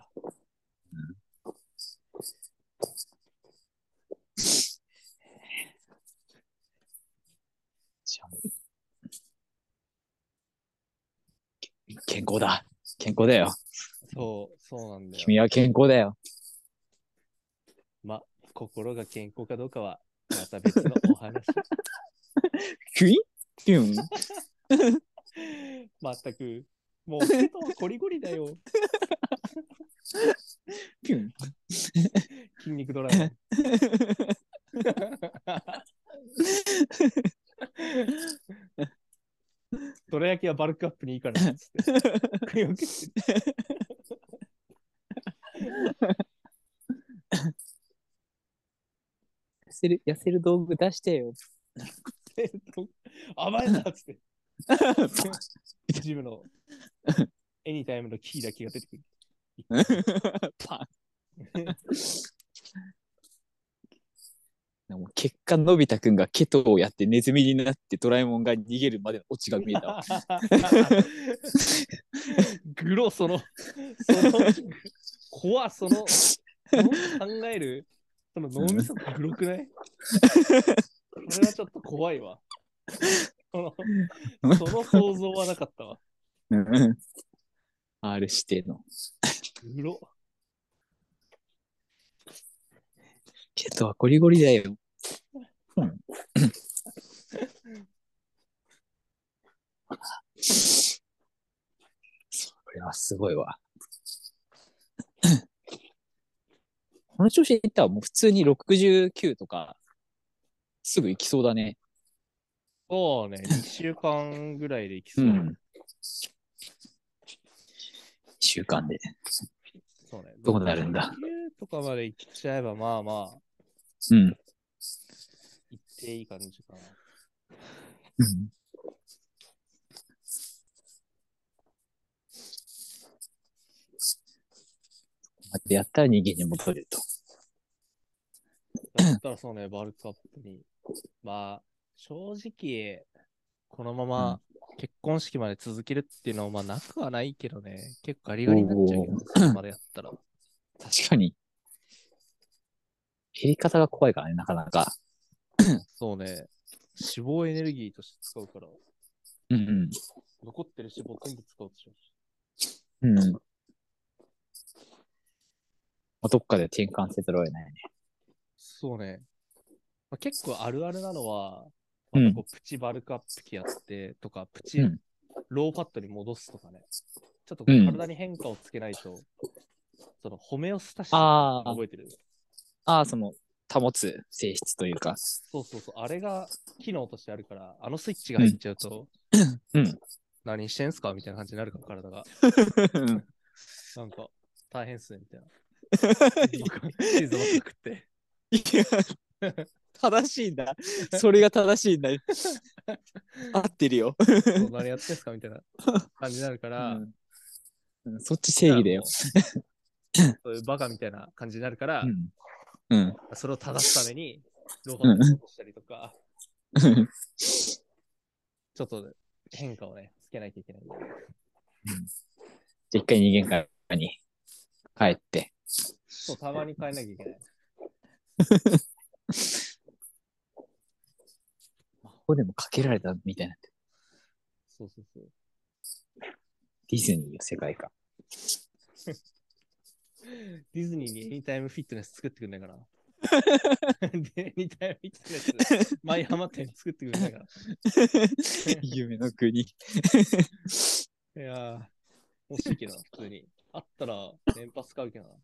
B: じゃあもう健康だ。健康だよ。
A: そう、そうなんだよ。
B: 君は健康だよ。
A: ま、心が健康かどうかは、また別のお 話。
B: キュインキュン。
A: まったく、もう、手とはこりごりだ よ。
B: ピュン。
A: 筋肉ドラゴン。 どら焼きはバルクアップにいいからねっつって。食いまくって
B: 痩せる、痩せる道具出してよ。
A: えっと甘えんだっつって。ジムの エニタイムのキーだけが出て くる。
B: パン。でも結果、のび太くんがケトをやってネズミになってドラえもんが逃げるまでのオチが見 えたわ。
A: グロ その、その、怖その、その考える、その脳みそがグロくないこれはちょっと怖いわ。そのその想像はなかったわ。
B: うん。R 指定の。
A: グロ。
B: ケトはゴリゴリだよ。うん、それはすごいわ。この調子でいったらもう普通に69とかすぐ行きそうだね。
A: そうね、2週間ぐらいでいきそう。。
B: 週間で。
A: そうね。
B: どうなるんだ。
A: 9とかまで行っちゃえば、まあまあ、
B: うん。
A: 行っていい感じかな。
B: うん、やったら人間に戻れると。
A: だったらそうね、バルクアップに。まあ、正直、このまま結婚式まで続けるっていうのは、まあ、なくはないけどね、結構ガリガリになっちゃうけど
B: おー、
A: そこまでやったら。
B: 確かに。減り方が怖いからね、なかなか。
A: そうね、脂肪エネルギーとして使うから、
B: ううん
A: 残ってる脂肪全部使おうとします。
B: うん。うん。まあ、どっかで転換せざるを得ないね。
A: そうね。まあ、結構あるあるなのは、
B: うん
A: なんかこうプチバルクアップ期やってとか、プチ
B: うん
A: ローファットに戻すとかね。ちょっとこう
B: うん
A: 体に変化をつけないと、そのホメオスタシス
B: あー
A: 覚えてる
B: ああ、その、保つ性質というか。
A: そうそうそう、あれが機能としてあるから、あのスイッチが入っちゃうと、
B: うん。
A: 何してんすかみたいな感じになるから、体が。
B: うん
A: なんか、大変っすね、みたいな。チーズばっか食って。
B: いや、正しいんだ。それが正 しいんだ。合ってるよ。
A: そう何やってんすかみたいな感じになるか
B: う
A: ら、
B: んうんそっち正義だよ。
A: そういうバカみたいな感じになるから、
B: うん。うん。
A: それを正すために、ローファットをしたりとか、ちょっと変化をね、つけなきゃいけない。
B: じゃあ一回人間界に帰って。
A: そう、たまに変えなきゃいけない。
B: 魔法でもかけられたみたいな。
A: そうそうそう。
B: ディズニーの世界観。
A: ディズニーにエニタイムフィットネス作ってくんない かな。でエニタイムフィットネス、舞浜店作ってくんないか
B: 夢の国。
A: な。いやー、欲しいけどな、普通に。あったら、年パス買うけどな。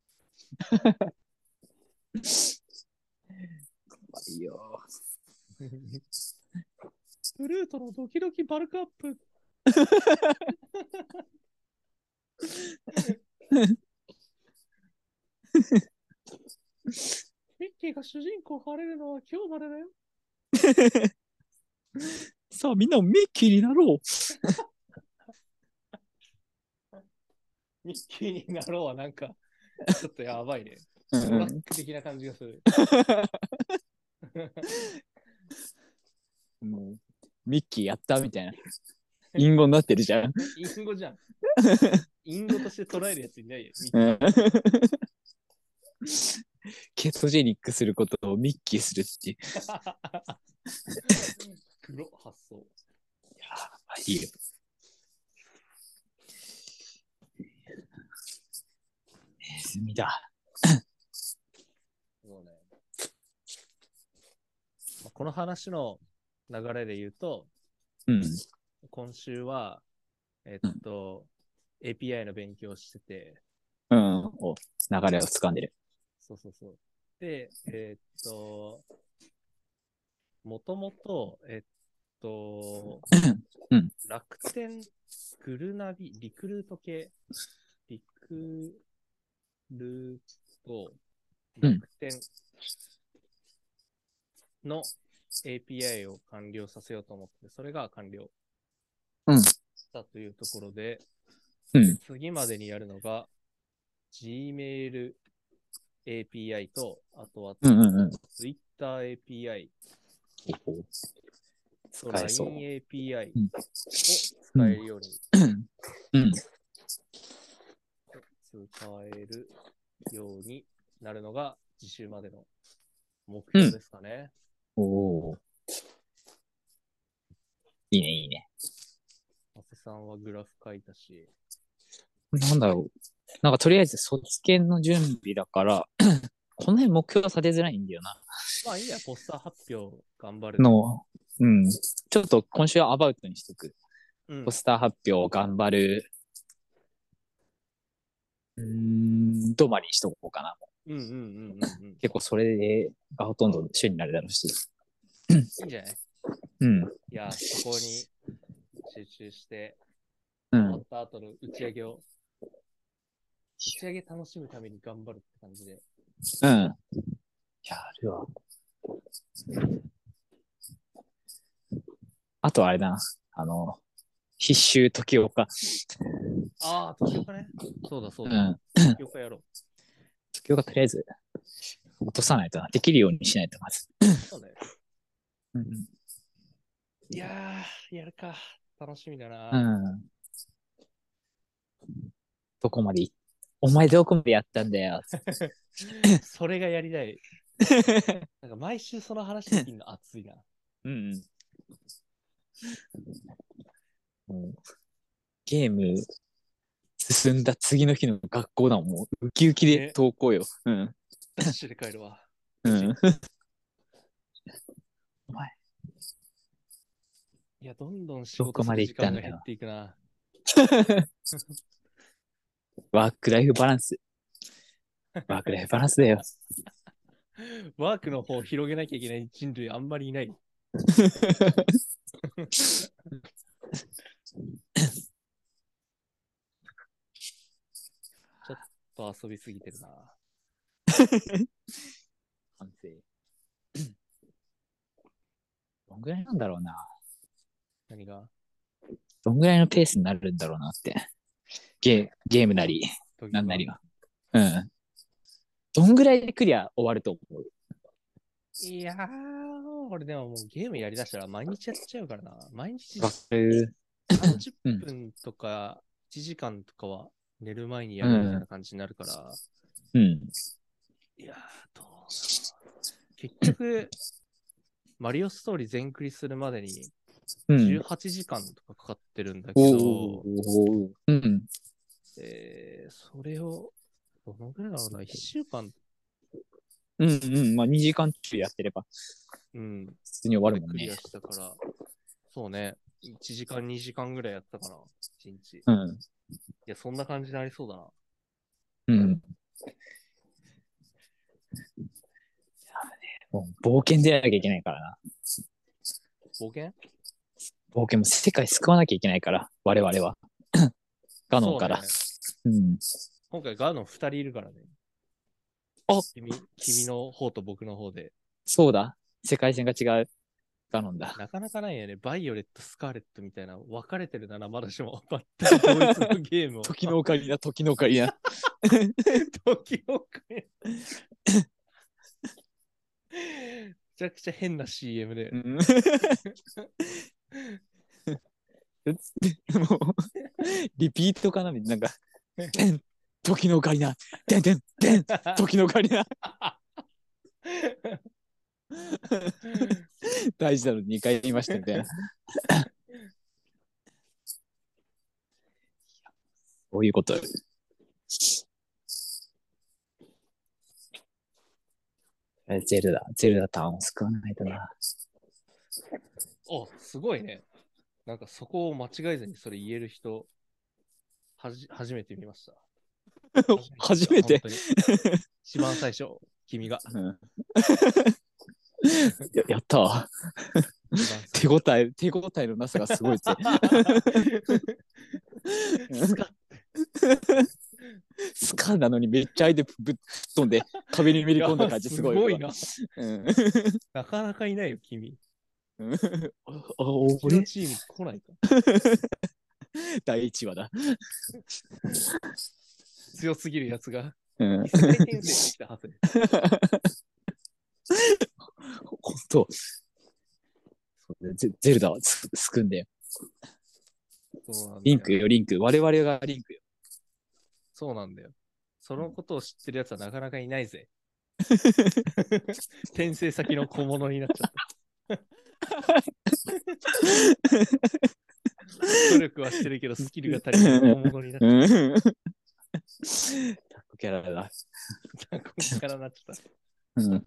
B: いいよ。
A: フルートのドキドキバルクアップ。ミッキーが主人公を晴れるのは今日までだよ。
B: さあみんなもミッキーになろう。
A: ミッキーになろうはなんか、ちょっとやばいね。
B: う
A: ブラ
B: ん
A: ッ、ク的な感じがする。
B: もうミッキーやったみたいな。隠語になってるじゃん。
A: インゴじ ゃん。インゴとして捉えるやついないよ。ミッキ
B: うん ケトジェニックすることをミッキーするっていう。
A: ー黒発想。
B: いいよ。ネズミだ。
A: そうね。まあこの話の流れで言うと、
B: うん。
A: 今週は、えっと、API の勉強をしてて、
B: うん。お流れを掴んでる。
A: そうそうそう。で、えっと、もともと、えっと、
B: うん
A: 楽天、グルナビ、リクルート系、リクルート、
B: うん
A: 楽天の API を完了させようと思って、それが完了
B: うん
A: したというところで、
B: うん。
A: 次までにやるのが、Gmail API と、あとは
B: うんうんうん。
A: Twitter API と
B: 使
A: LINE
B: えそう。
A: API
B: う
A: を
B: ん
A: 使えるように、
B: うん。
A: 使えるようになるのが、次週までの目標ですかね。
B: おおー。いいね、いいね。
A: 長谷さんはグラフ書いたし、
B: なんだろう。なんかとりあえず卒検の準備だから、 この辺目標が立てづらいんだよな。
A: まあいいや、ポスター発表頑張る。
B: の、うん。ちょっと今週はアバウトにしとく。
A: うん
B: ポ、スター発表を頑張る。うーん、止まりにしとこうかな。
A: うんうんうんうんうん。い
B: 結構それがほとんど主になるだろうし。
A: いんじゃない
B: うん。
A: いや、そこに集中して、
B: うん
A: 終わっ。た後の打ち上げを、打ち上げ楽しむために頑張るって感じで。
B: うん。やるわ。あとあれだな。あの、必修時岡。。
A: ああ、時岡ね。そうだそううんだ。時岡やろ
B: 時岡とりあえず落とさないとな。できるようにしないとまず。
A: う。そうね。
B: うん。
A: いやー、やるか。楽しみだな。
B: うん。どこまでいお前どこまでやったんだよ。
A: それがやりたい。なんか毎週その話できるの熱いな。
B: うん。もうゲーム進んだ次の日の学校だもん。もうウキウキで
A: ね
B: 登校よ。うん。
A: ダッシュで帰るわ。
B: うん。
A: いや、どんどん仕
B: どこ
A: 事す
B: まで
A: る時
B: 行った
A: 間
B: んだ
A: が
B: よ
A: 減っていくな。
B: ワークライフバランス。ワークライフバランスだよ。
A: ワークの方を広げなきゃいけない人類あんまりい ない。ちょっと遊びすぎてるな。
B: 反省。 どんぐらいなんだろうな。
A: 何が
B: どんぐらいのペースになるんだろうなって。ゲーゲームなり、なんなりは。うん。どんぐらいでクリア終わると思う
A: いやー、俺でももうゲームやりだしたら毎日やっちゃうからな。毎日
B: る。
A: 30
B: うん
A: 分とか1時間とかは寝る前にやるみたいな感じになるから。
B: うん。
A: いやー、どうだろう結局、マリオストーリー全クリするまでに
B: うん。
A: 18時間とかかかってるんだけ
B: お
A: ど、
B: おー。うん。
A: えーそれを、どのぐらいだろうな、1週間、
B: うんうん。まあ、2時間中やってれば、
A: うん、
B: 普通に終わるもん
A: クリア
B: ね。
A: したから、そうね、1時間、2時間ぐらいやったかな、1日。い
B: うん。
A: や、そんな感じになりそうだな。
B: うん。もう冒険でやらなきゃいけないからな。
A: 冒険
B: 冒険も世界救わなきゃいけないから、我々 は。ガノンから。うん。
A: 今回、ガーノン2人いるからね。
B: あ
A: 君君の方と僕の方で。
B: そうだ。世界線が違う。ガノンだ。
A: なかなかないよね。バイオレット、スカーレットみたいな、分かれてるならまだしも、全く同一のゲームを。
B: 時のオカリナ、時のオカリナ。
A: 時を変え。めちゃくちゃ変な CM で
B: う。ん もう、リピートかなみたい な。なんか、てん時のオカリナ、てんてんてん、時のオカリ ナ。大事なの2回言いましたみたいな。そういうこと。ゼルダ、ゼルダターンを救わないとな。
A: お、すごいね。なんかそこを間違えずにそれ言える人、はじ初めて見ました。
B: 初めて
A: 本当に一番最初、君が。
B: うん ややったわ
A: 一番
B: 手応え、手応えのなさがすごい って。
A: スカ
B: スカなのにめっちゃ相手ぶっ飛んで壁にめり込んだ感じすごいわ。
A: な。
B: うん。
A: なかなかいないよ、君。
B: あ、お
A: このチーム来ないか。
B: 第一話だ。
A: 強すぎるやつ が。
B: うん。
A: 一回転生してきたはず。
B: 本当。そうだよゼゼルダはつ救うんだよ。
A: そうなんだよ
B: リンクよ、リンク。我々がリンクよ。
A: そうなんだよ。そのことを知ってるやつはなかなかいない ぜ。転生先の小物になっちゃ った。努力はしてるけど、スキルが足りない小物になっちゃっ
B: うん。タコキャラだ。
A: た。 ここからなっちゃった。
B: うん。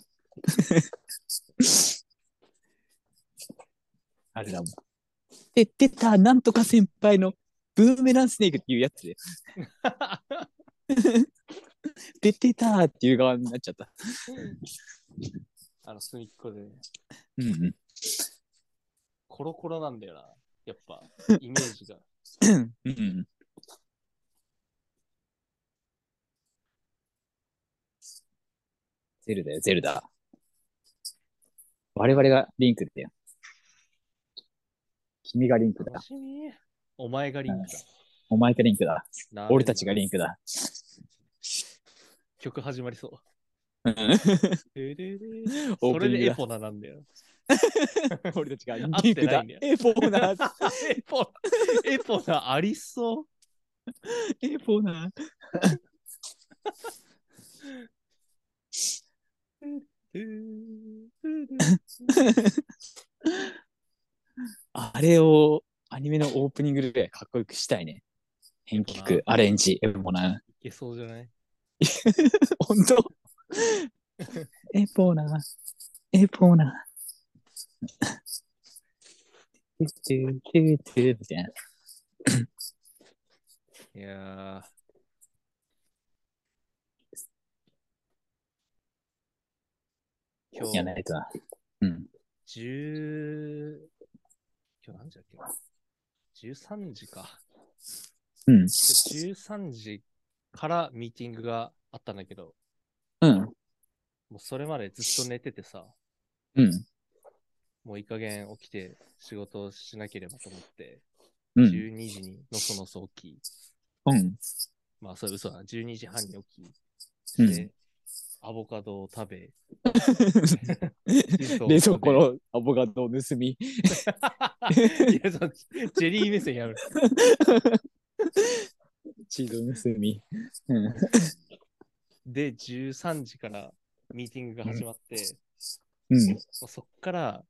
B: あれだもん。で、出た、なんとか先輩のブーメランスネークっていうやつ で。出てたーっていう側になっちゃった。
A: あの、隅っこでね、
B: うんうん。
A: コロコロなんだよな。やっぱ、イメージが。
B: うんうん。ゼルダよ、ゼルダ。我々がリンクだよ。君がリンクだ
A: 楽。しみ。お前がリンクだ
B: お前がリンクだ。。
A: な
B: 俺たちがリンクだ。
A: 曲始まりそう。
B: う ん
A: ででで
B: オ
A: そ
B: ープ
A: れ
B: ニ
A: で
B: ング
A: エ
B: だ
A: ポナなんだよ。
B: 俺たちがリ
A: 合っ
B: ン
A: て
B: ク
A: な
B: だ
A: いんだよ。
B: エポーナー。
A: エポナ、エポナありそう。
B: エポーナー。あれを、アニメのオープニングぐらいかっこよくしたいね。編
A: そう
B: 曲、アレンジ、エボナ
A: いけそうじゃない
B: ー。本当エボナー、エボナー。トゥトゥトゥトゥみたいな。
A: いやー。今
B: や
A: 日
B: らないとな。うん。
A: 10今日何時だっけ ?13 時か。
B: うん。
A: 13時からミーティングがあったんだけど、
B: うん。
A: もうそれまでずっと寝ててさ、
B: うん。
A: もういい加減起きて仕事をしなければと思って、
B: うん。
A: 12時にのそのそ起き、
B: うん。
A: まあそれ嘘だな、12時半に起
B: う
A: き、
B: ん
A: で、アボカドを食 べ、
B: 冷蔵庫のアボカドを盗
A: い
B: み。
A: やそうジェリー目線やる。
B: チーズ盗み。うん。
A: で、13時からミーティングが始まって、
B: うん。
A: もうそっから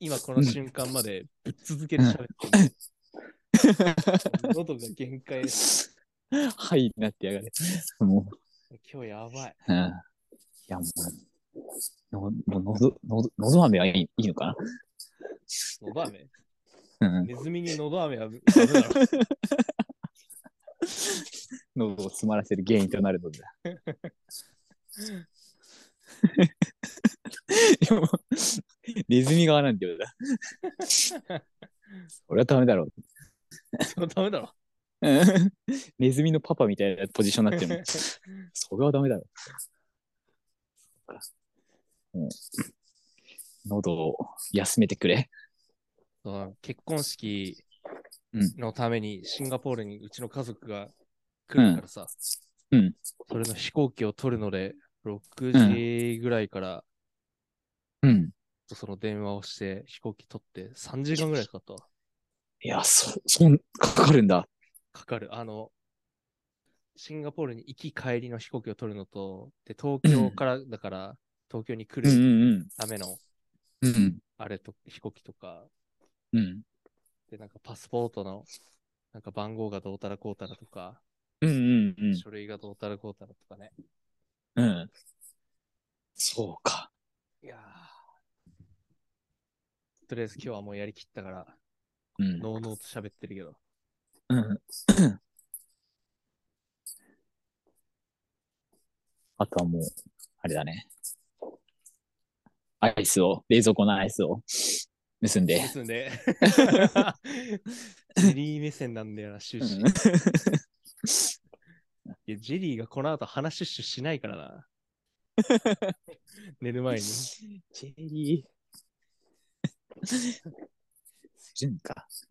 A: 今この瞬間までぶっ続けて喋ってる。 喉が限界です。
B: はい、なってやがる。も
A: 今日やばい。
B: う、うん。いや、もう、のもうのど、のど、のど飴はいいいいのか
A: のど飴。
B: なうん。
A: ネズミにのど飴はダメだ ろ。
B: 喉を詰まらせる原因となるのだ。でも、ネズミ側なんだよな。俺はダメだろう。
A: そうダメだろ。
B: うん ネズミのパパみたいなポジションになってるもんそれはダメだろ。もう喉を休めてくれ。
A: そう結婚式
B: うん
A: のためにシンガポールにうちの家族が来るからさ、
B: うん
A: それの飛行機を取るので、6時ぐらいから
B: うん。
A: その電話をして飛行機取って3時間ぐらいかかったわ。
B: いや、そ、そん、かかるんだ。
A: かかる。あの、シンガポールに行き帰りの飛行機を取るのと、で、東京から、だから、東京に来る
B: ん
A: ための、
B: うん。うん。
A: あれと、飛行機とか、
B: うん。
A: で、なんかパスポートの、なんか番号がどうたらこうたらとか、
B: うんうんうん。
A: 書類がどうたらこうたらとかね。
B: うん。そうか。
A: いやーとりあえず今日はもうやりきったから、
B: うん。
A: ノーノーと喋ってるけど。
B: うん。 あとはもう、あれだね。アイスを、冷蔵庫のアイスを盗んで。
A: ですん で、ジェリー目線なんだよな、終始。いや、ジェリーがこの後話ししないからな。寝る前に。
B: チェリー。 するんか。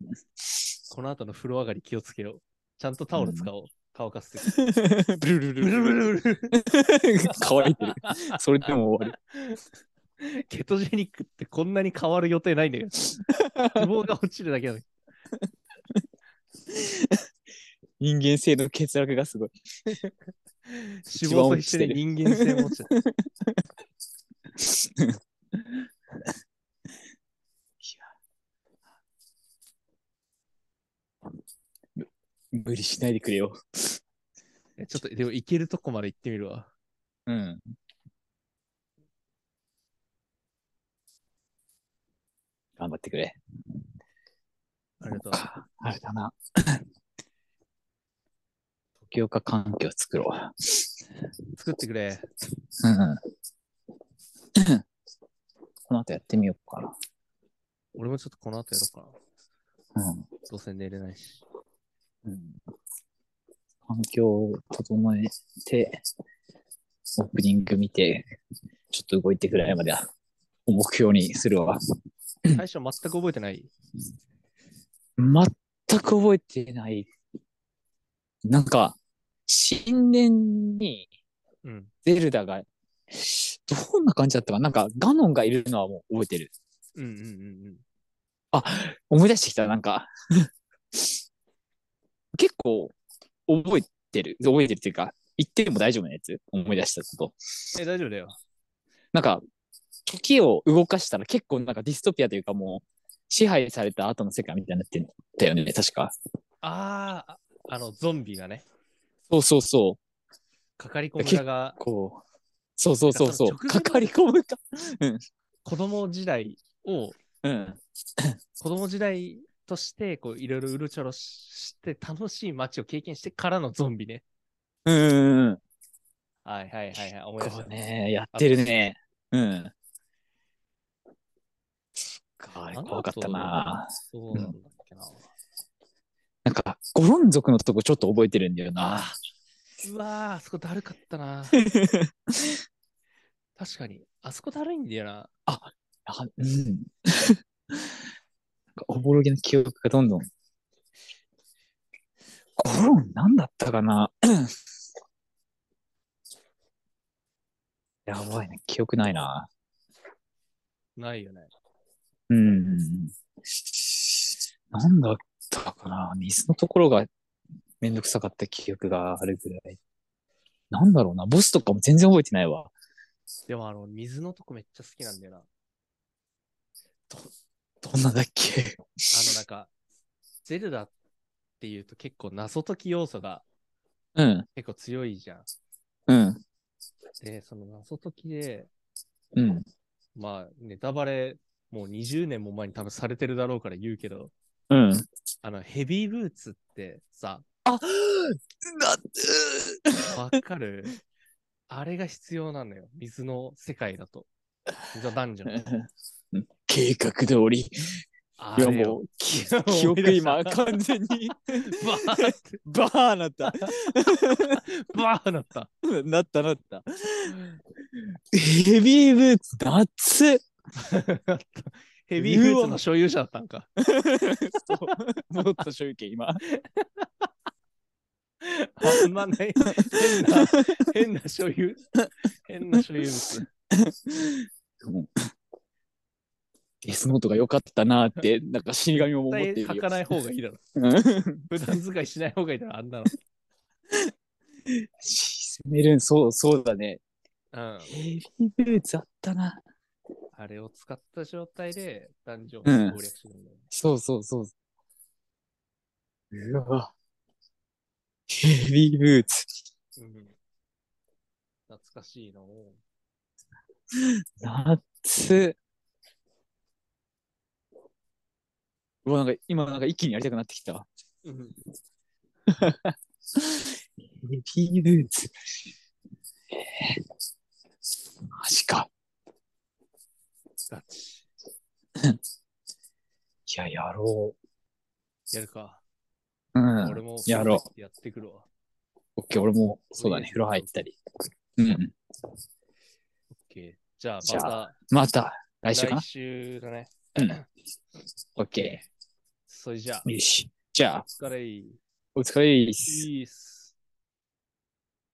A: この後の風呂上がり気をつけよう。ちゃんとタオル使おう。乾かすとき。
B: ブルル
A: ブ
B: ル
A: ルブルブルブ
B: 乾いてる。それでも終わる。
A: ルケトジェニックってこんなに変わる予定ないん だけど。脂肪が落ちるだけだね。
B: 人間性の欠落がすごい。
A: 脂
B: 一番
A: 肪と
B: 落
A: 一
B: ち
A: 緒
B: て
A: で
B: る
A: 人間性も落ちてる。
B: 無理しないでくれよ。
A: えちょっと、でも行けるとこまで行ってみるわ。
B: うん。頑張ってくれ。
A: ありがとう。
B: かあれだな。 時岡環境作ろう。
A: 作ってくれ。
B: うん。 この後やってみようか
A: 俺もちょっとこの後やろうかな。
B: な。
A: どうせ寝れないし。
B: うん。うん、環境を整えて、オープニング見て、ちょっと動いてくらいまでは目標にするわ。
A: 最初全く覚えてない。
B: 全く覚えてない。なんか、新年に
A: うん。
B: ゼルダが、どんな感じだったかななんか、ガノンがいるのはもう覚えてる。
A: うんうんうんうん。
B: 思い出してきた、なんか。 結構、覚えてる。覚えてるっていうか、言っても大丈夫なやつ思い出したこと。
A: え、大丈夫だよ。
B: なんか、時を動かしたら結構なんかディストピアというかもう、支配された後の世界みたいになってんだよね、確か。
A: ああ、あの、ゾンビがね、
B: そうそうそう。
A: かかりこ村が
B: こう。そうそうそうそう。
A: なんか
B: か
A: その
B: かり込むか。
A: 子供時代を、
B: うん。
A: 子供時代として、こう、いろいろうろちょろして、楽しい街を経験してからのゾンビね。
B: うんうんうん。
A: はいはいはいはい、思い出し
B: こ
A: た
B: う。ね、やってるね。うん。そっか、あれ怖かったな。
A: そうなんだっけな。
B: なんか、ゴロン族のとこちょっと覚えてるんだよな。
A: うわー、あそこだるかった な。確かに、あそこだるいんだよな。
B: あうん。 なんかおぼろげな記憶がどんどん。ゴロン何だったかな やばいね。記憶ないな。
A: ないよね。
B: うん。なんだったかな水のところがめんどくさかった記憶があるぐらい。なんだろうな。ボスとかも全然覚えてないわ。
A: でも、あの、水のとこめっちゃ好きなんだよな。あ
B: どんなだっけ
A: の、なんか、ゼルダっていうと結構謎解き要素が
B: うん。
A: 結構強いじゃん。
B: うん。
A: で、その謎解きで、
B: うん。
A: まあ、ネタバレ、もう20年も前に多分されてるだろうから言うけど、
B: うん。
A: あの、ヘビーブーツってさ、
B: あな、
A: わかるあれが必要なのよ。水の世界だと。水のダンジョン。
B: うん計画通り。い
A: あ
B: や
A: れを
B: もう、き
A: いや
B: 記
A: 思い出
B: 憶
A: した
B: 今完全 に
A: バーンって
B: バーなった。
A: バーンなった。
B: なったなった。ヘビーブーツ、夏
A: ヘビーフーツの所有者だったんか。
B: 戻った所有権今。
A: あんまない。変な、変な所有。変な所有物。
B: デスノートが良かったな って、なんか死神も思っている
A: 絶
B: よ
A: 対。履かない方がいいだろ。
B: うん
A: 普段使いしない方がいいだろ、あんなの。
B: 沈めるん、そう、そうだね。
A: うん。
B: ヘビーブーツあったな。
A: あれを使った状態で、ダンジョンを攻略するんだよね。
B: そうそうそう。うわ。ヘビーブーツ。
A: うん懐かしいのを。
B: 夏。うわ、なんか今なんか一気にやりたくなってきた。
A: うん
B: ヘビーブーツ。えーマジか。
A: ガチ。
B: いや、やろ
A: やるか。
B: う。うん。
A: 俺も
B: やろう。
A: う。やってくるわ。
B: オッケー、俺も、そうだね。風呂入ったり。う
A: オ
B: ん。
A: ッケー。じゃあ、
B: じゃあ
A: ま
B: また、
A: た
B: 来週かな
A: 来週だね。
B: うん。オッケ
A: それじゃあ、
B: ー。よし。じゃあ、
A: お疲れ。い
B: お疲れっす。
A: いっす。